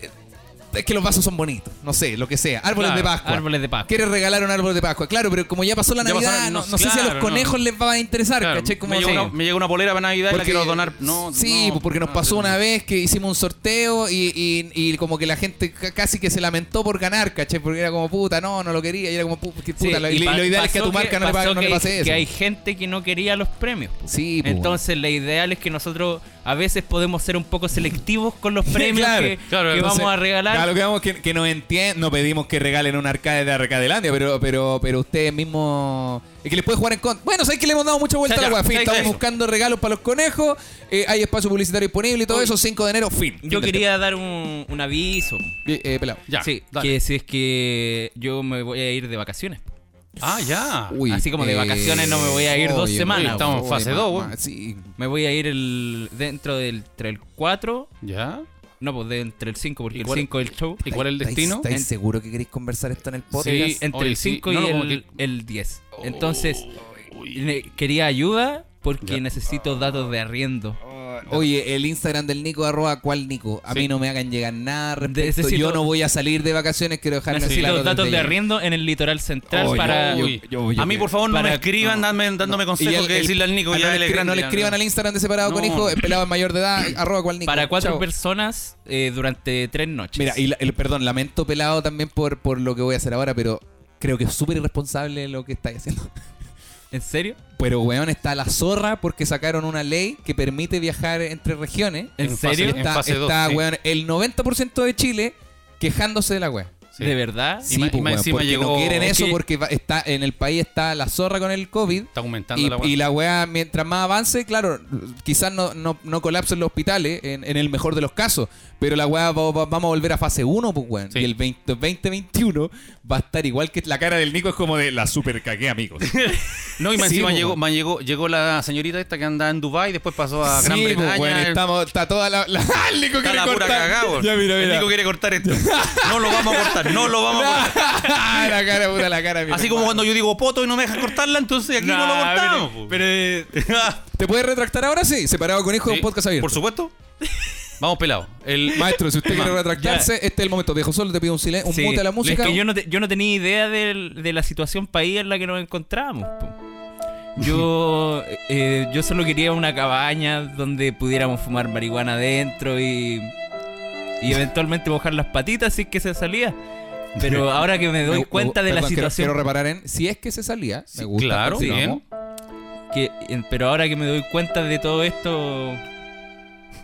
eh, es que los vasos son bonitos, no sé, lo que sea, árboles Claro, de Pascua. Árboles de Pascua. Quieres regalar un árbol de Pascua, claro, pero como ya pasó la Ya pasó Navidad, la- no, no, no sé si a los claro, conejos no. les va a interesar, Claro, ¿cachai? Como me, llega sí. una, me llega una polera para Navidad y la Porque- quiero donar. No, sí, pues, no, Ah, porque nos no, pasó no. una vez que hicimos un sorteo y, y- y como que la gente ca- casi que se lamentó por ganar, ¿cachai? Porque era como puta, no, no lo quería, y era como pu- que Sí, puta, lo, y y pa- lo ideal es que a tu pasó marca no, le, pasó pa- no le que hay- pase eso. Que hay gente que no quería los premios. po. Sí, po, Entonces, la ideal es que nosotros a veces podemos ser un poco selectivos con los premios Claro, que, claro, que Entonces, vamos a regalar. claro, que, vamos, que, que nos entien- no pedimos que regalen un arcade de Arcadelandia, pero, pero, pero ustedes mismos. Es que les puede jugar en contra. Bueno, sabéis que le hemos dado mucha vuelta Ya, a la ya, web. Fin, ya, ya, Estamos eso. buscando regalos para los conejos. eh, hay espacio publicitario disponible y todo eso. 5 de enero, fin. Fin Yo del quería dar un, un aviso. tema. Eh, eh, pelado. Ya, sí, dale. que si es que yo me voy a ir de vacaciones. Ah, ya. Uy, eh, Así como de vacaciones no me voy a ir dos semanas, estamos en fase dos, ma- weón. ma- Sí. Me voy a ir el, dentro del entre el 4, Ya. no, pues de entre el 5, porque ¿Y el cuál- 5 es el show. ¿Y cuál es el ¿Estáis- destino? ¿Estáis seguro que queréis conversar esto en el podcast? Sí. entre Oye, el 5 sí. No, y no, como el, que- el 10. Entonces, Uy, ne- quería ayuda porque Ya. necesito datos de arriendo. Ah. Oye, el Instagram del Nico, arroba, ¿cuál Nico? A Sí. mí no me hagan llegar nada al respecto. Necesito- yo no voy a salir de vacaciones, quiero dejar Necesito datos de arriendo en el litoral central Oye, para... yo- Uy. yo- yo- a mí, por favor, no para- me escriban no, dándome- dándome consejos que decirle al Nico. ah, No, ya le él es escriban, no grande, le ya, escriban no. al Instagram de separado con No. hijo, el pelado es mayor de edad, arroba cual Nico. para cuatro Chao. personas eh, durante tres noches. Mira, y la- el, perdón, lamento pelado también por, por lo que voy a hacer ahora, pero creo que es súper irresponsable lo que estáis haciendo. ¿En serio? Pero weón, está la zorra porque sacaron una ley que permite viajar entre regiones. ¿En En fase- serio? en Está, fase dos, está, sí. weón, el 90% de Chile quejándose de la weá. Sí. ¿De verdad? Sí, Y ma- y pues, más weón, encima porque llegó- no quieren es eso que- porque va- está en el país está la zorra con el COVID. Está aumentando Y, la weá. y la weá, mientras más avance, claro, quizás no, no, no colapsen los hospitales en, en el mejor de los casos, pero la weá va- va- vamos a volver a fase 1, pues weón. Sí. Y el 20 2021 va a estar igual que la cara del Nico es como de la super cagué, amigos. No, y más Sí, encima po, llegó, weón. más llegó, llegó la señorita esta que anda en Dubái, después pasó a Ah, Gran Sí, pues, Bretaña. weón, el- estamos, está toda la. la- el Nico está quiere la pura cortar. cagá, weón. Ya, mira, El mira. Nico quiere cortar esto. No lo vamos a cortar, no lo vamos a cortar. Ah, la cara, puta, la cara, mira. Así como cuando yo digo poto y no me dejan cortarla, entonces aquí no lo Nah, cortamos. po. pero, eh, pero, ¿Te puedes retractar ahora? Sí, separado con hijo de Sí, un podcast abierto. Por supuesto. Vamos pelado. El, Maestro, si usted quiere Ma- retractarse, este es el momento. Viejo solo te pido un silencio, un sí. mute a la música. Es que yo no, te- yo no tenía idea del- de, la situación país en la que nos encontramos. po. Yo, eh, yo solo quería una cabaña donde pudiéramos fumar marihuana adentro y, y eventualmente mojar las patitas si es que se salía. Pero ahora que me doy Me- cuenta me- de la perdón, quiero- situación Quiero, reparar en si es que se salía. Sí, me gusta, pues, claro, continuamos. Que, en- pero ahora que me doy cuenta de todo esto.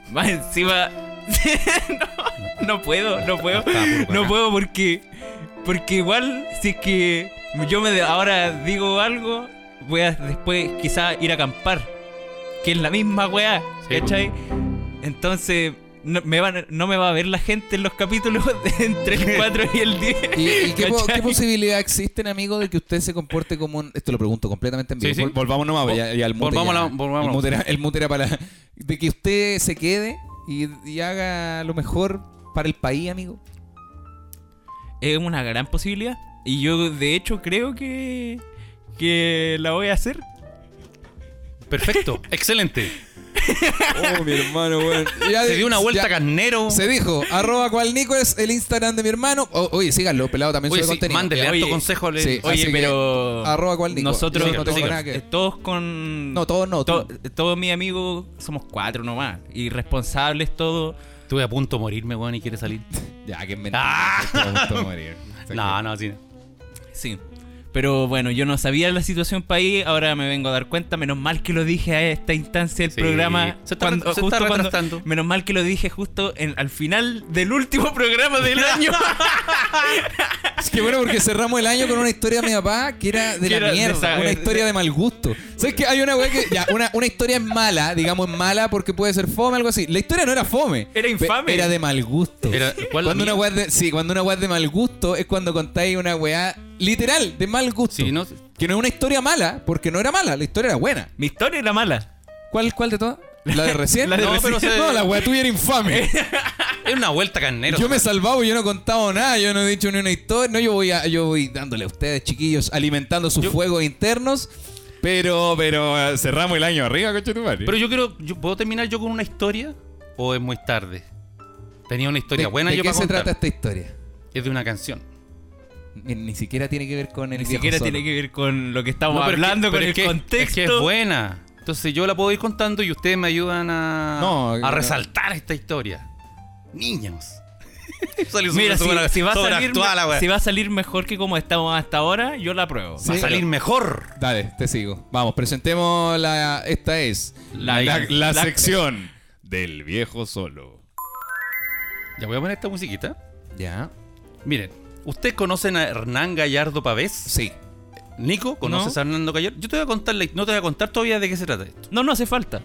Más encima. no, no puedo, no puedo. No puedo porque. Porque igual, si es que yo me de- ahora digo algo, voy a después quizás ir a acampar. Que es la misma weá, Sí. ¿cachai? Entonces. No me, van, no me va a ver la gente en los capítulos de entre el 4 y el 10. ¿Y, y qué, po- ¿cachai? qué posibilidad existen, amigo, de que usted se comporte como un. Esto lo pregunto completamente en vivo. Sí, sí. Vol- Volvamos nomás, Vol- ya, ya al mute. volvamos ya. a la- volvamos a la- el, mute era, el mute era para. De que usted se quede y, y haga lo mejor para el país, amigo. es una gran posibilidad. Y yo de hecho creo que, que la voy a hacer. Perfecto, excelente. Oh, mi hermano, weón. Se dio una vuelta acá carnero. Se dijo, arroba cual Nico es el Instagram de mi hermano. O- oye, síganlo, pelado también Oye, sube sí, contenido. mándele Oye, harto consejo. le- sí. Oye, Así Oye, que, pero arroba cual Nico. nosotros Yo no tengo nada que- eh, todos con No, todos no, to- todos. todos mis amigos somos cuatro nomás y responsables todos. Estuve a punto de morirme, weón, y quiere salir. Ya, que mentira. Ah. Te morir. No, no, sí. Sí. Pero bueno, yo no sabía la situación país, ahora me vengo a dar cuenta, menos mal que lo dije a esta instancia del Sí. programa. Se está re- se está retrasando. menos mal que lo dije justo en- al final del último programa del año. Es que bueno, porque cerramos el año con una historia de mi papá que era de Que era la de mierda. esa- una de- historia de mal gusto. ¿Sabes que Hay una weá que. Ya, una, una historia es mala, digamos, es mala porque puede ser fome, algo así. La historia no era fome. Era infame. Pe- Era de mal gusto. Era- ¿cuál la cuando una mía? weá de, sí, cuando una weá es de mal gusto es cuando contáis una weá literal, de mal gusto. Sí, no- Que no es una historia mala, porque no era mala, la historia era buena. Mi historia era mala. ¿Cuál, cuál de todas? ¿La de recién? La de no, recién. pero se- no, la weá tuya era infame. Es una vuelta carnero. yo me he salvado, yo no he contado nada, yo no he dicho ni una historia. No, yo voy a, yo voy dándole a ustedes, chiquillos, alimentando sus fuegos internos. Pero, pero eh, cerramos el año arriba, coche tu madre. Pero yo quiero. Yo, ¿Puedo terminar yo con una historia? ¿O es muy tarde? Tenía una historia ¿De, buena de yo qué para se contar. trata esta historia? Es de una canción. Ni, ni siquiera tiene que ver con el Ni viejo siquiera solo. tiene que ver con lo que estamos No, pero es que- hablando, pero con es el que- contexto. Es que es buena. Entonces yo la puedo ir contando y ustedes me ayudan a, No, a no. resaltar esta historia. Niños. Salió Mira, si, sobre- si va a sobre salir, actual, la wea. si va a salir mejor que como estamos hasta ahora, yo la apruebo. Sí. Va a salir mejor. Dale, te sigo. Vamos, presentemos la. Esta es La- la la- sección del viejo solo. Ya voy a poner esta musiquita. Ya. Miren, ¿ustedes conocen a Hernán Gallardo Pavés? Sí. Nico, ¿conoces No. a Hernando Gallardo? Yo te voy a contar, la- no te voy a contar todavía de qué se trata esto. No, no hace falta.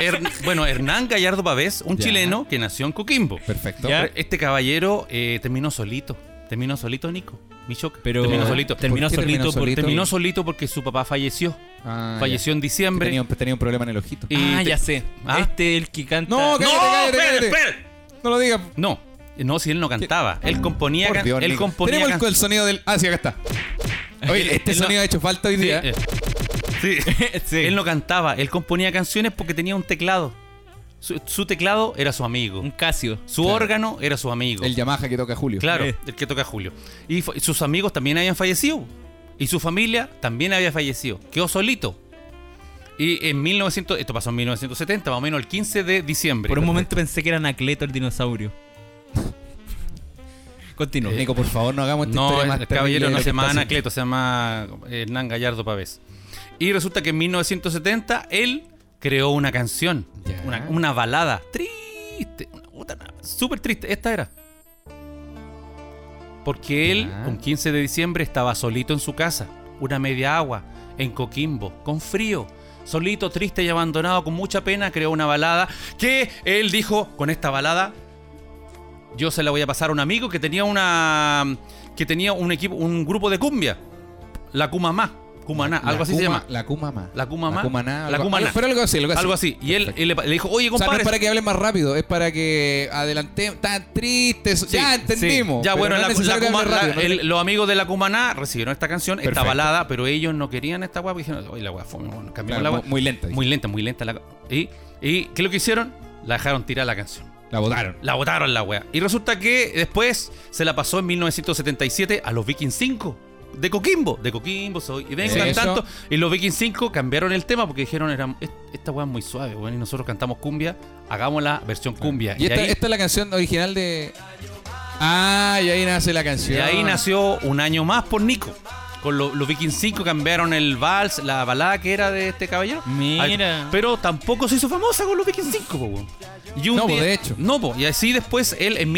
Her- bueno, Hernán Gallardo Pavés, un Ya. chileno que nació en Coquimbo. Perfecto. Ya. Este caballero eh, terminó solito. Terminó solito, Nico. Michoca. Pero ¿eh? terminó solito. Terminó ¿Por qué solito, terminó por- solito? Terminó solito porque su papá falleció. Ah, falleció en ya. diciembre. Tenía, tenía un problema en el ojito. Y Ah, te- ya sé. Ah. Este es el que canta. No, ¡No! cállate, cállate, espera, cállate. espera! No lo digas. No, no, si él no cantaba. Él componía, Por can- Dios, él Nico. componía Tenemos el- can- el, sonido del. Ah, sí, acá está. Oye, este Él no- sonido ha hecho falta hoy Sí, día. eh. Sí. Él no cantaba, él componía canciones porque tenía un teclado. Su, su teclado era su amigo. Un Casio. Su Claro. órgano era su amigo. El Yamaha que toca Julio. Claro, Eh. el que toca Julio. Y fa- sus amigos también habían fallecido. Y su familia también había fallecido. Quedó solito. Y en 1900, esto pasó en 1970, más o menos el 15 de diciembre. Por un momento pensé que era Anacleto el dinosaurio. Eh. Continúo. Nico, por favor, no hagamos esta No, historia el más caballero no se llama llama Anacleto, se llama eh, Hernán Gallardo Pavés. Y resulta que en 1970 él creó una canción, Ya. una, una balada triste, una puta, una- súper triste. Esta era. Porque él, un 15 de diciembre, estaba solito en su casa, una media agua, en Coquimbo, con frío. Solito, triste y abandonado, con mucha pena, creó una balada que él dijo, con esta balada, yo se la voy a pasar a un amigo que tenía una... que tenía un equipo, un grupo de cumbia. La Kumamá, Cumaná, algo así se llama. La Kumama. La Kumamá. La Kumaná. La Kumaná. Pero algo así, algo así. Algo así. Y él, él le, le dijo, oye, O sea, no compadre... es para que hable más rápido, es para que adelantemos. Tan tristes, Sí, ya sí. entendimos. Ya pero bueno, no es la- la necesario que hable Kuma- la- rápido, ¿no? el- los amigos de la Cumaná recibieron esta canción, Perfecto. esta balada, pero ellos no querían esta guapa. Dijeron, oye, la guapa fome, bueno, cambiamos Claro, la muy- guapa. muy lenta. Muy lenta, muy lenta la y, y ¿qué es lo que hicieron? La dejaron tirar la canción. La votaron. La botaron la wea. Y resulta que después se la pasó en 1977 a los Vikings 5. De Coquimbo, de Coquimbo soy. Y vengo Sí, eso. cantando. Y los Vikings 5 cambiaron el tema porque dijeron, era, esta wea es muy suave, weón. Y nosotros cantamos cumbia, hagamos la versión cumbia. Y, esta, ahí- esta es la canción original de. Ah, y ahí nace la Y canción. ahí nació un año más por Nico. Con lo- los Vikings 5 cambiaron el vals, la balada que era de este caballero. Mira. Al- pero tampoco se hizo famosa con los Vikings 5, po, weón. Y un No, po, día- de hecho. No, po. y así después él en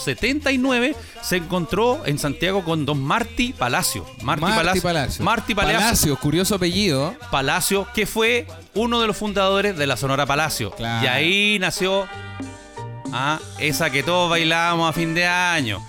1979 se encontró en Santiago con don Marty Palacio. Marty, Palacio. Marty Palacio. Palacio, curioso apellido. Palacio, que fue uno de los fundadores de la Sonora Palacio. Claro. Y ahí nació ah, esa que todos bailábamos a fin de año.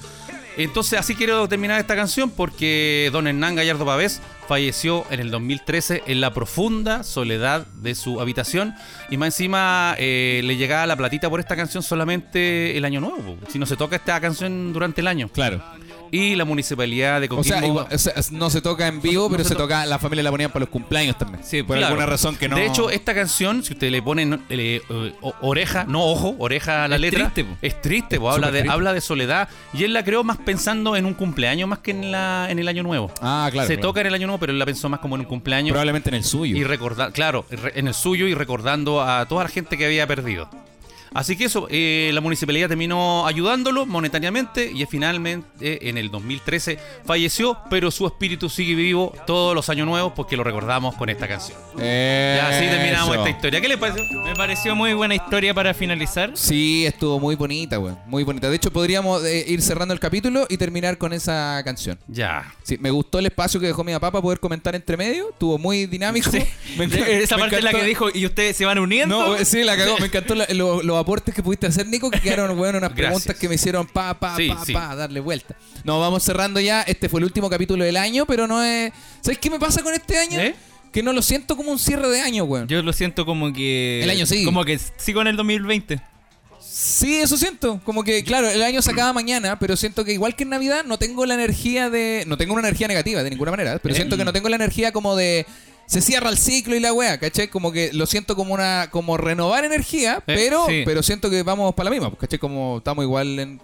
Entonces, así quiero terminar esta canción porque don Hernán Gallardo Pavés falleció en el 2013 en la profunda soledad de su habitación. Y más encima eh, le llegaba la platita por esta canción solamente el año nuevo. Si no se toca esta canción durante el año. Claro. Y la municipalidad de O Coquimbo. sea, igual- o sea, no se toca en vivo, No- no pero se se, to- toca, la familia la ponían para los cumpleaños también. Sí, por claro. alguna razón que no. De hecho, esta canción, si usted le pone no, eh, eh, o- oreja, no ojo, oreja a la Es letra. triste, po. Es triste, po, habla, súper de, triste. habla de soledad. Y él la creó más pensando en un cumpleaños más que en, la, en el año nuevo. Ah, claro. Se claro. toca en el año nuevo, pero él la pensó más como en un cumpleaños. Probablemente en el suyo. Y recordar, claro, re- en el suyo y recordando a toda la gente que había perdido. Así que eso, eh, la municipalidad terminó ayudándolo monetariamente y finalmente eh, en el 2013 falleció, pero su espíritu sigue vivo todos los años nuevos porque lo recordamos con esta canción. Y así terminamos Eso. esta historia. ¿Qué les parece? Me pareció muy buena historia para finalizar. Sí, estuvo muy bonita, güey. Muy bonita. De hecho, podríamos eh, ir cerrando el capítulo y terminar con esa canción. Ya. Sí, me gustó el espacio que dejó mi papá para poder comentar entre medio. Estuvo muy dinámico. Me enca- Esa me parte es la que encantó. dijo, ¿y ustedes se van uniendo? No, eh, sí, la cagó. Me encantó la- lo- los aportes que pudiste hacer, Nico, que quedaron, bueno, unas Gracias. preguntas que me hicieron pa, pa, Sí, pa, sí. pa, darle vuelta. No, vamos cerrando ya. Este fue el último capítulo del año, pero no es... ¿Sabes qué me pasa con este año? ¿Eh? Que no lo siento como un cierre de año, weón. Yo lo siento como que. El año sigue. Como que sigo en el 2020. Sí, eso siento. Como que, claro, el año se acaba mañana, pero siento que igual que en Navidad no tengo la energía de... No tengo una energía negativa de ninguna manera, pero siento que no tengo la energía como de... Se cierra el ciclo y la weá, ¿cachai? Como que lo siento como una... Como renovar energía, pero, sí. pero siento que vamos para la misma, pues, ¿cachai? Como estamos igual en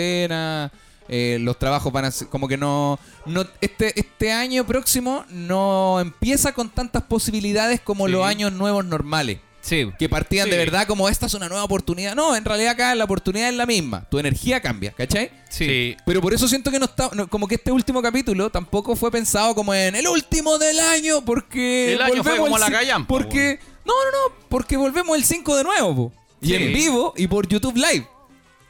cuarentena... eh, los trabajos van a ser como que no, no este este año próximo no empieza con tantas posibilidades como los años nuevos normales Sí. que partían de Sí. verdad como esta es una nueva oportunidad. No, en realidad acá la oportunidad es la misma. Tu energía cambia, ¿cachai? Sí. Pero por eso siento que no está, no, como que este último capítulo tampoco fue pensado como en el último del año, porque El año fue volvemos como al la cin- callampa, Porque no, no, no, porque volvemos el 5 de nuevo, po. y Sí. en vivo y por YouTube Live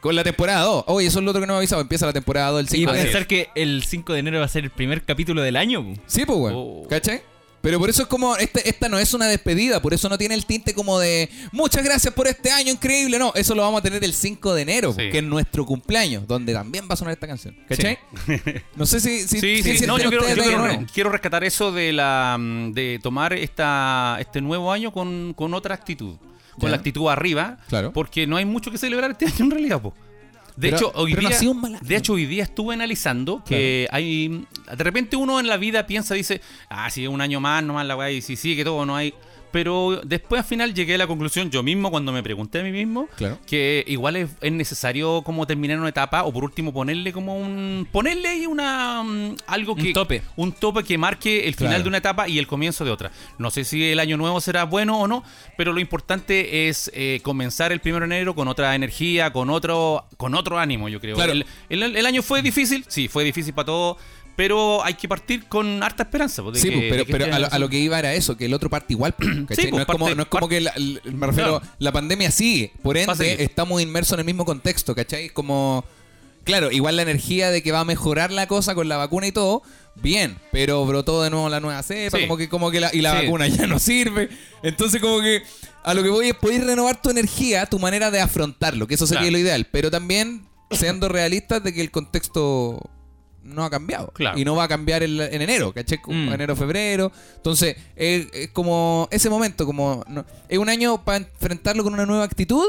con la temporada 2. Oye, eso es lo otro que no me avisaba, empieza la temporada 2 el Y 5 de enero. pensar que el 5 de enero va a ser el primer capítulo del año. pu. Sí, pues, weón. Oh. ¿Cachai? Pero por eso es como, este- esta no es una despedida, por eso no tiene el tinte como de muchas gracias por este año increíble. No, eso lo vamos a tener el 5 de enero, Sí. que es nuestro cumpleaños, donde también va a sonar esta canción. ¿Cachai? No sé si. si, si Sí, sí, sienten no, yo, quiero, ustedes yo de quiero- nuevo. quiero rescatar eso de la mm, de tomar esta este nuevo año con, con otra actitud, con Ya. la actitud arriba, Claro. porque no hay mucho que celebrar este año en realidad, po. De Pero- hecho, hoy pero no día, ha sido un mal año. de hecho hoy día estuve analizando que hay de repente uno en la vida piensa dice, ah, sí, un año más nomás la weá y si sigue todo no hay pero después al final llegué a la conclusión yo mismo cuando me pregunté a mí mismo Claro. que igual es, es necesario como terminar una etapa o por último ponerle como un ponerle ahí una mm, algo Un que tope. un tope que marque el final Claro. de una etapa y el comienzo de otra. No sé si el año nuevo será bueno o no, pero lo importante es eh, comenzar el primero de enero con otra energía, con otro, con otro ánimo, yo creo. Claro. El, el- el año fue difícil, sí, fue difícil para todos, pero hay que partir con harta esperanza. pues, de Sí, que- pues, pero, de que pero este a, lo, año- a lo que iba era eso, que el otro parte igual. ¿cachai? Sí, pues, no, es como, parte- no es como que la, l- me refiero, Claro. la pandemia sigue, por Va a seguir. ende estamos inmersos en el mismo contexto, ¿cachai? Como claro, igual la energía de que va a mejorar la cosa con la vacuna y todo, bien, pero brotó de nuevo la nueva cepa, Sí. como que, como que la, y la Sí. vacuna ya no sirve. Entonces, como que a lo que voy es poder renovar tu energía, tu manera de afrontarlo, que eso sería Claro. lo ideal, pero también siendo realistas de que el contexto no ha cambiado Claro. y no va a cambiar el- en enero, ¿caché? Mm. Enero, febrero. Entonces, es, es como ese momento, como no- es un año para enfrentarlo con una nueva actitud,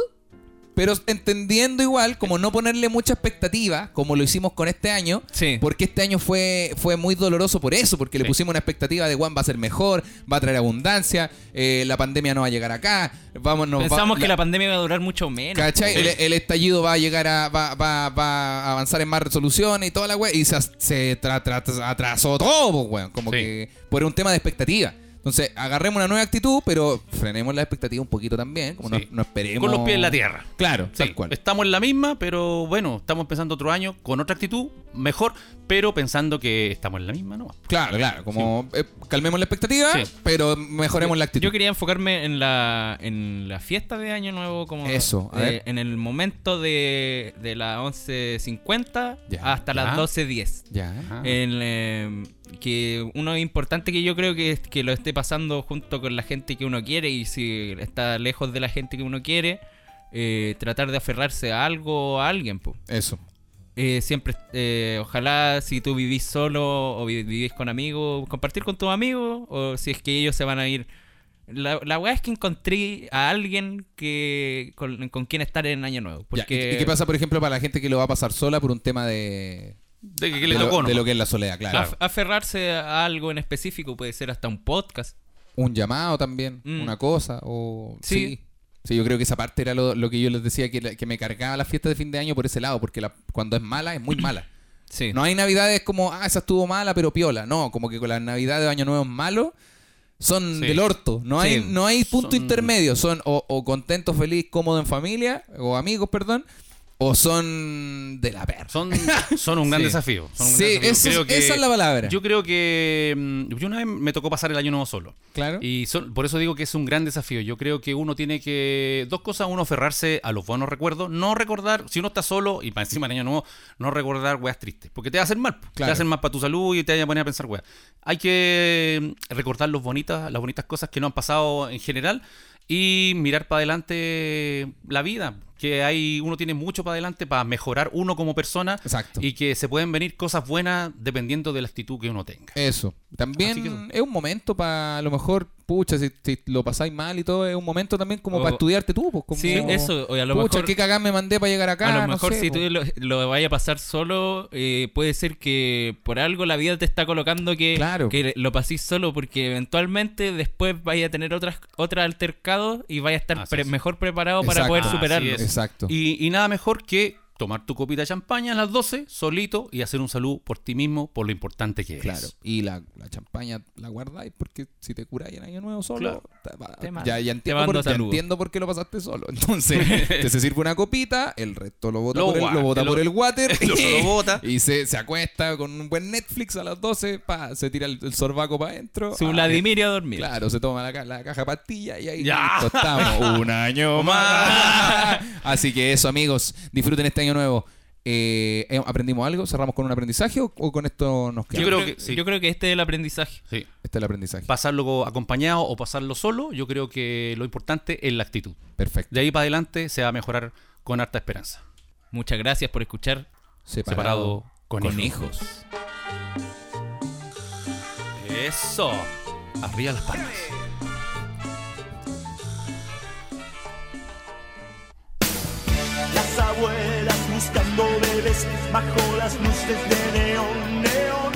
pero entendiendo igual, como no ponerle mucha expectativa, como lo hicimos con este año, Sí. porque este año fue, fue muy doloroso por eso, porque le Sí. pusimos una expectativa de Juan va a ser mejor, va a traer abundancia, eh, la pandemia no va a llegar acá, vamos, nos va- Pensamos que la- la pandemia iba a durar mucho menos. este ¿Cachai? El, el estallido va a llegar a. Va, va- va a avanzar en más resoluciones y toda la wea. Y se, as- se tra- tra- tra- atrasó todo, pues, weón. Como Sí. que. Por un tema de expectativa. Entonces, agarremos una nueva actitud, pero frenemos la expectativa un poquito también. Como Sí. no, no esperemos. Con los pies en la tierra. Claro, Sí, tal cual. Estamos en la misma, pero bueno, estamos empezando otro año con otra actitud, mejor, pero pensando que estamos en la misma, ¿no? Claro, claro. Como eh, calmemos la expectativa, Sí. pero mejoremos la actitud. Yo quería enfocarme en la, en la fiesta de Año Nuevo, como Eso, a de- ver. en el momento de, de las 11.50 Ya, Ah. hasta ya. las 12.10. Ya. El, eh, que uno importante que yo creo que, es que lo esté pasando junto con la gente que uno quiere y si está lejos de la gente que uno quiere, eh, tratar de aferrarse a algo o a alguien. po. Eso. Eh, siempre, eh, ojalá si tú vivís solo o vi- vivís con amigos, compartir con tus amigos o si es que ellos se van a ir. La, la weá es que encontré a alguien que con, con quien estar en Año Nuevo. Ya, ¿y- Porque ¿Y qué pasa, por ejemplo, para la gente que lo va a pasar sola por un tema de. De que, que de le lo- tocó, de ¿no? lo, que es la soledad, claro. af- aferrarse a algo en específico puede ser hasta un podcast. un llamado también, Mm. una cosa, o... Sí. Sí. Sí, yo creo que esa parte era lo, lo que yo les decía, que, la- que me cargaba la fiesta de fin de año por ese lado, porque la- cuando es mala, es muy mala. Sí. No hay navidades como, ah, esa estuvo mala, pero piola. No, como que con las navidades de Año Nuevo es malo, son Sí. del orto. No hay, Sí. no hay punto Son- intermedio. Son o, o contento, feliz, cómodo en familia, o amigos, perdón, o son de la perra. Son, son un gran Sí. desafío. son un gran Sí, desafío. eso es- Creo que- esa es la palabra. Yo creo que. mm, Yo una vez me tocó pasar el año nuevo solo. claro. Y son- por eso digo que es un gran desafío. Yo creo que uno tiene que. Dos cosas. Uno, aferrarse a los buenos recuerdos. No recordar. Si uno está solo y para encima del año nuevo, no recordar weas tristes. Porque te hacen mal. po. Te Claro. hacen mal para tu salud y te van a poner a pensar weas. Hay que mm, recordar los bonitas, las bonitas cosas que no han pasado en general y mirar para adelante la vida. Que hay, uno tiene mucho para adelante para mejorar uno como persona Exacto. y que se pueden venir cosas buenas dependiendo de la actitud que uno tenga. Eso. Así También que eso. es un momento para, a lo mejor, pucha, si, si lo pasáis mal y todo, es un momento también como O- para estudiarte tú. Pues, como, Sí, eso, o a lo pucha, mejor- qué cagada me mandé para llegar acá. a lo no mejor sé, si po. tú lo, lo vayas a pasar solo, eh, puede ser que por algo la vida te está colocando que, Claro. que lo pasís solo, porque eventualmente después vaya a tener otras otros altercados y vaya a estar Así pre- es. mejor preparado Exacto. para poder Así superarlo. es. Exacto. Y, y nada mejor que tomar tu copita de champaña a las 12, solito, y hacer un saludo por ti mismo, por lo importante que eres. Claro. Y la, la champaña la guardáis porque si te curáis en Año Nuevo solo, te va- Te mando- ya, ya, te entiendo mando por, ya saludos. entiendo por qué lo pasaste solo. Entonces, te se sirve una copita, el resto lo bota, Lo por, el, guarda, lo bota lo- por el water lo- lo bota. y se, se acuesta con un buen Netflix a las 12, pa, se tira el, el sorbaco para adentro. Su ah, Vladimir y a dormir. Claro, se toma la, ca- la caja de pastillas y ahí Ya. listo, estamos. Un año más. Así que eso, amigos. Disfruten este año nuevo. Eh, eh, ¿Aprendimos algo? ¿Cerramos con un aprendizaje o, o con esto nos Yo, quedamos? creo creo que sí. yo creo que este es el aprendizaje. Sí. Este es el aprendizaje. Pasarlo co- acompañado o pasarlo solo, yo creo que lo importante es la actitud. Perfecto. De ahí para adelante se va a mejorar con harta esperanza. Muchas gracias por escuchar. Separado, con, con hijos. Eso. Arriba las palmas. Las abuelas buscando bebés bajo las luces de neón, neón.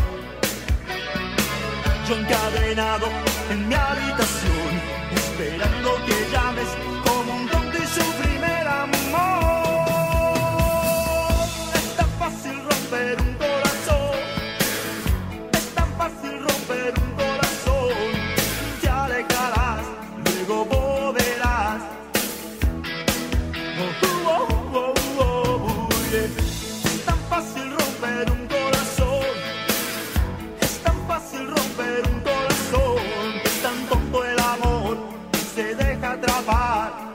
Yo encadenado en mi habitación, esperando que llames como un don de su primer amor. Es tan fácil romper un corazón, es tan fácil romper un corazón. Te alejarás, luego volverás. Oh, oh, oh, oh, yeah. Es tan fácil romper un corazón, es tan fácil romper un corazón, es tan tonto el amor que se deja atrapar. Oh,